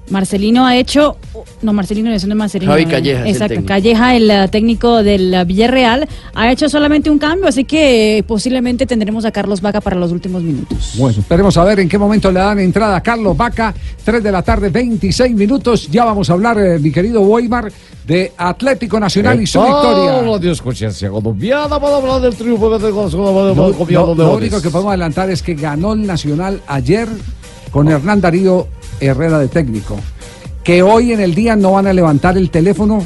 Speaker 4: Marcelino ha hecho, no Marcelino, eso no es Marcelino.
Speaker 3: Javi
Speaker 4: eh,
Speaker 3: Calleja es el
Speaker 4: Exacto,
Speaker 3: técnico.
Speaker 4: Calleja, el eh, técnico del eh, Villarreal, ha hecho solamente un cambio, así que eh, posiblemente tendremos a Carlos Vaca para los últimos minutos.
Speaker 3: Bueno, esperemos a ver en qué momento le dan entrada a Carlos Vaca. 3 de la tarde, 26 minutos. Ya vamos a hablar, eh, mi querido Weimar, de Atlético Nacional y su victoria.
Speaker 12: Todos los días conciencia colombiana para hablar del triunfo de
Speaker 3: No,
Speaker 12: Venezuela.
Speaker 3: no, lo único que podemos adelantar es que ganó el Nacional ayer con Hernán Darío Herrera de técnico. Que hoy en el día no van a levantar el teléfono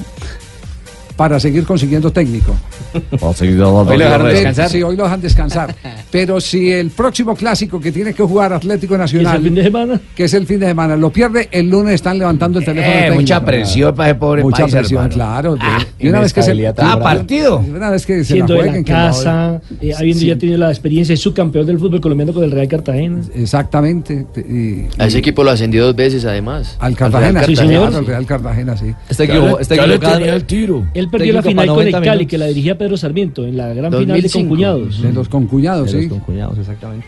Speaker 3: para seguir consiguiendo técnico.
Speaker 12: Hoy le dejaron descansar.
Speaker 3: Sí, hoy lo dejan descansar. Pero si el próximo clásico que tiene que jugar Atlético Nacional,
Speaker 6: ¿Es el fin
Speaker 3: de semana? que es el fin de semana, lo pierde, el lunes están levantando el teléfono.
Speaker 6: Eh,
Speaker 3: al técnico.
Speaker 6: mucha presión para ese pobre
Speaker 3: Mucha
Speaker 6: país,
Speaker 3: presión,
Speaker 6: hermano.
Speaker 3: claro.
Speaker 6: y una vez que se- Ah, partido.
Speaker 3: Una vez que se la
Speaker 11: siendo de
Speaker 3: jueguen,
Speaker 11: la
Speaker 3: que la
Speaker 11: casa,
Speaker 3: jueguen.
Speaker 11: eh, habiendo
Speaker 3: Sí.
Speaker 11: ya tenido la experiencia, es subcampeón del fútbol colombiano con el Real Cartagena.
Speaker 3: Exactamente. te- y-
Speaker 17: A ese equipo lo ascendió dos veces además.
Speaker 3: Al Cartagena,
Speaker 17: Real
Speaker 3: sí,
Speaker 17: Cartagena. Este
Speaker 3: claro, al Real Cartagena, sí.
Speaker 17: Está equivo- está equivocado.
Speaker 11: el
Speaker 10: él perdió la final con el Cali, minutos. que la dirigía Pedro Sarmiento, en la gran 2005. final de Concuñados.
Speaker 3: De los Concuñados,
Speaker 44: de
Speaker 3: sí.
Speaker 44: Los concuñados, exactamente.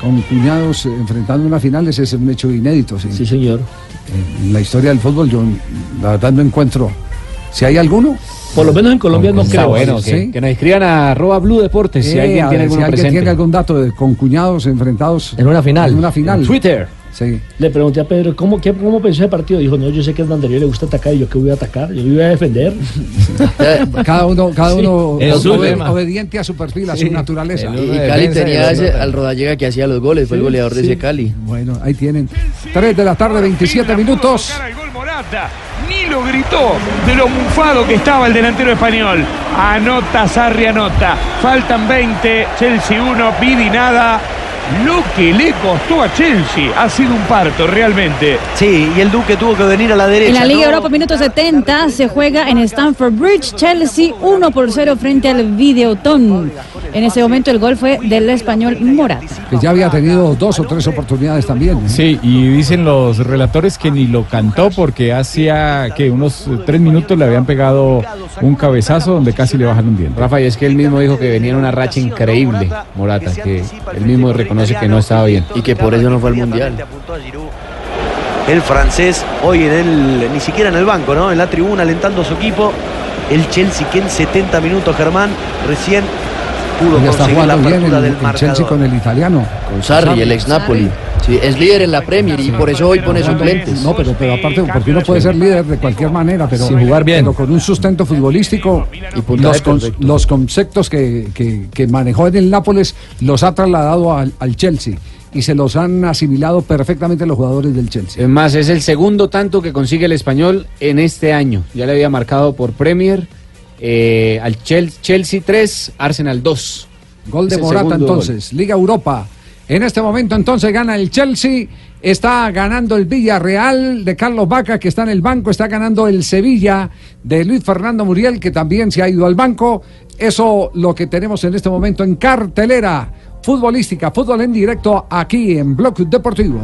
Speaker 3: Concuñados enfrentando una final, ese es un hecho inédito, sí.
Speaker 10: Sí, señor.
Speaker 3: En la historia del fútbol yo la verdad no encuentro. Si hay alguno.
Speaker 10: Por lo menos en Colombia no creo.
Speaker 44: bueno,
Speaker 10: ¿sí?
Speaker 44: que, que nos escriban a arroba Blue Deportes si
Speaker 3: Eh,
Speaker 44: alguien
Speaker 3: a
Speaker 44: tiene
Speaker 3: ver, si
Speaker 44: alguno
Speaker 3: alguien
Speaker 44: presente.
Speaker 3: tiene algún dato de concuñados enfrentados
Speaker 44: En una final.
Speaker 3: En una final.
Speaker 44: En Twitter.
Speaker 3: Sí.
Speaker 10: Le pregunté a Pedro, ¿cómo, qué- ¿cómo pensó el partido? Dijo, no, yo sé que a Andrés le gusta atacar, y yo que voy a atacar, yo voy a defender.
Speaker 3: Cada uno, cada
Speaker 10: Sí.
Speaker 3: uno
Speaker 10: Es su
Speaker 3: obede-
Speaker 10: tema.
Speaker 3: obediente a su perfil, a
Speaker 17: Sí.
Speaker 3: su naturaleza.
Speaker 17: Y, y Cali tenía ese- al Rodallega que hacía los goles, fue el
Speaker 3: Sí,
Speaker 17: goleador de
Speaker 3: sí.
Speaker 17: ese Cali.
Speaker 3: Bueno, ahí tienen. 3 de la tarde, 27 minutos.
Speaker 21: Ni lo gritó de lo mufado que estaba el delantero español. Anota, Sarri anota. Faltan 20, Chelsea 1, Vidi nada. Lo que le costó a Chelsea ha sido un parto realmente.
Speaker 45: Sí, y el Duque tuvo que venir a la derecha.
Speaker 4: En la Liga
Speaker 45: ¿no?
Speaker 4: Europa, minuto 70, se juega en Stamford Bridge, Chelsea 1 por 0 frente al Videoton. En ese momento el gol fue del español Morata.
Speaker 3: Que ya había tenido dos o tres oportunidades también. ¿eh?
Speaker 8: Sí, y dicen los relatores que ni lo cantó porque hacía que unos eh, tres minutos le habían pegado un cabezazo donde casi le bajan un diente.
Speaker 46: Rafa, y es que él mismo dijo que venía en una racha increíble, Morata, que él mismo reconoce que no estaba bien.
Speaker 17: Y que por eso no fue al Mundial.
Speaker 45: El francés hoy en el, ni siquiera en el banco, ¿no? En la tribuna alentando a su equipo. El Chelsea que en 70 minutos, Germán, recién pudo
Speaker 3: Y está
Speaker 45: conseguir la
Speaker 3: jugando bien
Speaker 45: apertura
Speaker 3: el,
Speaker 45: del
Speaker 3: el Chelsea
Speaker 45: marcador.
Speaker 3: con el italiano.
Speaker 17: Con Sarri, el ex Napoli. Sí, es líder en la Premier y por eso hoy pone suplentes.
Speaker 3: No, pero, pero aparte, porque uno puede ser líder de cualquier manera, pero,
Speaker 17: Sin jugar bien.
Speaker 3: pero con un sustento futbolístico,
Speaker 17: puntaje
Speaker 3: los, con-
Speaker 17: perfecto.
Speaker 3: los conceptos que, que- que manejó en el Nápoles los ha trasladado al, al Chelsea y se los han asimilado perfectamente los jugadores del Chelsea.
Speaker 7: Es más, es el segundo tanto que consigue el español en este año. Ya le había marcado por Premier eh, al Chel- Chelsea 3, Arsenal 2.
Speaker 3: Gol de
Speaker 7: Es el
Speaker 3: Morata
Speaker 7: segundo
Speaker 3: entonces, Liga Europa. En este momento entonces gana el Chelsea, está ganando el Villarreal de Carlos Vaca que está en el banco, está ganando el Sevilla de Luis Fernando Muriel que también se ha ido al banco. Eso lo que tenemos en este momento en cartelera futbolística, fútbol en directo aquí en Blog Deportivo.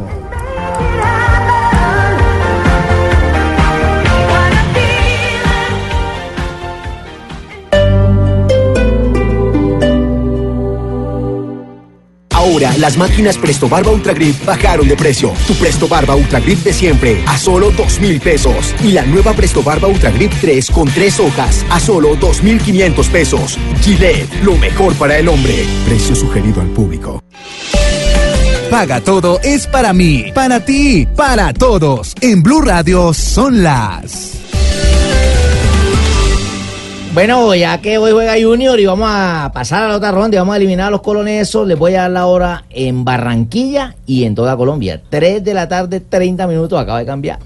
Speaker 47: Ahora, las máquinas Presto Barba Ultra Grip bajaron de precio. Tu Presto Barba Ultra Grip de siempre a solo 2 mil pesos. Y la nueva Presto Barba Ultra Grip 3 con 3 hojas a solo 2 mil 500 pesos. Gillette, lo mejor para el hombre. Precio sugerido al público.
Speaker 48: Paga todo es para mí, para ti, para todos. En Blue Radio son las.
Speaker 6: Bueno, ya que hoy juega Junior y vamos a pasar a la otra ronda y vamos a eliminar a los colonesos, les voy a dar la hora en Barranquilla y en toda Colombia. 3 de la tarde, 30 minutos, acaba de cambiar.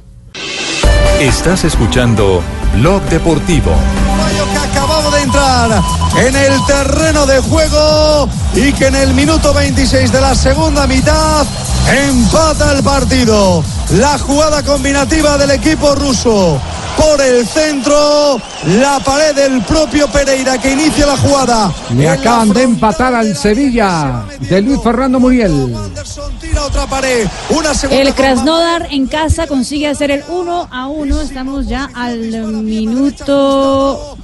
Speaker 41: Estás escuchando Blog Deportivo.
Speaker 19: Acabamos de entrar en el terreno de juego y que en el minuto 26 de la segunda mitad empata el partido. La jugada combinativa del equipo ruso por el centro, la pared del propio Pereira que inicia la jugada.
Speaker 3: Le acaban de empatar al Sevilla de Luis Fernando Muriel.
Speaker 19: Tira otra pared, una segunda.
Speaker 4: El Krasnodar en casa consigue hacer el 1 a 1. Estamos ya al minuto.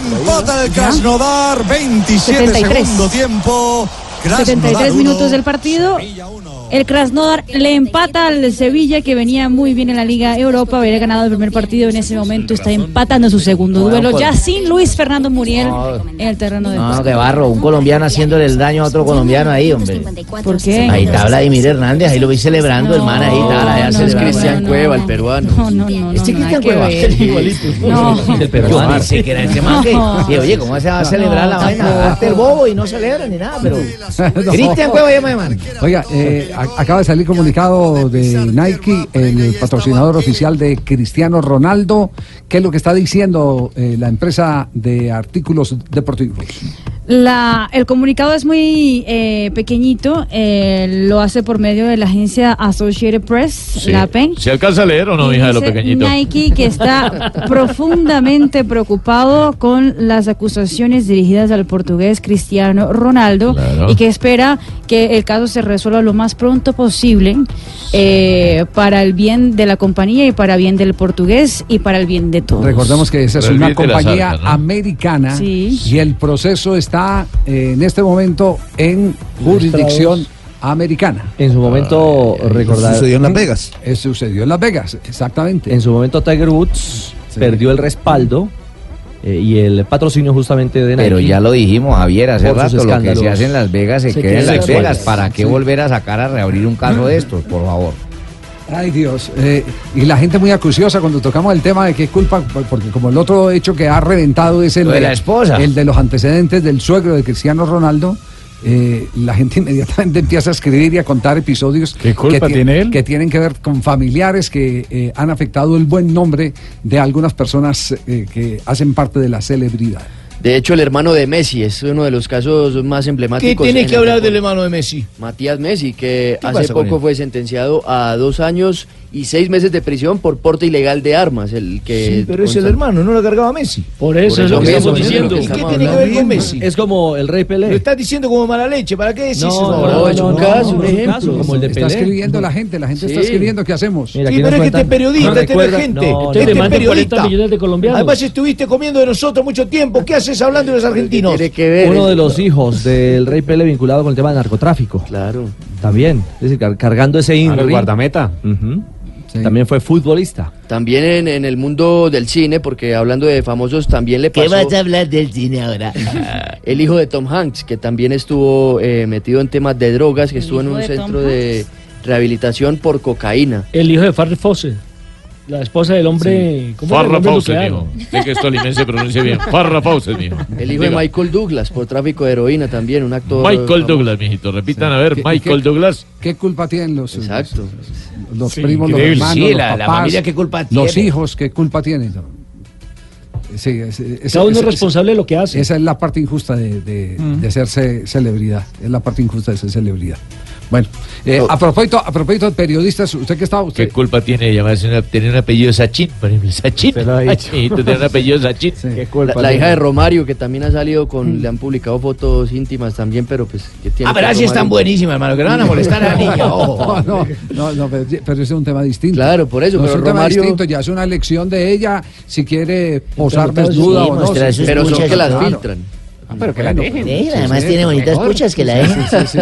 Speaker 19: Empata el Krasnodar, 27
Speaker 4: 73.
Speaker 19: segundo tiempo. Krasnodar
Speaker 4: 73
Speaker 19: uno,
Speaker 4: minutos del partido. El Krasnodar le empata al Sevilla, que venía muy bien en la Liga Europa, había ganado el primer partido. En ese momento está empatando su segundo duelo,
Speaker 6: pues,
Speaker 4: ya sin Luis Fernando Muriel en el terreno de
Speaker 6: No, qué barro, un colombiano haciéndole el daño a otro colombiano ahí, hombre.
Speaker 4: ¿Por qué?
Speaker 6: pues, Ahí está Vladimir Hernández, ahí lo vi celebrando, hermana, ahí está.
Speaker 17: Ese
Speaker 6: Allá
Speaker 17: es
Speaker 6: celebrando.
Speaker 17: Cristian Cueva, el peruano.
Speaker 4: No, no, no.
Speaker 6: Este
Speaker 4: no,
Speaker 6: Cristian
Speaker 4: nada que
Speaker 6: Cueva,
Speaker 4: ver.
Speaker 6: igualito.
Speaker 4: No.
Speaker 6: Yo pensé que era ese man que.
Speaker 4: No.
Speaker 6: Sí, oye, ¿cómo se va a celebrar la vaina? Hazte el bobo y no celebra ni nada, pero.
Speaker 3: No.
Speaker 6: Cristian Cueva llama de mano.
Speaker 3: Oiga, eh, a- acaba de salir comunicado de Nike, el patrocinador oficial de Cristiano Ronaldo. ¿Qué es lo que está diciendo eh, la empresa de artículos deportivos?
Speaker 4: La- el comunicado es muy eh, pequeñito, eh, lo hace por medio de la agencia Associated Press, la PEN.
Speaker 12: ¿Se alcanza a leer o no,
Speaker 4: Y
Speaker 12: hija de lo
Speaker 4: dice
Speaker 12: pequeñito?
Speaker 4: Nike que está profundamente preocupado con las acusaciones dirigidas al portugués Cristiano Ronaldo
Speaker 12: Claro.
Speaker 4: y que espera que el caso se resuelva lo más pronto posible. eh, para el bien de la compañía y para bien del portugués y para el bien de todos.
Speaker 3: Recordemos que esa es
Speaker 12: Pero el
Speaker 3: una
Speaker 12: bien de las
Speaker 3: compañía
Speaker 12: arcas, ¿no?
Speaker 3: americana
Speaker 4: Sí.
Speaker 3: y el proceso está eh, en este momento en jurisdicción americana.
Speaker 9: En su momento, recordar.
Speaker 3: sucedió en Las
Speaker 9: Vegas.
Speaker 3: sucedió en Las Vegas, exactamente.
Speaker 9: En su momento, Tiger Woods perdió el respaldo eh, y el patrocinio justamente de Nike.
Speaker 49: Pero ya lo dijimos, Javier, hace
Speaker 9: Por
Speaker 49: rato, lo que
Speaker 9: sus
Speaker 49: se
Speaker 9: escándalos
Speaker 49: hace en Las Vegas se, queda en Las
Speaker 9: sexuales.
Speaker 49: Vegas. ¿Para qué
Speaker 9: Sí.
Speaker 49: volver a sacar a reabrir un caso de estos, por favor?
Speaker 3: Ay Dios, eh, y la gente muy acuciosa cuando tocamos el tema de qué culpa, por- porque como el otro hecho que ha reventado es el
Speaker 49: Lo de la esposa.
Speaker 3: el de los antecedentes del suegro de Cristiano Ronaldo, eh, la gente inmediatamente empieza a escribir y a contar episodios
Speaker 8: culpa
Speaker 3: que, ti-
Speaker 8: tiene
Speaker 3: que tienen que ver con familiares que eh, han afectado el buen nombre de algunas personas eh, que hacen parte de la celebridad.
Speaker 17: De hecho, el hermano de Messi es uno de los casos más
Speaker 6: ¿Qué
Speaker 17: emblemáticos.
Speaker 6: tiene
Speaker 17: en
Speaker 6: que
Speaker 17: el
Speaker 6: hablar del
Speaker 17: deporte.
Speaker 6: hermano de Messi?
Speaker 17: Matías Messi, que
Speaker 6: ¿Qué
Speaker 17: hace
Speaker 6: pasa con
Speaker 17: poco
Speaker 6: él?
Speaker 17: fue sentenciado a dos años y seis meses de prisión por porte ilegal de armas. El
Speaker 3: Eh,
Speaker 17: que
Speaker 6: Sí, pero es el hermano, no lo cargaba Messi.
Speaker 17: Por eso Por es lo eso que mismo, estamos es lo diciendo. que
Speaker 6: ¿Y qué
Speaker 17: estamos
Speaker 6: tiene que ver
Speaker 17: hablando.
Speaker 6: con Messi?
Speaker 9: Es como el Rey Pelé.
Speaker 6: Lo estás diciendo como mala leche, ¿para qué decís eso?
Speaker 9: como el de
Speaker 3: está
Speaker 9: Pelé.
Speaker 3: escribiendo la gente, la gente está
Speaker 6: Sí.
Speaker 3: escribiendo qué hacemos.
Speaker 9: Mira,
Speaker 6: Sí, pero es que este periodista, este
Speaker 3: recuerda-
Speaker 6: gente,
Speaker 3: no, no.
Speaker 6: este
Speaker 3: Te mando 40
Speaker 6: periodista.
Speaker 3: millones de colombianos.
Speaker 6: Además estuviste comiendo de nosotros mucho tiempo. ¿Qué haces hablando de los argentinos?
Speaker 9: Uno de los hijos del Rey Pele vinculado con el tema del narcotráfico.
Speaker 17: Claro.
Speaker 9: También, es decir, car- cargando ese INRI.
Speaker 17: Claro, el
Speaker 9: guardameta. También fue futbolista.
Speaker 17: También en, en el mundo del cine, porque hablando de famosos, también le
Speaker 7: ¿Qué
Speaker 17: pasó.
Speaker 7: vas a hablar del cine ahora?
Speaker 17: El hijo de Tom Hanks, que también estuvo eh, metido en temas de drogas, que estuvo en
Speaker 10: hijo
Speaker 17: un
Speaker 10: de Tom
Speaker 17: centro de rehabilitación por cocaína.
Speaker 10: El hijo de Farrell Fawcett, la esposa del hombre. ¿cómo era el
Speaker 12: Farra
Speaker 10: hombre
Speaker 12: Fawcett,
Speaker 10: nuclear?
Speaker 12: mijo. Sé que estolimense pronuncia bien. Farra Fawcett, mijo.
Speaker 17: El hijo de
Speaker 12: Diga,
Speaker 17: Michael Douglas por tráfico de heroína también, un actor.
Speaker 12: Michael
Speaker 17: famoso.
Speaker 12: Douglas, mijito. Repitan, a
Speaker 17: ¿Y
Speaker 12: ver,
Speaker 17: qué- y
Speaker 12: Michael
Speaker 17: qué-
Speaker 12: Douglas.
Speaker 3: ¿Qué culpa tienen los,
Speaker 17: Exacto.
Speaker 3: los, los primos, los
Speaker 12: increíble.
Speaker 3: hermanos,
Speaker 12: Sí,
Speaker 3: los
Speaker 12: la- la
Speaker 3: papás,
Speaker 12: familia, ¿qué culpa
Speaker 3: los
Speaker 12: tiene?
Speaker 3: hijos, qué culpa tienen? Sí, es, es-
Speaker 10: Cada uno es
Speaker 3: esa-
Speaker 10: responsable de lo que hace.
Speaker 3: Esa es la parte injusta de, de-
Speaker 10: Mm.
Speaker 3: de ser ce- celebridad. Es la parte injusta de ser celebridad. Bueno, eh, a propósito, a propósito de periodistas, usted que estaba
Speaker 12: ¿Qué
Speaker 3: usted.
Speaker 12: culpa tiene de llamarse una- tener un apellido Sachin, por ejemplo? Sachin. Ay, mijito, tener un apellido Sachin.
Speaker 17: La, la hija de Romario, que también ha salido con. Le han publicado fotos íntimas también, pero pues. Que tiene
Speaker 7: Ah, pero
Speaker 17: con
Speaker 7: así están
Speaker 17: Romario?
Speaker 7: buenísimas, hermano, que no van a molestar a la niña.
Speaker 3: No,
Speaker 7: ojo.
Speaker 3: no, no, no, pero, pero ese es un tema distinto. Claro, por
Speaker 17: eso,
Speaker 3: es
Speaker 17: pero
Speaker 3: un tema
Speaker 17: Romario-
Speaker 3: distinto, ya es una elección de ella si quiere posar
Speaker 7: Pero,
Speaker 3: desnuda
Speaker 7: sí,
Speaker 3: o no.
Speaker 7: mostrar
Speaker 3: sí,
Speaker 7: sus
Speaker 3: pero son
Speaker 7: puchas,
Speaker 3: que las
Speaker 7: claro.
Speaker 3: filtran.
Speaker 7: pero
Speaker 3: que la dejen.
Speaker 7: Déjenla,
Speaker 3: Sí,
Speaker 7: además
Speaker 3: sí,
Speaker 7: tiene
Speaker 3: por
Speaker 7: bonitas
Speaker 3: favor.
Speaker 7: puchas que la dejen.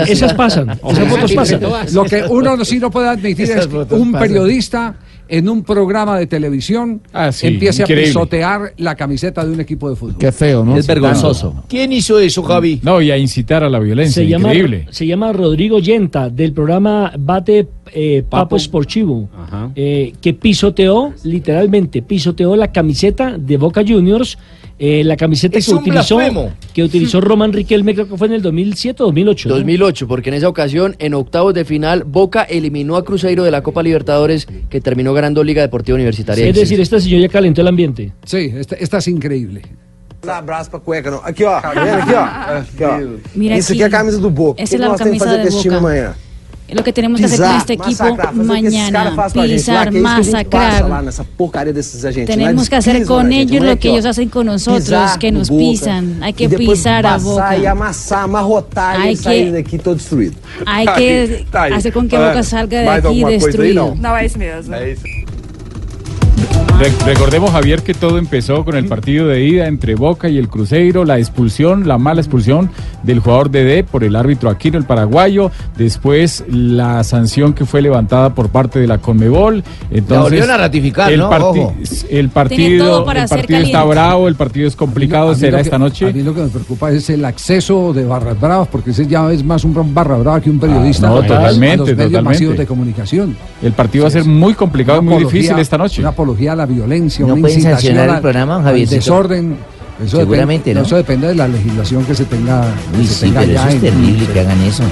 Speaker 10: Esas pasan, esas fotos pasan.
Speaker 3: Lo que uno no- sí no puede admitir
Speaker 10: Esas
Speaker 3: es que
Speaker 10: fotos
Speaker 3: un
Speaker 10: pasan.
Speaker 3: periodista en un programa de televisión
Speaker 10: sí,
Speaker 3: empiece
Speaker 10: increíble.
Speaker 3: a pisotear la camiseta de un equipo de fútbol.
Speaker 8: Qué feo, ¿no?
Speaker 3: Es vergonzoso.
Speaker 10: ¿Quién hizo eso, Javi?
Speaker 8: No, y a incitar a la violencia.
Speaker 10: Se llama,
Speaker 8: increíble.
Speaker 10: se llama Rodrigo Yenta, del programa Bate eh, Papo Esportivo, eh, que pisoteó, literalmente, pisoteó la camiseta de Boca Juniors, eh, la camiseta
Speaker 17: Es
Speaker 10: que
Speaker 17: un
Speaker 10: utilizó,
Speaker 17: blasfemo.
Speaker 10: que utilizó Román Riquelme, creo que fue en el 2007 o 2008. ¿no?
Speaker 17: 2008, porque en esa ocasión, en octavos de final, Boca eliminó a Cruzeiro de la Copa Libertadores, que terminó ganando Liga Deportiva Universitaria.
Speaker 10: es decir, esta señora ya calentó el ambiente.
Speaker 3: Sí, esta, esta es increíble.
Speaker 19: Dá abraço pra cueca, não. Aqui, ó. Tá vendo aqui, ó? Aqui, ó.
Speaker 4: Mira
Speaker 19: Isso
Speaker 4: aqui.
Speaker 19: aqui é a camisa do Boca. O
Speaker 4: Essa
Speaker 19: que
Speaker 4: é a
Speaker 19: nós temos que
Speaker 4: camisa
Speaker 19: fazer
Speaker 4: do
Speaker 19: com esse time
Speaker 4: Boca.
Speaker 19: amanhã?
Speaker 4: Es lo que tenemos que hacer con
Speaker 19: Pisar,
Speaker 4: este equipo
Speaker 19: massacrar, fazer o que esses caras
Speaker 4: mañana.
Speaker 19: fazem com a gente lá,
Speaker 4: Pisar,
Speaker 19: que é isso que a gente passa lá
Speaker 4: masacrar.
Speaker 19: nessa porcaria desses argentinos. Lá
Speaker 4: Tenemos
Speaker 19: eles
Speaker 4: que hacer
Speaker 19: pisam
Speaker 4: con
Speaker 19: na gente,
Speaker 4: ellos
Speaker 19: não é
Speaker 4: lo que
Speaker 19: ó.
Speaker 4: ellos hacen con nosotros,
Speaker 19: Pisar
Speaker 4: que
Speaker 19: no
Speaker 4: nos
Speaker 19: Boca
Speaker 4: pisan. Hay que
Speaker 19: e depois
Speaker 4: pisar a
Speaker 19: passar
Speaker 4: boca.
Speaker 19: e amassar, amarrotar
Speaker 4: Ai,
Speaker 19: e sair
Speaker 4: que-
Speaker 19: daqui todo destruído. Tá
Speaker 4: Hay que hacer con que Boca salga de aquí destruido.
Speaker 13: é isso mesmo.
Speaker 8: Re- Recordemos, Javier, que todo empezó con el partido de ida entre Boca y el Cruzeiro, la expulsión, la mala expulsión del jugador Dede por el árbitro Aquino, el paraguayo, después la sanción que fue levantada por parte de la Conmebol. Entonces,
Speaker 7: volvieron a ratificar,
Speaker 8: el
Speaker 7: ¿no?
Speaker 8: parti-
Speaker 7: Ojo.
Speaker 8: El
Speaker 3: Tiene todo
Speaker 8: partido,
Speaker 3: para
Speaker 8: el
Speaker 3: ser
Speaker 8: partido está
Speaker 3: caliente.
Speaker 8: bravo, el partido es complicado,
Speaker 3: A mí lo
Speaker 8: será
Speaker 3: que-
Speaker 8: esta noche.
Speaker 3: A mí lo que me preocupa es el acceso de barras bravas, porque ese ya es más un barra brava que un periodista.
Speaker 8: Ah, no,
Speaker 3: A los
Speaker 8: totalmente,
Speaker 3: medios
Speaker 8: totalmente.
Speaker 3: masivos de comunicación.
Speaker 8: El partido va a ser muy complicado,
Speaker 3: Una
Speaker 8: muy
Speaker 3: apología-
Speaker 8: difícil esta noche.
Speaker 3: Una apología a la violencia,
Speaker 8: ¿No
Speaker 3: una
Speaker 8: pueden
Speaker 3: incitación
Speaker 8: sancionar
Speaker 3: al-
Speaker 8: el programa,
Speaker 3: al
Speaker 8: Javiercito?
Speaker 3: desorden. Eso
Speaker 7: Seguramente,
Speaker 3: depende,
Speaker 7: ¿no?
Speaker 3: Eso depende de la legislación que se tenga. que
Speaker 7: Uy,
Speaker 3: se
Speaker 7: sí,
Speaker 3: tenga
Speaker 7: pero
Speaker 3: ya
Speaker 7: eso es
Speaker 3: en- Eh,
Speaker 7: terrible que hagan eso.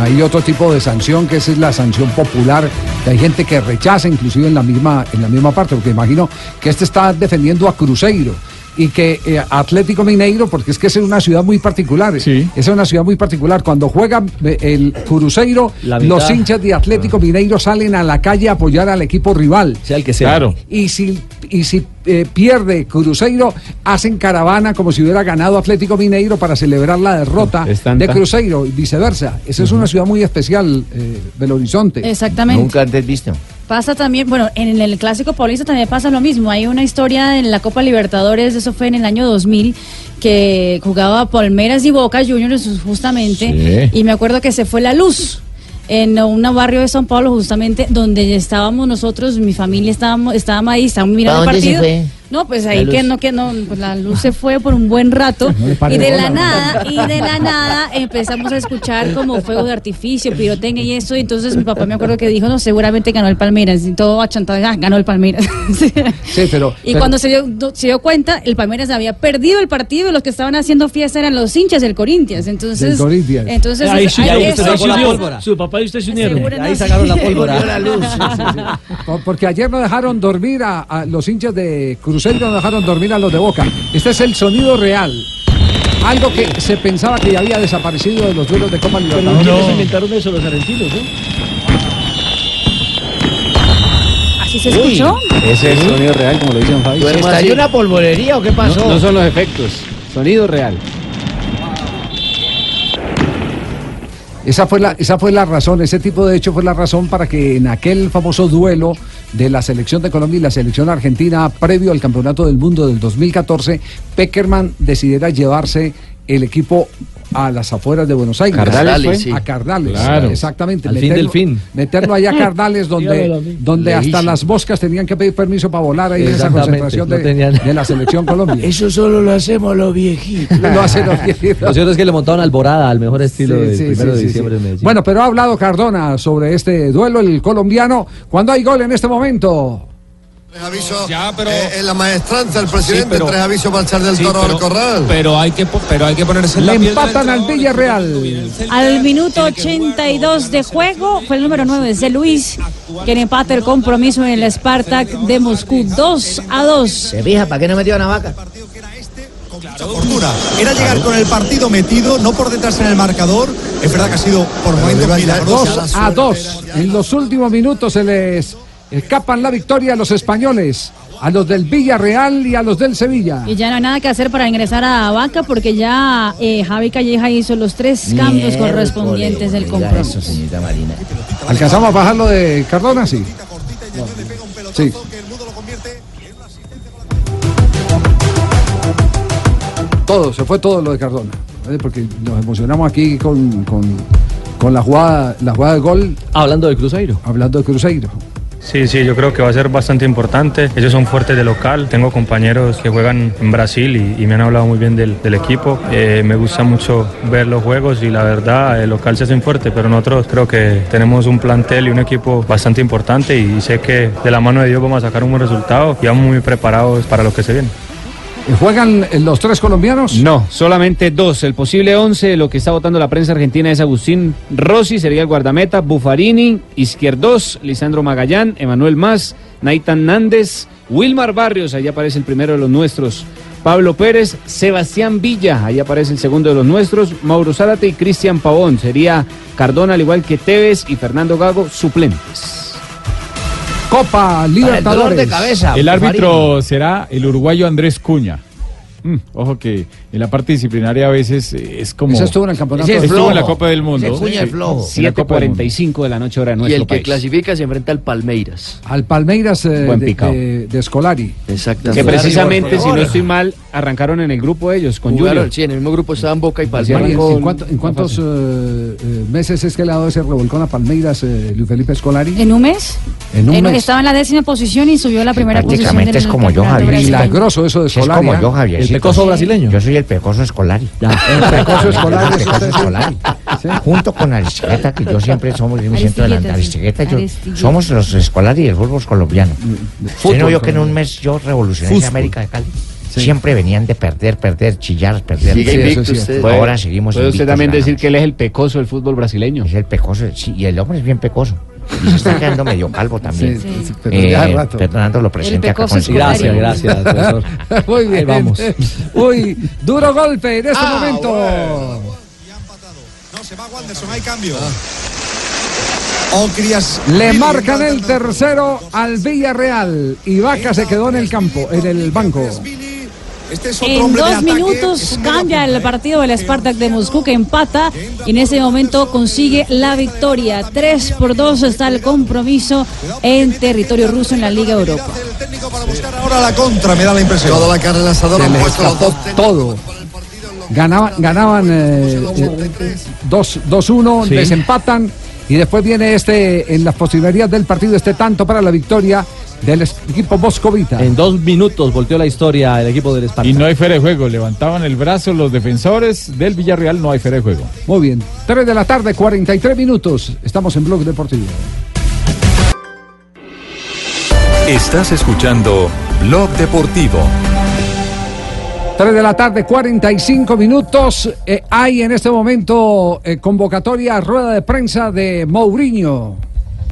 Speaker 3: Hay otro tipo de sanción que esa es la sanción popular, que hay gente que rechaza inclusive en la misma, en la misma parte, porque imagino que este está defendiendo a Cruzeiro. y que eh, Atlético Mineiro, porque es que es una ciudad muy particular, es una ciudad muy particular. Cuando juega eh, el Cruzeiro,
Speaker 9: La mitad.
Speaker 3: los hinchas de Atlético Mineiro salen a la calle a apoyar al equipo rival.
Speaker 9: Sea el que sea. Claro.
Speaker 3: Y si, y si eh, pierde Cruzeiro, hacen caravana como si hubiera ganado Atlético Mineiro para celebrar la derrota
Speaker 9: Es
Speaker 3: de
Speaker 9: tanta.
Speaker 3: Cruzeiro y viceversa. Esa es una ciudad muy especial, eh, Belo Horizonte.
Speaker 4: Exactamente. Nunca
Speaker 3: antes visto.
Speaker 4: Pasa también, bueno, en el Clásico Paulista también pasa lo mismo. Hay una historia en la Copa Libertadores, eso fue en el año 2000, que jugaba Palmeras y Boca Juniors justamente,
Speaker 23: Sí.
Speaker 4: y me acuerdo que se fue la luz en un barrio de San Pablo justamente donde estábamos nosotros, mi familia estábamos, estábamos ahí, estábamos mirando el
Speaker 23: ¿Para dónde se
Speaker 4: partido.
Speaker 23: fue?
Speaker 4: No, pues
Speaker 23: La
Speaker 4: ahí
Speaker 23: luz.
Speaker 4: que no, que no, pues la luz se fue por un buen rato
Speaker 23: No le pare
Speaker 4: y de
Speaker 23: bola,
Speaker 4: la
Speaker 23: ¿no?
Speaker 4: nada, y de la nada empezamos a escuchar como fuego de artificio, pirotecnia y eso, y entonces mi papá me acuerdo que dijo, no, seguramente ganó el Palmeiras, y todo achantado, ah, ganó el Palmeiras.
Speaker 3: Sí, pero.
Speaker 4: Y cuando se dio, do- se dio cuenta, el Palmeiras había perdido el partido y los que estaban haciendo fiesta eran los hinchas del Corinthians. Entonces,
Speaker 11: Del Corinthians.
Speaker 4: entonces
Speaker 11: Ahí sí, ahí
Speaker 4: hay
Speaker 11: usted
Speaker 4: eso.
Speaker 11: se unió. Su papá y usted se unieron.
Speaker 4: Ahí sacaron la pólvora.
Speaker 3: Volvió la luz. Po- Porque ayer no dejaron dormir a, a los hinchas de Cruzeiro, no dejaron dormir a los de Boca. Este es el sonido real. Algo que se pensaba que ya había desaparecido de los duelos de Copa
Speaker 11: Pero ¿quiénes
Speaker 3: Libertadores.
Speaker 11: inventaron eso? Los argentinos, ¿no?
Speaker 4: ¿Así se
Speaker 11: Uy.
Speaker 4: escuchó?
Speaker 7: Ese es el sonido real, como lo dicen Fabio.
Speaker 6: ¿Estalló una polvorería o qué pasó?
Speaker 7: No, no son los efectos, sonido real.
Speaker 3: Esa fue, la, esa fue la razón, ese tipo de hecho fue la razón para que en aquel famoso duelo de la selección de Colombia y la selección argentina previo al Campeonato del Mundo del 2014, Peckerman decidiera llevarse el equipo a las afueras de Buenos Aires.
Speaker 9: Cardales fue.
Speaker 3: A Cardales,
Speaker 9: Claro.
Speaker 3: exactamente.
Speaker 9: Al fin del fin.
Speaker 3: Meterlo allá a Cardales, donde, donde hasta
Speaker 9: Lejísimo.
Speaker 3: las moscas tenían que pedir permiso para volar ahí en esa
Speaker 9: Exactamente,
Speaker 3: concentración
Speaker 9: no
Speaker 3: de,
Speaker 9: tenían-
Speaker 3: de la selección Colombia.
Speaker 6: Eso solo lo hacemos los viejitos.
Speaker 3: Lo hacen los viejitos.
Speaker 9: Lo cierto es que le montaron alborada al mejor estilo
Speaker 3: Sí,
Speaker 9: del
Speaker 3: sí,
Speaker 9: primero
Speaker 3: sí,
Speaker 9: de
Speaker 3: sí,
Speaker 9: diciembre
Speaker 3: sí.
Speaker 9: en Medellín.
Speaker 3: Bueno, pero ha hablado Cardona sobre este duelo, el colombiano. Cuando hay gol en este momento?
Speaker 16: Tres avisos eh, en la maestranza el presidente, tres avisos para echar del
Speaker 20: Sí,
Speaker 16: toro al corral.
Speaker 20: Pero hay que, po- pero hay que ponerse en
Speaker 16: Le
Speaker 20: la piel del
Speaker 3: Empatan al Villarreal.
Speaker 4: Al minuto 82 de juego fue el número 9 de Luis, quien empata el compromiso en el Spartak de Moscú 2 a 2. Se
Speaker 6: fija, ¿para qué no metió a Navaca?
Speaker 14: Fortuna. Era llegar con el partido metido, no por detrás en el marcador. Es verdad que ha sido por momentos milagrosa.
Speaker 3: 2 a 2. En los últimos minutos se les escapan la victoria a los españoles, a los del Villarreal y a los del Sevilla.
Speaker 4: Y ya no hay nada que hacer para ingresar a Vaca porque ya eh, Javi Calleja hizo los tres cambios
Speaker 3: Miércoles,
Speaker 4: correspondientes del compromiso.
Speaker 3: ¿Alcanzamos a bajar lo de Cardona? Sí. Sí. Todo, se fue todo lo de Cardona. ¿vale? Porque nos emocionamos aquí con, con- con la jugada, la jugada de gol. Hablando de Cruzeiro. Hablando de Cruzeiro.
Speaker 50: Sí, sí, yo creo que va a ser bastante importante. Ellos son fuertes de local. Tengo compañeros que juegan en Brasil y, y me han hablado muy bien del, del equipo. Eh, me gusta mucho ver los juegos y la verdad, el local se hacen fuerte, pero nosotros creo que tenemos un plantel y un equipo bastante importante y sé que de la mano de Dios vamos a sacar un buen resultado y vamos muy preparados para lo que se viene.
Speaker 3: ¿Juegan Eh, los tres colombianos?
Speaker 7: No, solamente dos. El posible 11, lo que está votando la prensa argentina es Agustín Rossi, sería el guardameta, Bufarini, Izquierdos, Lisandro Magallán, Emanuel Más, Naitan Nández, Wilmar Barrios, ahí aparece el primero de los nuestros, Pablo Pérez, Sebastián Villa, ahí aparece el segundo de los nuestros, Mauro Zárate y Cristian Pavón. Sería Cardona, al igual que Tevez y Fernando Gago, suplentes.
Speaker 3: Copa
Speaker 1: El árbitro será el uruguayo Andrés Cuña. Mm, ojo que en la parte disciplinaria a veces eh, es como.
Speaker 3: Ese estuvo en el campeonato.
Speaker 1: Estuvo
Speaker 3: Ese es
Speaker 1: en la
Speaker 3: flojo.
Speaker 1: Copa del Mundo.
Speaker 3: Ese Cuña es flojo.
Speaker 1: En la Copa del Mundo.
Speaker 7: 7.45 de la noche hora de
Speaker 17: Y
Speaker 7: nuestro
Speaker 17: el que
Speaker 7: país.
Speaker 17: clasifica se enfrenta al Palmeiras.
Speaker 3: Al Palmeiras eh,
Speaker 7: Buen
Speaker 3: de,
Speaker 7: picao.
Speaker 3: de- de Scolari.
Speaker 7: Que precisamente, si no estoy mal, arrancaron en el grupo ellos, con
Speaker 17: Jugaron,
Speaker 7: Junior.
Speaker 17: sí, en el mismo grupo estaban Boca y
Speaker 3: María,
Speaker 17: Palmeiras.
Speaker 3: ¿En, cuánto- en cuántos eh, eh, meses es que le ha dado ese revolcón a Palmeiras eh, Luis Felipe Scolari?
Speaker 4: ¿En un mes?
Speaker 3: En un
Speaker 4: Eh,
Speaker 3: mes.
Speaker 4: Estaba en la décima posición y subió a la primera posición.
Speaker 3: prácticamente
Speaker 4: del
Speaker 3: es como yo,
Speaker 4: campeonato
Speaker 3: Javier.
Speaker 4: brasileño.
Speaker 3: Milagroso eso de
Speaker 6: Es
Speaker 3: Solari,
Speaker 6: como
Speaker 3: ¿eh?
Speaker 6: yo, Javier.
Speaker 3: El pecoso
Speaker 6: brasileño. Yo soy el pecoso escolar. El
Speaker 3: eh, pecoso Escolari,
Speaker 6: El
Speaker 3: eso
Speaker 6: pecoso
Speaker 3: es-
Speaker 6: escolar. Junto con Aristegueta, que yo siempre somos, yo me siento
Speaker 3: Aristigueta,
Speaker 6: delante.
Speaker 3: sí.
Speaker 6: Aristegueta, yo
Speaker 3: Aristigueta.
Speaker 6: somos los escolares y el fútbol colombiano.
Speaker 3: Mm, Fútbol
Speaker 6: Usted no vio que en
Speaker 3: colombiano.
Speaker 6: un mes yo revolucioné
Speaker 3: Fútbol.
Speaker 6: esa América de Cali. Siempre venían de perder, perder, chillar, perder.
Speaker 7: Sigue invicto usted.
Speaker 6: Ahora
Speaker 7: Puede-
Speaker 6: seguimos
Speaker 7: puede usted también decir
Speaker 6: que él es el pecoso del fútbol brasileño. Es el pecoso, sí, y el hombre es bien pecoso. y se está quedando medio calvo también.
Speaker 3: Sí, sí, sí, pero ya de
Speaker 6: Eh,
Speaker 3: rato.
Speaker 6: Fernando lo
Speaker 3: El
Speaker 6: presenta acá
Speaker 3: pecoso
Speaker 6: con
Speaker 3: escobario.
Speaker 9: Gracias, gracias,
Speaker 3: Muy bien.
Speaker 9: vamos.
Speaker 3: Uy, duro golpe en este momento.
Speaker 14: Wanderson, hay cambio.
Speaker 3: Le marcan el tercero al Villarreal. Y Vaca se quedó en el campo, en el banco.
Speaker 14: Este es
Speaker 4: En dos minutos cambia el partido del Spartak de Moscú que empata y en ese momento consigue la victoria. 3 por 2 está el compromiso en territorio ruso en la Liga Europa.
Speaker 14: Ahora la contra, me da la impresión. Toda la carne lanzadora
Speaker 3: Se les
Speaker 14: puesto los
Speaker 3: escapó todo. Ganaban, ganaban eh, eh, 2 2-1,
Speaker 9: Sí.
Speaker 3: desempatan y después viene este en las posibilidades del partido este tanto para la victoria del equipo moscovita.
Speaker 9: En dos minutos volteó la historia el equipo del
Speaker 1: Y
Speaker 9: Spartak.
Speaker 1: no hay fuera de juego. Levantaban el brazo los defensores del Villarreal. No hay fuera de juego.
Speaker 3: Muy bien, 3 de la tarde, 43 minutos. Estamos en Blog Deportivo.
Speaker 25: Estás escuchando Blog Deportivo.
Speaker 3: 3 de la tarde, 45 minutos. Eh, hay en este momento eh, convocatoria a rueda de prensa de Mourinho.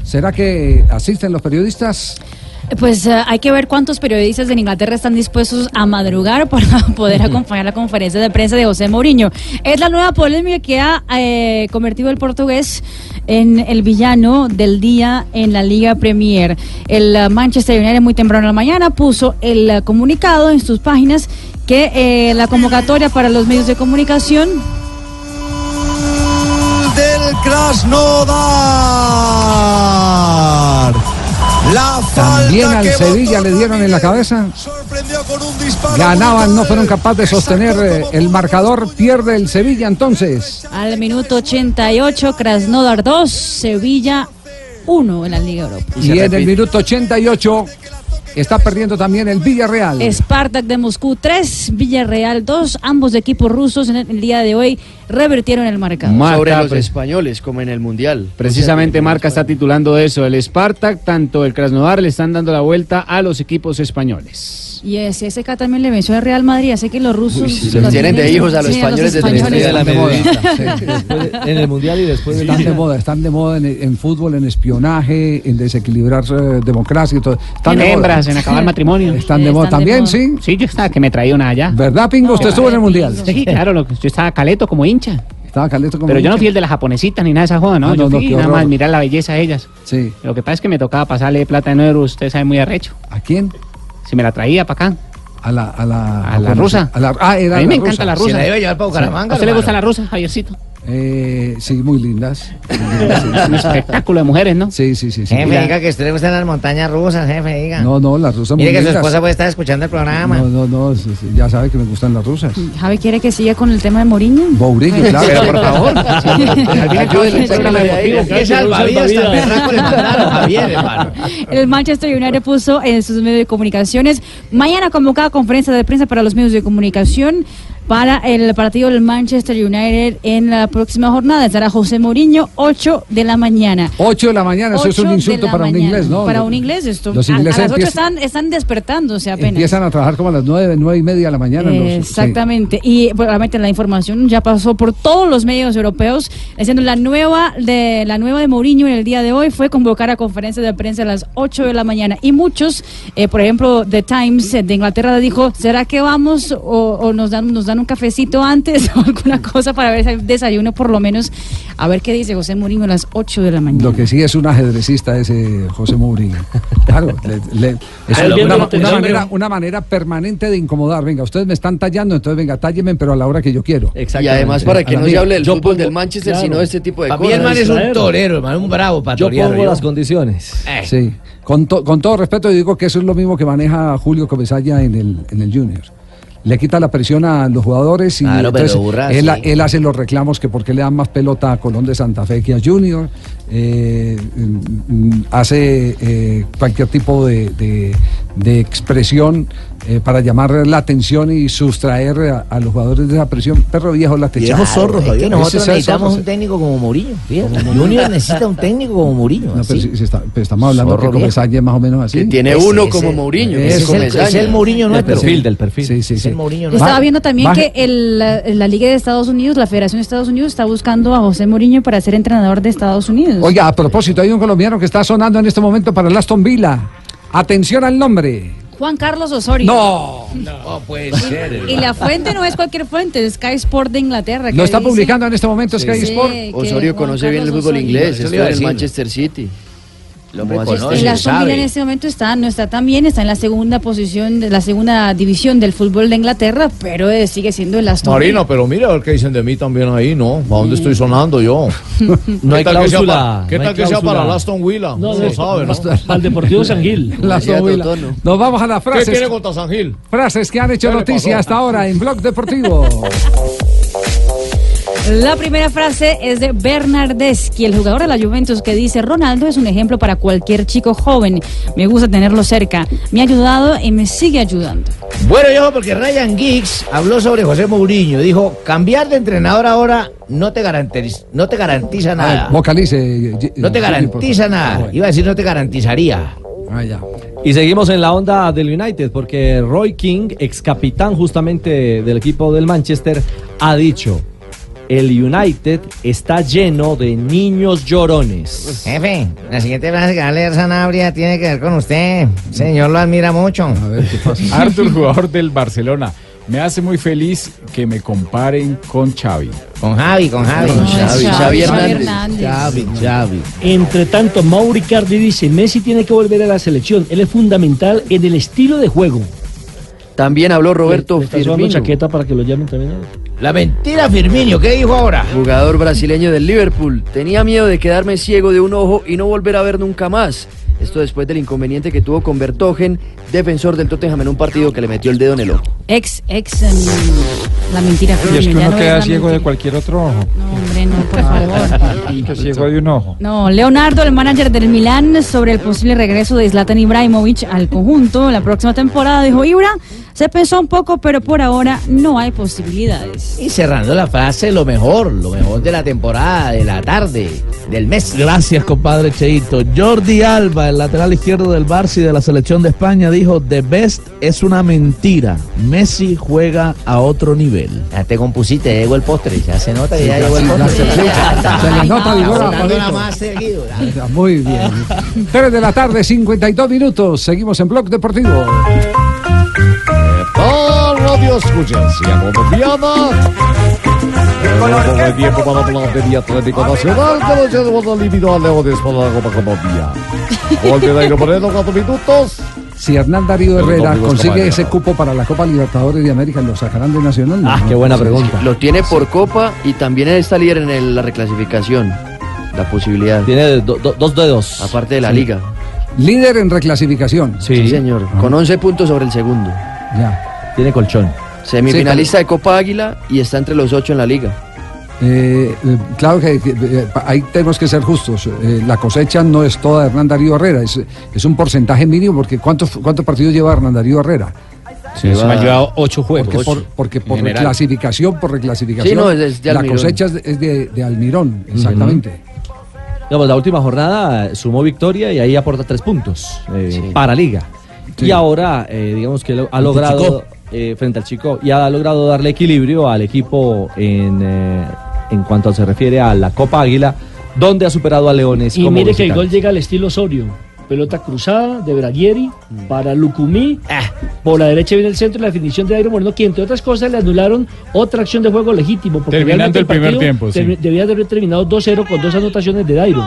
Speaker 3: ¿Será que asisten los periodistas?
Speaker 4: Pues eh, hay que ver cuántos periodistas en Inglaterra están dispuestos a madrugar para poder acompañar la conferencia de prensa de José Mourinho. Es la nueva polémica que ha eh, convertido el portugués en el villano del día en la Liga Premier. El eh, Manchester United muy temprano en la mañana puso el eh, comunicado en sus páginas que eh, la convocatoria para los medios de comunicación
Speaker 14: del Krasnodar. La
Speaker 3: También
Speaker 14: falta
Speaker 3: al
Speaker 14: que
Speaker 3: Sevilla le dieron en la cabeza. Ganaban, no fueron capaces de sostener eh, el marcador. Pierde el Sevilla entonces.
Speaker 4: al minuto 88, Krasnodar 2, Sevilla 1 en la Liga Europa.
Speaker 3: Y, en el minuto 88 está perdiendo también el Villarreal.
Speaker 4: Spartak de Moscú 3, Villarreal 2. Ambos equipos rusos en el día de hoy revertieron el marcador.
Speaker 17: sobre
Speaker 7: pues.
Speaker 17: los españoles, como en el Mundial.
Speaker 7: Precisamente Marca está titulando de eso. El Spartak, tanto el Krasnodar, le están dando la vuelta a los equipos españoles.
Speaker 4: Y ese SK también le venció al Real Madrid, así que los rusos.
Speaker 7: sí,
Speaker 4: los
Speaker 7: los tienen de hijos a los
Speaker 4: sí,
Speaker 7: españoles desde
Speaker 4: españoles.
Speaker 7: Estrella de la
Speaker 9: En el Mundial y después de
Speaker 3: Están de moda, están de moda en, en fútbol, en espionaje, en desequilibrar eh, democracia y todo. Están
Speaker 7: En
Speaker 3: de moda.
Speaker 7: hembras, en acabar matrimonio.
Speaker 3: Están de moda también, sí.
Speaker 7: Sí, yo estaba que me traía una allá.
Speaker 3: ¿Verdad, Pingo? Usted estuvo en el Mundial.
Speaker 7: Sí, claro, lo que- yo estaba caleto como hincha.
Speaker 3: Estaba caleto como
Speaker 7: Pero yo no
Speaker 3: hincha.
Speaker 7: fui el de las japonesitas ni nada de esa joda, ¿no?
Speaker 3: Ah, no,
Speaker 7: yo
Speaker 3: no,
Speaker 7: fui
Speaker 3: qué
Speaker 7: nada más
Speaker 3: horror.
Speaker 7: mirar la belleza de ellas.
Speaker 3: Sí.
Speaker 7: Lo que pasa es que me tocaba pasarle plata en euros, usted sabe, muy arrecho.
Speaker 3: ¿A quién?
Speaker 7: Si me la traía para acá.
Speaker 3: A la, a la,
Speaker 7: a la
Speaker 3: japonesa.
Speaker 7: rusa.
Speaker 3: A la- ah, era
Speaker 7: a mí me
Speaker 3: la rusa.
Speaker 7: encanta la
Speaker 3: Se
Speaker 7: rusa.
Speaker 3: la debe llevar pa' Bucaramanga,
Speaker 7: ¿A usted le
Speaker 3: hermano.
Speaker 7: gusta la rusa, Javiercito?
Speaker 3: Eh, sí, muy lindas.
Speaker 7: Un espectáculo de mujeres, ¿no?
Speaker 3: Sí, sí, sí. sí.
Speaker 6: Jefe, Eh, diga que usted le gustan las montañas rusas, jefe, diga.
Speaker 3: No, no, las rusas
Speaker 6: Mire
Speaker 3: muy
Speaker 6: que su
Speaker 3: lindas.
Speaker 6: esposa puede estar escuchando el programa.
Speaker 3: No, no, no, sí, sí, ya sabe que me gustan las rusas.
Speaker 4: Javi quiere que siga con el tema de Mourinho. Pues,
Speaker 3: Mourinho, claro. Pero, por favor.
Speaker 7: Ayúdenle, sáquenla de ahí.
Speaker 6: ¿Qué salvavidas tan berraco le mandaron, Javier, hermano?
Speaker 4: El Manchester United puso en sus medios de comunicaciones. Mañana convocada conferencia de prensa para los medios de comunicación para el partido del Manchester United en la próxima jornada. Estará José Mourinho, 8 de la mañana.
Speaker 3: 8 de la mañana, eso es
Speaker 4: Ocho
Speaker 3: un
Speaker 4: de
Speaker 3: insulto
Speaker 4: la
Speaker 3: para un
Speaker 4: mañana.
Speaker 3: inglés, ¿no?
Speaker 4: Para un inglés, esto.
Speaker 3: Los
Speaker 4: a-
Speaker 3: ingleses
Speaker 4: a, las 8
Speaker 3: empiezan-
Speaker 4: están, están despertándose apenas.
Speaker 3: Empiezan a trabajar como a las nueve, nueve y media de la mañana. los- sí.
Speaker 4: Exactamente. Y pues, realmente la información ya pasó por todos los medios europeos, siendo la nueva de la nueva de Mourinho en el día de hoy fue convocar a conferencias de prensa a las 8 de la mañana y muchos, eh, por ejemplo, The Times de Inglaterra dijo, ¿será que vamos o, o nos dan nos dan un cafecito antes o alguna cosa para ver si hay desayuno por lo menos a ver qué dice José Mourinho a las 8 de la mañana?
Speaker 3: Lo que sí es un ajedrecista ese José Mourinho. Claro, le- le- es
Speaker 20: Ahí lo
Speaker 3: una,
Speaker 20: viendo la
Speaker 3: una
Speaker 20: televisión,
Speaker 3: manera,
Speaker 20: ¿no?
Speaker 3: una manera permanente de incomodar. Venga, ustedes me están tallando, entonces venga, tállenme, pero a la hora que yo quiero.
Speaker 17: Y además para que
Speaker 3: A la
Speaker 17: no se
Speaker 3: mía.
Speaker 17: hable del
Speaker 3: Yo
Speaker 17: fútbol del Manchester,
Speaker 3: claro.
Speaker 17: sino de este tipo de
Speaker 6: Para
Speaker 17: cosas.
Speaker 6: mí el man es un torero, hermano, un bravo Eh. para
Speaker 3: Yo
Speaker 6: torear.
Speaker 3: pongo las
Speaker 9: condiciones.
Speaker 3: Sí. Con, to- con todo respeto, yo digo que eso es lo mismo que maneja Julio Comesaña en el, en el Junior. Le quita la presión a los jugadores y
Speaker 6: Claro, pero
Speaker 3: entonces
Speaker 6: Urra,
Speaker 3: él,
Speaker 6: sí.
Speaker 3: él hace los reclamos que por qué le dan más pelota a Colón de Santa Fe que a Junior. eh, mm, mm, hace eh, cualquier tipo de, de- de expresión eh, para llamar la atención y sustraer a, a los jugadores de esa presión. Perro viejo la atención.
Speaker 6: Claro, es que
Speaker 3: Ese es
Speaker 6: nosotros
Speaker 3: el
Speaker 6: necesitamos
Speaker 3: zorro,
Speaker 6: un técnico como Mourinho. fíjate. Junior necesita un técnico como Mourinho.
Speaker 3: No, pero,
Speaker 6: así.
Speaker 3: sí- sí está- pero estamos hablando
Speaker 6: Zorro
Speaker 3: que
Speaker 6: viejo.
Speaker 3: Comesaña es más o menos así.
Speaker 17: Que tiene
Speaker 6: Ese
Speaker 17: uno
Speaker 6: es
Speaker 17: como
Speaker 6: el-
Speaker 3: ese
Speaker 17: Mourinho. que
Speaker 3: es el-
Speaker 17: Comesaña.
Speaker 6: es el Mourinho nuestro.
Speaker 3: del perfil. Sí, sí, sí.
Speaker 6: Mourinho
Speaker 4: Yo estaba
Speaker 3: Baje-
Speaker 4: viendo también
Speaker 3: baje-
Speaker 4: que el, la, la Liga de Estados Unidos, la Federación de Estados Unidos, está buscando a José Mourinho para ser entrenador de Estados Unidos.
Speaker 3: Oiga, a propósito, hay un colombiano que está sonando en este momento para el Aston Villa. Atención al nombre.
Speaker 4: Juan Carlos Osorio.
Speaker 3: No.
Speaker 6: No
Speaker 12: pues.
Speaker 6: puede ser.
Speaker 4: Y la fuente no es cualquier fuente, es Sky Sport de Inglaterra.
Speaker 3: Lo está publicando en este momento Sky Sport.
Speaker 17: Osorio conoce bien el fútbol inglés,
Speaker 6: Eso le
Speaker 17: estuvo
Speaker 6: iba a
Speaker 17: en el
Speaker 6: decir.
Speaker 17: Manchester City. Lo
Speaker 4: El Aston Villa en este momento está, no está tan bien, está en la segunda posición, de la segunda división del fútbol de Inglaterra, pero eh, sigue siendo el Aston Villa.
Speaker 12: Marina, pero mira a ver qué dicen de mí también ahí, ¿no? ¿A dónde estoy sonando yo?
Speaker 9: No hay
Speaker 12: ¿Qué tal que sea
Speaker 9: cláusula,
Speaker 12: para- ¿Qué
Speaker 9: no hay
Speaker 12: tal que sea
Speaker 9: cláusula.
Speaker 12: para el Aston Villa? No,
Speaker 3: no,
Speaker 12: lo sabe, ¿no?
Speaker 3: Al
Speaker 10: Deportivo San Gil.
Speaker 3: La Aston Villa. Nos vamos a las
Speaker 12: ¿Qué
Speaker 3: frases,
Speaker 12: tiene contra San Gil?
Speaker 3: frases que han hecho
Speaker 12: ¿Qué le
Speaker 3: noticia
Speaker 12: pasó?
Speaker 3: hasta ahora en Blog Deportivo.
Speaker 4: La primera frase es de Bernardeschi, el jugador de la Juventus, que dice, Ronaldo es un ejemplo para cualquier chico joven. Me gusta tenerlo cerca. Me ha ayudado y me sigue ayudando.
Speaker 6: Bueno, yo porque Ryan Giggs habló sobre José Mourinho. Dijo, cambiar de entrenador ahora no te garantiza, no te garantiza nada.
Speaker 3: Vocalice.
Speaker 6: No te garantiza nada. Iba a decir, no te garantizaría.
Speaker 3: Ah,
Speaker 9: Y seguimos en la onda del United porque Roy King, ex capitán justamente del equipo del Manchester, ha dicho, el United está lleno de niños llorones.
Speaker 41: Jefe, la siguiente frase que va a leer Sanabria tiene que ver con usted. El señor lo admira mucho. A ver qué pasa.
Speaker 8: Arthur, jugador del Barcelona. Me hace muy feliz que me comparen con Xavi.
Speaker 6: Con Javi, con Javi.
Speaker 10: Con Xavi, Xavi Hernández.
Speaker 6: Xavi, Xavi.
Speaker 10: Entre tanto, Mauri Cardi dice, Messi tiene que volver a la selección. Él es fundamental en el estilo de juego.
Speaker 17: También habló Roberto
Speaker 10: Le- le está sobando
Speaker 17: Firmino.
Speaker 10: chaqueta para que lo llamen también.
Speaker 6: La mentira Firmino, ¿qué dijo ahora?
Speaker 17: Jugador brasileño del Liverpool. Tenía miedo de quedarme ciego de un ojo y no volver a ver nunca más. Esto después del inconveniente que tuvo con Bertogen, defensor del Tottenham en un partido que le metió el dedo en el ojo.
Speaker 4: Ex, ex, mm, la mentira.
Speaker 8: Y es
Speaker 4: Firmino,
Speaker 8: que
Speaker 4: ya
Speaker 8: uno
Speaker 4: es
Speaker 8: queda
Speaker 4: la
Speaker 8: ciego de
Speaker 4: mentira.
Speaker 8: cualquier otro ojo.
Speaker 4: No, hombre, no, por
Speaker 3: Ah,
Speaker 4: favor.
Speaker 8: Ciego de un ojo.
Speaker 4: No, Leonardo, el manager del Milán, sobre el posible regreso de Zlatan Ibrahimovic al conjunto la próxima temporada, dijo Ibra, se pensó un poco, pero por ahora no hay posibilidades.
Speaker 6: Y cerrando la frase, lo mejor, lo mejor de la temporada, de la tarde, del mes.
Speaker 18: Gracias, compadre Cheito. Jordi Alba, el lateral izquierdo del Barça y de la selección de España, dijo: The best es una mentira. Messi juega a otro nivel.
Speaker 41: Ya Ah, te compusiste, ya llegó el postre. Ya se nota que ya
Speaker 18: Sí,
Speaker 41: llegó el
Speaker 18: sí,
Speaker 41: postre.
Speaker 18: ya se-
Speaker 3: se le nota el gol a Juanito.
Speaker 41: seguido.
Speaker 3: Muy bien. 3 de la tarde, 52 minutos. Seguimos en Blog Deportivo.
Speaker 12: Ah, radio escuchencia colombiana. Con el tiempo para hablar de mi Atlético Nacional, que noche de boda libido a Leones para la Copa Colombia. Gol de Dairo Moreno, cuatro minutos.
Speaker 3: Si Hernán Darío
Speaker 12: Pero
Speaker 3: Herrera
Speaker 12: no, amigos,
Speaker 3: consigue
Speaker 12: compañero.
Speaker 3: ese cupo para la Copa Libertadores de América, ¿lo sacarán de Nacional?
Speaker 9: Ah, qué buena pregunta.
Speaker 17: Lo tiene por Copa y también está líder en el- la reclasificación. La posibilidad.
Speaker 9: Tiene dos dedos.
Speaker 17: Aparte de la
Speaker 3: Sí.
Speaker 17: liga.
Speaker 3: Líder en reclasificación. Ah.
Speaker 17: Sí, señor. Con 11 puntos sobre el segundo.
Speaker 3: Ya.
Speaker 9: Tiene colchón.
Speaker 17: Semifinalista de Copa Águila y está entre los 8 en la liga.
Speaker 3: Eh, eh, claro que que, eh, pa- ahí tenemos que ser justos. Eh, la cosecha no es toda de Hernán Darío Herrera, es, es un porcentaje mínimo porque ¿cuántos, cuántos partidos lleva Hernán Darío Herrera?
Speaker 7: Sí, se me ha llevado ocho juegos.
Speaker 3: Porque por, porque por
Speaker 7: general.
Speaker 3: reclasificación, por reclasificación,
Speaker 9: Sí, no, es- es de
Speaker 3: la
Speaker 9: Almirón.
Speaker 3: cosecha es de, es de- de Almirón, exactamente.
Speaker 9: No, pues la última jornada eh, sumó victoria y ahí aporta tres puntos eh, para Liga. Y ahora, eh, digamos que
Speaker 18: Este
Speaker 9: lo- ha al logrado Chico. eh, frente al chico y ha logrado darle equilibrio al equipo en, eh, en cuanto se refiere a la Copa Águila, donde ha superado a Leones.
Speaker 10: Y
Speaker 9: como
Speaker 10: mire que el
Speaker 9: visitante.
Speaker 10: gol llega al estilo Osorio. Pelota cruzada de Braguieri
Speaker 8: Mm.
Speaker 10: para Lucumí.
Speaker 8: Ah.
Speaker 10: Por la derecha viene el centro y la definición de Dairo Moreno, que entre otras cosas le anularon otra acción de juego legítimo. porque
Speaker 8: Terminando
Speaker 10: realmente
Speaker 8: el primer tiempo, sí.
Speaker 10: termi- Debía de haber terminado 2-0 con dos anotaciones de Dairo.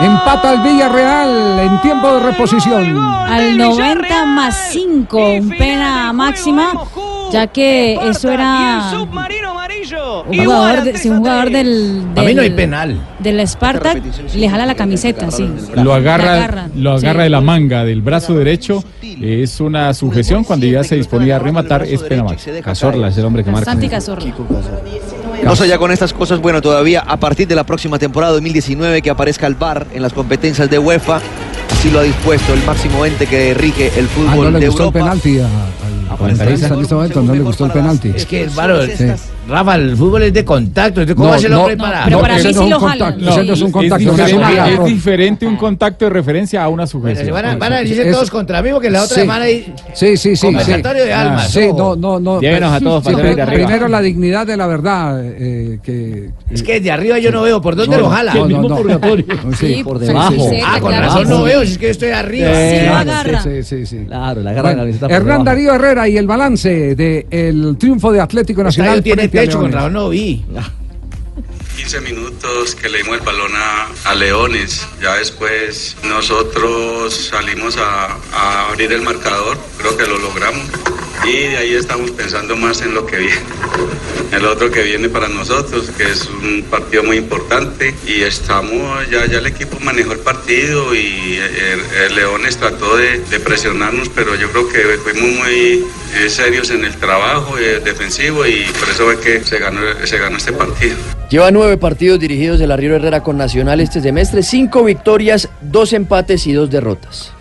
Speaker 3: Empata al Villarreal en tiempo de reposición. Ah,
Speaker 4: al 90 más 5, un pena máxima, ya que eso era un jugador, de, si un jugador del,
Speaker 6: A mí no hay
Speaker 4: del-
Speaker 6: penal.
Speaker 4: del Spartak le jala la camiseta, sí.
Speaker 8: Lo
Speaker 4: La
Speaker 8: agarra, lo agarra de la manga del brazo derecho. Es una sujeción cuando ya se disponía a rematar. Es pena máxima. Cazorla es el hombre que
Speaker 4: Santi Cazorla.
Speaker 19: No sé ya con estas cosas, bueno, todavía a partir de la próxima temporada 2019 que aparezca el VAR en las competencias de UEFA, así lo ha dispuesto el máximo ente que rige el
Speaker 3: Ah,
Speaker 19: fútbol
Speaker 3: no le
Speaker 19: de
Speaker 3: gustó el
Speaker 19: Europa.
Speaker 7: Ah,
Speaker 3: penalti a- al- al
Speaker 19: Paulista.
Speaker 3: Paulista en este momento, no le gustó el penalti.
Speaker 6: Es que, claro,
Speaker 3: Sí.
Speaker 6: Rafa, el fútbol es de contacto. ¿Usted ¿Cómo
Speaker 1: No,
Speaker 6: hace el
Speaker 1: no,
Speaker 6: hombre
Speaker 1: no,
Speaker 6: para.?
Speaker 1: pero para
Speaker 6: ese
Speaker 1: mí sí
Speaker 6: es
Speaker 1: lo
Speaker 6: un
Speaker 1: jalan.
Speaker 6: contacto,
Speaker 1: No,
Speaker 6: ese
Speaker 1: sí.
Speaker 6: no es un
Speaker 1: Es
Speaker 6: contacto,
Speaker 1: diferente,
Speaker 6: es una
Speaker 1: es
Speaker 6: agarrón.
Speaker 1: diferente un contacto de referencia a una sujeción.
Speaker 6: van a- van a decirse todos contra mí, porque la otra semana hay
Speaker 3: sí, sí, sí,
Speaker 6: conversatorio
Speaker 3: sí.
Speaker 6: de almas.
Speaker 3: Sí, no, no, no.
Speaker 6: Llévenos a todos para
Speaker 3: pero
Speaker 6: de arriba.
Speaker 3: Primero la dignidad de la verdad. eh, que,
Speaker 6: Es que de arriba yo no veo. ¿Por dónde lo jala?
Speaker 3: No, no, no. Sí, por debajo.
Speaker 6: Ah, con razón no veo. Si es que yo estoy arriba.
Speaker 3: Sí, sí, sí.
Speaker 9: Claro, la
Speaker 3: Bueno, Hernán Darío Herrera y el balance del triunfo de Atlético Nacional.
Speaker 6: tiene
Speaker 3: frente a
Speaker 6: techo, con
Speaker 3: Leones. Ah,
Speaker 6: razón no vi.
Speaker 10: 15 minutos que le dimos el balón a, a Leones. Ya después nosotros salimos a, a abrir el marcador. Creo que lo logramos. Y de ahí estamos pensando más en lo que viene. El otro que viene para nosotros, que es un partido muy importante. Y estamos, ya, ya el equipo manejó el partido y el, el Leones trató de, de presionarnos, pero yo creo que fuimos muy eh, serios en el trabajo eh, defensivo y por eso es que se ganó, se ganó este partido.
Speaker 17: Lleva nueve partidos dirigidos el Arriero Herrera con Nacional este semestre, cinco victorias, dos empates y dos derrotas.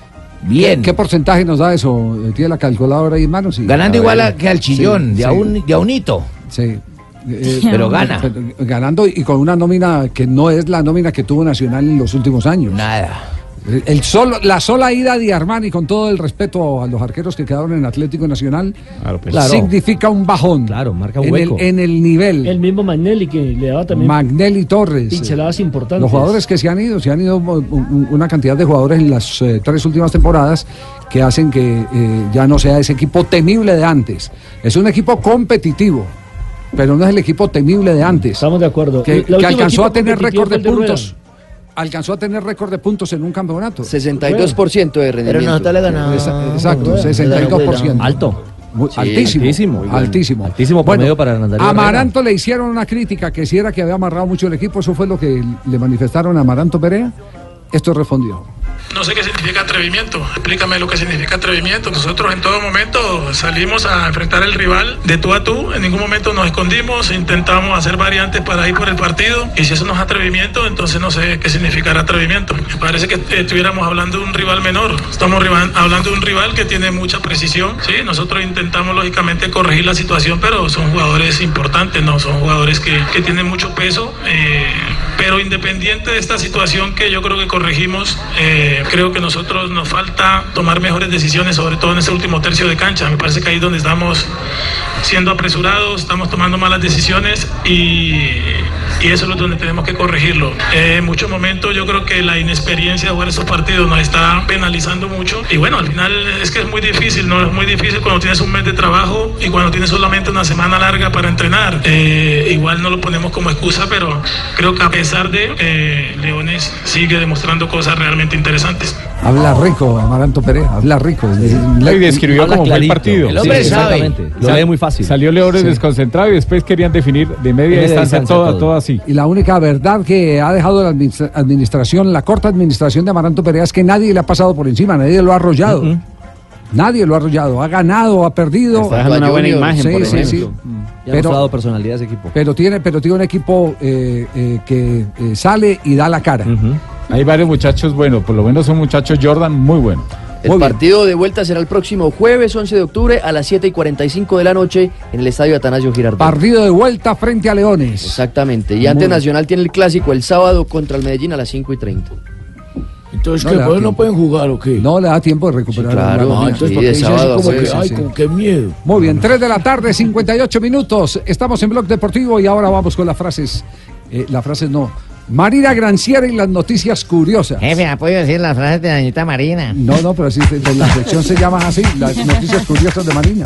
Speaker 3: Bien. ¿Qué, qué porcentaje nos da eso? Eh, ¿Tiene la calculadora ahí en mano? Sí.
Speaker 6: Ganando
Speaker 3: A
Speaker 6: igual
Speaker 3: ver.
Speaker 6: a- que al Chillón, de a un- de a un hito. Eh,
Speaker 3: Sí.
Speaker 6: Pero gana.
Speaker 3: Eh, ganando y con una nómina que no es la nómina que tuvo Nacional en los últimos años.
Speaker 6: Nada.
Speaker 3: El solo, la sola ida de Armani, con todo el respeto a los arqueros que quedaron en Atlético Nacional,
Speaker 9: Claro. pues.
Speaker 3: significa un bajón.
Speaker 9: Claro, marca un
Speaker 3: en
Speaker 9: hueco.
Speaker 3: El, en el nivel. El mismo Magnelli que le daba
Speaker 11: también
Speaker 3: Magnelli Torres. eh,
Speaker 11: pinceladas importantes.
Speaker 3: Los jugadores que se han ido, se han ido mo- un- una cantidad de jugadores en las eh, tres últimas temporadas que hacen que eh, ya no sea ese equipo temible de antes. Es un equipo competitivo, pero no es el equipo temible de antes. Estamos de acuerdo.
Speaker 11: El-
Speaker 3: Que,
Speaker 11: la
Speaker 3: que
Speaker 11: última
Speaker 3: alcanzó
Speaker 11: equipo
Speaker 3: a tener
Speaker 11: competitivo
Speaker 3: récord de
Speaker 11: fue el de
Speaker 3: puntos. Alcanzó a tener récord de puntos en un campeonato.
Speaker 17: 62% de rendimiento. Pero nosotros le ganamos.
Speaker 3: Esa- Exacto, 62%.
Speaker 9: Alto.
Speaker 3: Muy-
Speaker 9: Sí,
Speaker 3: altísimo,
Speaker 9: altísimo,
Speaker 3: altísimo.
Speaker 9: oigan. Altísimo promedio para Hernán Darío
Speaker 3: Amaranto le hicieron una crítica que si era que había amarrado mucho el equipo, eso fue lo que le manifestaron a Amaranto Perea. Esto respondió.
Speaker 24: No sé qué significa atrevimiento. Explícame lo que significa atrevimiento. Nosotros en todo momento salimos a enfrentar al rival de tú a tú. En ningún momento nos escondimos, intentamos hacer variantes para ir por el partido. Y si eso no es atrevimiento, entonces no sé qué significará atrevimiento. Me parece que estuviéramos hablando de un rival menor. Estamos rival- hablando de un rival que tiene mucha precisión. Sí, nosotros intentamos lógicamente corregir la situación, pero son jugadores importantes, ¿no? Son jugadores que, que tienen mucho peso. eh, pero independiente de esta situación que yo creo que corregimos, eh, creo que nosotros nos falta tomar mejores decisiones, sobre todo en este último tercio de cancha. Me parece que ahí es donde estamos siendo apresurados, estamos tomando malas decisiones y, y eso es donde tenemos que corregirlo. Eh, en muchos momentos yo creo que la inexperiencia de jugar esos partidos nos está penalizando mucho y bueno, al final es que es muy difícil, ¿no? Es muy difícil cuando tienes un mes de trabajo y cuando tienes solamente una semana larga para entrenar. Eh, igual no lo ponemos como excusa, pero creo que a pesar de, eh, Leones sigue demostrando cosas realmente interesantes.
Speaker 3: Habla rico, Amaranto Perea, habla rico.
Speaker 1: Y describió cómo fue el partido.
Speaker 3: Sí, exactamente.
Speaker 1: Sal-
Speaker 3: fácil.
Speaker 1: Salió Leones
Speaker 3: Sí.
Speaker 1: desconcentrado y después querían definir de media
Speaker 3: Media
Speaker 1: distancia,
Speaker 3: distancia,
Speaker 1: todo,
Speaker 3: todo.
Speaker 1: todo así.
Speaker 3: Y la única verdad que ha dejado la administra- administración, la corta administración de Amaranto Perea es que nadie le ha pasado por encima, nadie lo ha arrollado. Nadie lo ha arrollado, ha ganado, ha perdido.
Speaker 9: Está dejando una buena
Speaker 3: Junior,
Speaker 9: imagen,
Speaker 3: sí,
Speaker 9: por
Speaker 3: sí, sí.
Speaker 9: ejemplo. Ya ha
Speaker 3: Pero-
Speaker 9: mostrado personalidad ese equipo.
Speaker 3: Pero tiene, pero tiene un equipo eh, eh, que eh, sale y da la cara.
Speaker 1: Hay varios muchachos buenos, por lo menos un muchacho Jordan muy bueno.
Speaker 17: El partido de vuelta será el próximo jueves 11 de octubre a las 7 y 45 de la noche en el estadio Atanasio Girardot.
Speaker 3: Partido de vuelta frente a Leones.
Speaker 17: Exactamente. Y
Speaker 3: Muy
Speaker 17: antes
Speaker 3: bien.
Speaker 17: Nacional tiene el clásico el sábado contra el Medellín a las 5 y 30.
Speaker 3: Entonces,
Speaker 17: ¿qué? ¿Por qué no
Speaker 3: pueden jugar o qué? No le da tiempo de recuperar
Speaker 17: Sí, claro.
Speaker 3: la nómina.
Speaker 17: Ah, entonces, Sí, ¿para qué de dice así sábado, como sí, que, sí, ay, sí. con
Speaker 3: qué miedo? Muy bien, 3 de la tarde, 58 minutos. Estamos en Blog Deportivo y ahora vamos con las frases. Eh, las frases no. Marina Granciera y las noticias curiosas.
Speaker 15: Jefe, ¿ha podido decir las frases de Dañita Marina?
Speaker 3: No, no, pero así, se- de la sección se llama así, las noticias curiosas de Marina.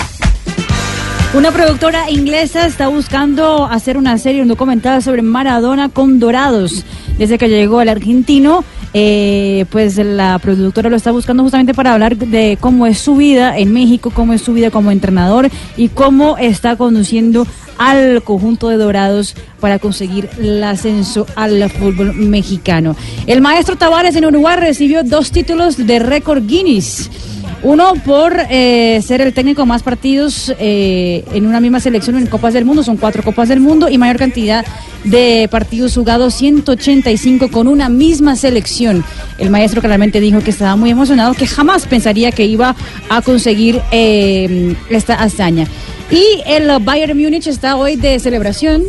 Speaker 4: Una productora inglesa está buscando hacer una serie, un documental sobre Maradona con Dorados. Desde que llegó el argentino, eh, pues la productora lo está buscando justamente para hablar de cómo es su vida en México, cómo es su vida como entrenador y cómo está conduciendo al conjunto de Dorados para conseguir el ascenso al fútbol mexicano. El maestro Tavares en Uruguay recibió dos títulos de récord Guinness. Uno por eh, ser el técnico más partidos eh, en una misma selección en Copas del Mundo, son cuatro Copas del Mundo y mayor cantidad de partidos jugados, 185 con una misma selección. El maestro claramente dijo que estaba muy emocionado, que jamás pensaría que iba a conseguir eh, esta hazaña. Y el Bayern Múnich está hoy de celebración.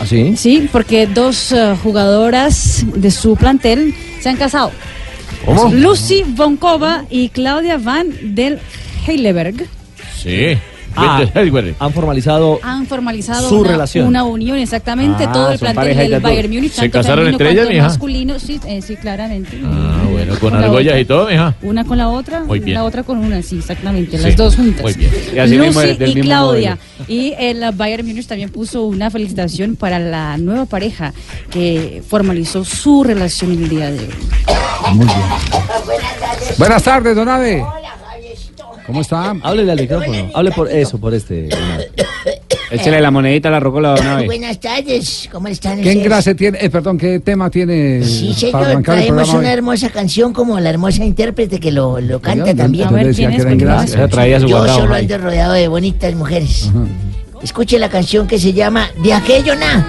Speaker 9: ¿Ah, sí?
Speaker 4: Sí, porque dos eh, jugadoras de su plantel se han casado.
Speaker 8: ¿Cómo?
Speaker 4: Lucy Vonkova y Claudia Van del Heileberg
Speaker 8: Sí.
Speaker 9: Ah, han formalizado
Speaker 4: han formalizado
Speaker 9: Su
Speaker 4: una,
Speaker 9: relación.
Speaker 4: una unión exactamente
Speaker 8: Ah,
Speaker 4: todo el
Speaker 8: son
Speaker 4: plantel
Speaker 8: pareja y
Speaker 4: del
Speaker 8: todo.
Speaker 4: Bayern Múnich
Speaker 8: ¿Se
Speaker 4: tanto
Speaker 8: casaron
Speaker 4: femenino
Speaker 8: entre ellas,
Speaker 4: cuanto
Speaker 8: mija?
Speaker 4: masculino sí, eh, sí claramente
Speaker 8: Ah, bueno, con
Speaker 4: Con la
Speaker 8: argollas
Speaker 4: otra.
Speaker 8: y todo, mija.
Speaker 4: una con la otra
Speaker 8: Muy bien.
Speaker 4: la otra con una sí exactamente
Speaker 8: Sí,
Speaker 4: las dos juntas
Speaker 8: Muy bien.
Speaker 4: Lucy y Claudia. Y el Bayern Munich también puso una felicitación para la nueva pareja que formalizó su relación en el día de hoy.
Speaker 3: Muy bien. Buenas tardes, don Ave. ¿Cómo está?
Speaker 9: Háblele al micrófono. Hable por eso, por este.
Speaker 7: Échele la monedita a la rocola de una vez.
Speaker 30: Buenas tardes, ¿cómo están?
Speaker 3: ¿Qué
Speaker 30: ustedes?
Speaker 3: engrase tiene? eh, perdón, ¿qué tema tiene
Speaker 30: Sí,
Speaker 3: para
Speaker 30: señor,
Speaker 3: arrancar el
Speaker 30: traemos
Speaker 3: programa? hoy?
Speaker 30: una hermosa canción como la hermosa intérprete que lo, lo canta
Speaker 3: Yo
Speaker 30: también.
Speaker 3: le decía que era engrase.
Speaker 30: Yo solo ando rodeado de bonitas mujeres. Escuche la canción que se llama De aquello na.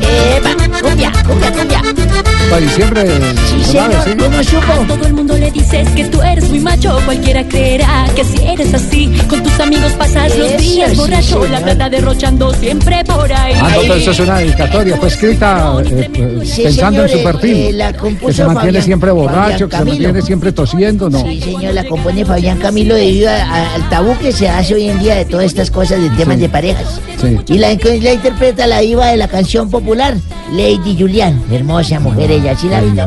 Speaker 30: Epa, cumbia, cumbia, cumbia.
Speaker 3: Para diciembre,
Speaker 30: Sí,
Speaker 3: don Ave,
Speaker 30: señor,
Speaker 3: ¿sí?
Speaker 30: ¿cómo supo?
Speaker 19: pues, Todo el mundo le dices que tú eres muy macho, cualquiera creerá que si eres así, con tus amigos pasas los
Speaker 30: Eso,
Speaker 19: días
Speaker 30: sí,
Speaker 19: borracho,
Speaker 30: señor.
Speaker 19: la plata derrochando siempre por ahí.
Speaker 3: Ah, no, pero eso es una dedicatoria, fue escrita eh, eh,
Speaker 30: Sí,
Speaker 3: pensando en
Speaker 30: señor,
Speaker 3: su perfil.
Speaker 30: eh, la
Speaker 3: que
Speaker 30: compuso
Speaker 3: se mantiene
Speaker 30: Fabián-
Speaker 3: siempre
Speaker 30: Fabián
Speaker 3: borracho, que se
Speaker 30: Camilo.
Speaker 3: mantiene siempre tosiendo, no.
Speaker 30: Sí, señor, la compone Fabián Camilo debido a- a- al tabú que se hace hoy en día de todas estas cosas de temas de parejas.
Speaker 3: Sí.
Speaker 30: Y la, la interpreta la diva de la canción popular, Lady Julian. Hermosa mujer ella, sí la vi. ¿no?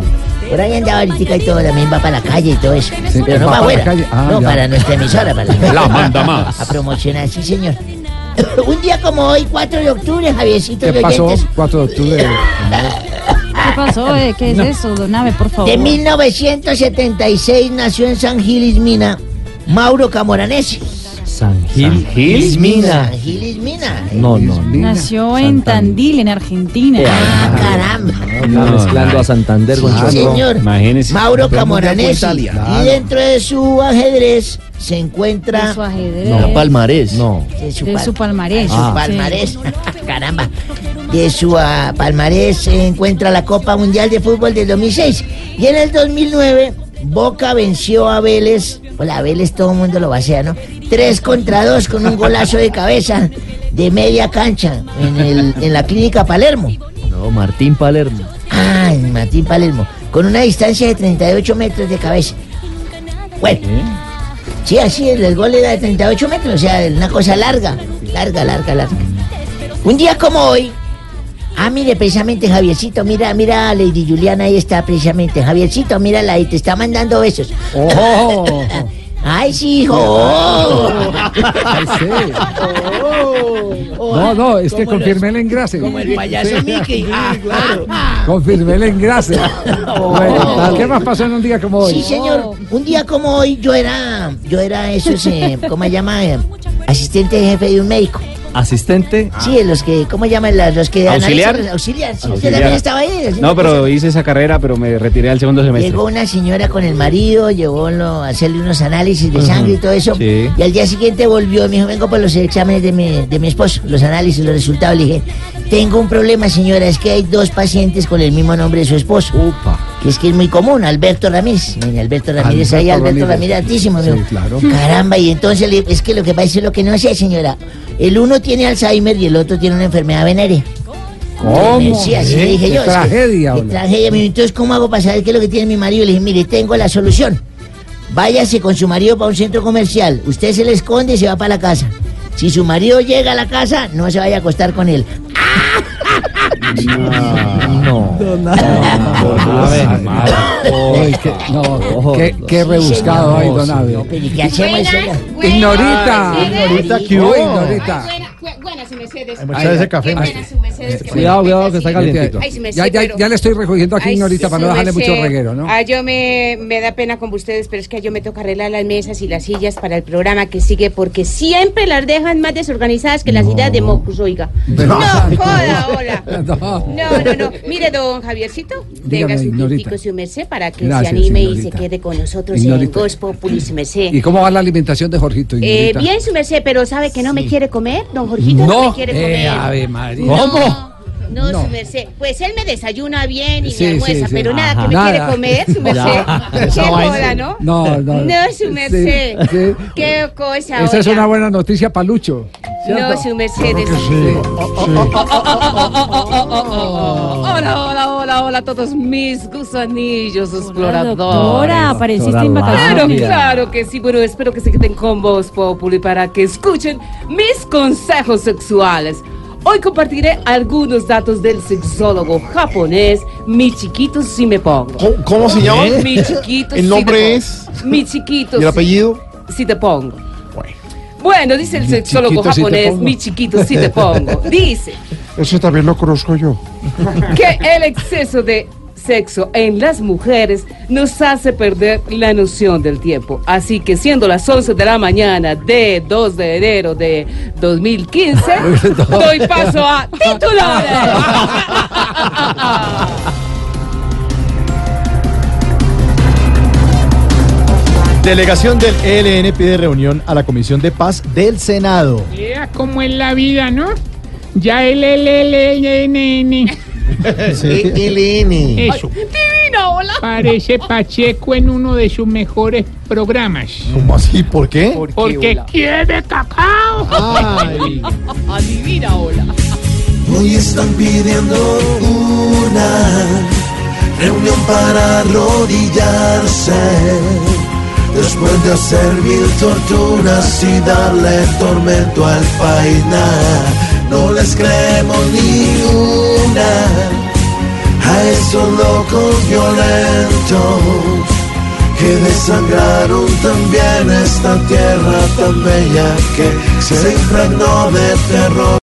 Speaker 30: Por ahí andaba ahorita y todo, también va para la calle y todo eso.
Speaker 3: Sí,
Speaker 30: Pero no
Speaker 3: va para
Speaker 30: para
Speaker 3: la
Speaker 30: afuera,
Speaker 3: calle. Ah,
Speaker 30: no
Speaker 3: ya.
Speaker 30: para nuestra emisora. Para
Speaker 3: La manda más.
Speaker 30: A promocionar, sí señor. Un día como hoy, 4 de octubre, Javiercito
Speaker 3: ¿Qué
Speaker 30: y
Speaker 3: pasó?
Speaker 30: oyentes,
Speaker 3: 4 de octubre.
Speaker 4: ¿Qué pasó? eh? ¿Qué es eso, don Ave, por favor?
Speaker 30: De 1976 nació en San Gilis Mina Mauro Camoranesi.
Speaker 9: San Gil. Gil
Speaker 30: San Gilis Mina.
Speaker 9: No, no.
Speaker 4: Nació en Tandil, en Argentina.
Speaker 30: Ah, caramba.
Speaker 9: Está mezclando a Santander con
Speaker 30: Sí,
Speaker 9: Chorro.
Speaker 30: señor.
Speaker 9: Imagínese.
Speaker 30: Mauro
Speaker 9: Pero mundial fue
Speaker 30: Camoranesi.
Speaker 9: Italia.
Speaker 30: Y dentro de su ajedrez se encuentra.
Speaker 4: De su ajedrez.
Speaker 30: No,
Speaker 17: palmarés.
Speaker 9: No.
Speaker 30: De su,
Speaker 4: De
Speaker 30: pal-
Speaker 4: su palmarés.
Speaker 30: su
Speaker 4: Ah.
Speaker 30: palmarés. Caramba. De su ah, palmarés se encuentra la Copa Mundial de Fútbol del 2006. Y en el 2009, Boca venció a Vélez. Hola, Vélez todo el mundo lo vacía, ¿no? 3 contra 2 con un golazo de cabeza de media cancha en, el- en la Clínica Palermo.
Speaker 18: No, Martín Palermo.
Speaker 30: Ay, Martín Palermo. Con una distancia de 38 metros de cabeza. Bueno. Sí, así, es, el gol era de 38 metros, o sea, una cosa larga, larga, larga, larga. Un día como hoy, ah, mire, precisamente Javiercito, mira, mira, Lady Juliana, ahí está precisamente. Javiercito, mírala, ahí te está mandando besos.
Speaker 3: ¡Oh!
Speaker 30: ¡Ay, sí, hijo! Oh.
Speaker 3: Ay, sí.
Speaker 30: Oh.
Speaker 3: No, no, es que
Speaker 30: Como los-
Speaker 3: confirmé el engrase.
Speaker 30: Como el payaso
Speaker 3: Sí.
Speaker 30: Mickey. Ah,
Speaker 3: Confirmé el engrase. Bueno, ¿qué más pasó en un día como hoy?
Speaker 30: Oh, Sí, señor. Un día como hoy yo era, yo era esos, eh, ¿cómo se llama? Eh, asistente jefe de un médico.
Speaker 9: Asistente.
Speaker 30: Sí, de los que, ¿cómo llaman las- los que analizan
Speaker 7: ¿Auxiliar?
Speaker 30: los auxiliar, sí, usted
Speaker 7: Auxiliar.
Speaker 30: también estaba ahí.
Speaker 7: No, pero hice esa carrera, pero me retiré al segundo semestre.
Speaker 30: Llegó una señora con el marido, llegó lo- a hacerle unos análisis de
Speaker 7: Ujú,
Speaker 30: sangre y todo eso.
Speaker 7: sí.
Speaker 30: Y al día siguiente volvió y me dijo, vengo por los exámenes de mi, de mi esposo, los análisis, los resultados. Le dije, tengo un problema, señora, es que hay dos pacientes con el mismo nombre de su esposo. Que es que es muy común, Alberto Ramírez. Mira, Alberto Ramírez
Speaker 3: Alberto
Speaker 30: ahí, Alberto
Speaker 3: Ramírez.
Speaker 30: Ramírez altísimo.
Speaker 3: Sí,
Speaker 30: digo,
Speaker 3: claro.
Speaker 30: Caramba, y entonces le- es que lo que pasa es lo que no sé, señora. El uno tiene Alzheimer y el otro tiene una enfermedad venérea.
Speaker 3: ¿Cómo?
Speaker 30: Sí, así le
Speaker 3: ¿Eh?
Speaker 30: dije
Speaker 3: Qué
Speaker 30: yo. es que-
Speaker 3: tragedia,
Speaker 30: qué
Speaker 3: hola.
Speaker 30: tragedia. Me dijo, Entonces, ¿cómo hago para saber qué es lo que tiene mi marido? Le dije, mire, tengo la solución. Váyase con su marido para un centro comercial. Usted se le esconde y se va para la casa. Si su marido llega a la casa, no se vaya a acostar con él.
Speaker 9: No.
Speaker 3: Ay, qué, no, qué, qué rebuscado hay, don Abe.
Speaker 30: Pero, ¿y qué hacemos? oiga?
Speaker 3: Ignorita.
Speaker 30: Ignorita, ¿qué hubo?
Speaker 3: Uy, Ignorita.
Speaker 22: Buenas, su Mercedes.
Speaker 3: Ay, muchacha, ese café.
Speaker 22: Buenas, su Mercedes.
Speaker 9: Cuidado, cuidado, que está calientito.
Speaker 22: Ay, sí me
Speaker 3: Ya,
Speaker 22: sé,
Speaker 3: ya,
Speaker 22: pero-
Speaker 3: ya le estoy recogiendo aquí,
Speaker 22: Ay,
Speaker 3: Ignorita,
Speaker 22: sí,
Speaker 3: para no
Speaker 22: su
Speaker 3: dejarle mucho
Speaker 22: merced.
Speaker 3: reguero, ¿no?
Speaker 22: Ah, yo me, me da pena con ustedes, pero es que yo me toca arreglar las mesas y las sillas para el programa que sigue, porque siempre las dejan más desorganizadas que las sillas de Mocus, oiga. No, joda, hola.
Speaker 3: No,
Speaker 22: No, no, no. Mire, don Javiercito,
Speaker 3: Dígame,
Speaker 22: tenga su
Speaker 3: Ignorita.
Speaker 22: tintico, su merced, para que
Speaker 3: Gracias,
Speaker 22: se anime y
Speaker 3: Ignorita.
Speaker 22: se quede con nosotros
Speaker 3: Ignorita.
Speaker 22: en Ghost Populi, su merced.
Speaker 3: ¿Y cómo va la alimentación de Jorgito?
Speaker 22: Eh,
Speaker 3: Ignorita?
Speaker 22: bien, su merced, pero ¿sabe que no me quiere comer? Don Jorgito no, me quiere
Speaker 3: eh,
Speaker 22: comer.
Speaker 3: Ave María.
Speaker 22: No.
Speaker 51: No,
Speaker 3: No.
Speaker 51: su merced. Pues él me desayuna bien y
Speaker 3: Sí,
Speaker 51: me almuerza,
Speaker 3: sí, sí.
Speaker 51: pero nada, que me
Speaker 3: Ajá.
Speaker 51: quiere comer, su merced.
Speaker 3: Ya.
Speaker 51: Qué joda, ¿no?
Speaker 3: No, no.
Speaker 51: No, su merced.
Speaker 3: Sí, sí.
Speaker 51: Qué cosa.
Speaker 3: Esa es
Speaker 51: oiga.
Speaker 3: una buena noticia para Lucho.
Speaker 51: No, su merced. es-
Speaker 25: oh, Hola, hola, hola, hola a todos mis gusanillos exploradores.
Speaker 4: doctora, apareciste en
Speaker 25: Doctora
Speaker 4: vacaciones.
Speaker 25: Claro, claro que sí. Bueno, espero que se queden con vos, Populi, para que escuchen mis consejos sexuales. Hoy compartiré algunos datos del sexólogo japonés, mi chiquito si me pongo.
Speaker 23: ¿Cómo- cómo se llama?
Speaker 25: ¿Eh? Mi chiquito
Speaker 23: El
Speaker 25: si
Speaker 23: nombre
Speaker 25: te pongo.
Speaker 23: es-
Speaker 25: Mi chiquito.
Speaker 23: ¿Y el
Speaker 25: si-
Speaker 23: apellido?
Speaker 25: Si te pongo. Bueno, dice el sexólogo
Speaker 23: chiquito si te
Speaker 25: japonés,
Speaker 23: pongo.
Speaker 25: mi chiquito si te pongo. Dice
Speaker 23: Eso también lo conozco yo.
Speaker 25: que el exceso de sexo en las mujeres nos hace perder la noción del tiempo. Así que siendo las 11 de la mañana de 2 de enero de 2015, doy paso a titulares.
Speaker 18: Delegación del ELN pide reunión a la Comisión de Paz del Senado.
Speaker 7: Vea cómo es la vida, ¿no? Ya el LLNN.
Speaker 8: Eh,
Speaker 18: ELN.
Speaker 7: Eso. Divina, hola. Parece Pacheco en uno de sus mejores programas.
Speaker 18: ¿Cómo así? ¿Por qué?
Speaker 7: Porque
Speaker 18: hola?
Speaker 7: quiere cacao.
Speaker 18: Ay.
Speaker 7: Adivina, hola.
Speaker 31: Hoy están pidiendo una reunión para arrodillarse. Después de hacer mil torturas y darle tormento al país, nah, no les creemos ni una a esos locos violentos que desangraron también esta tierra tan bella que se impregnó de terror.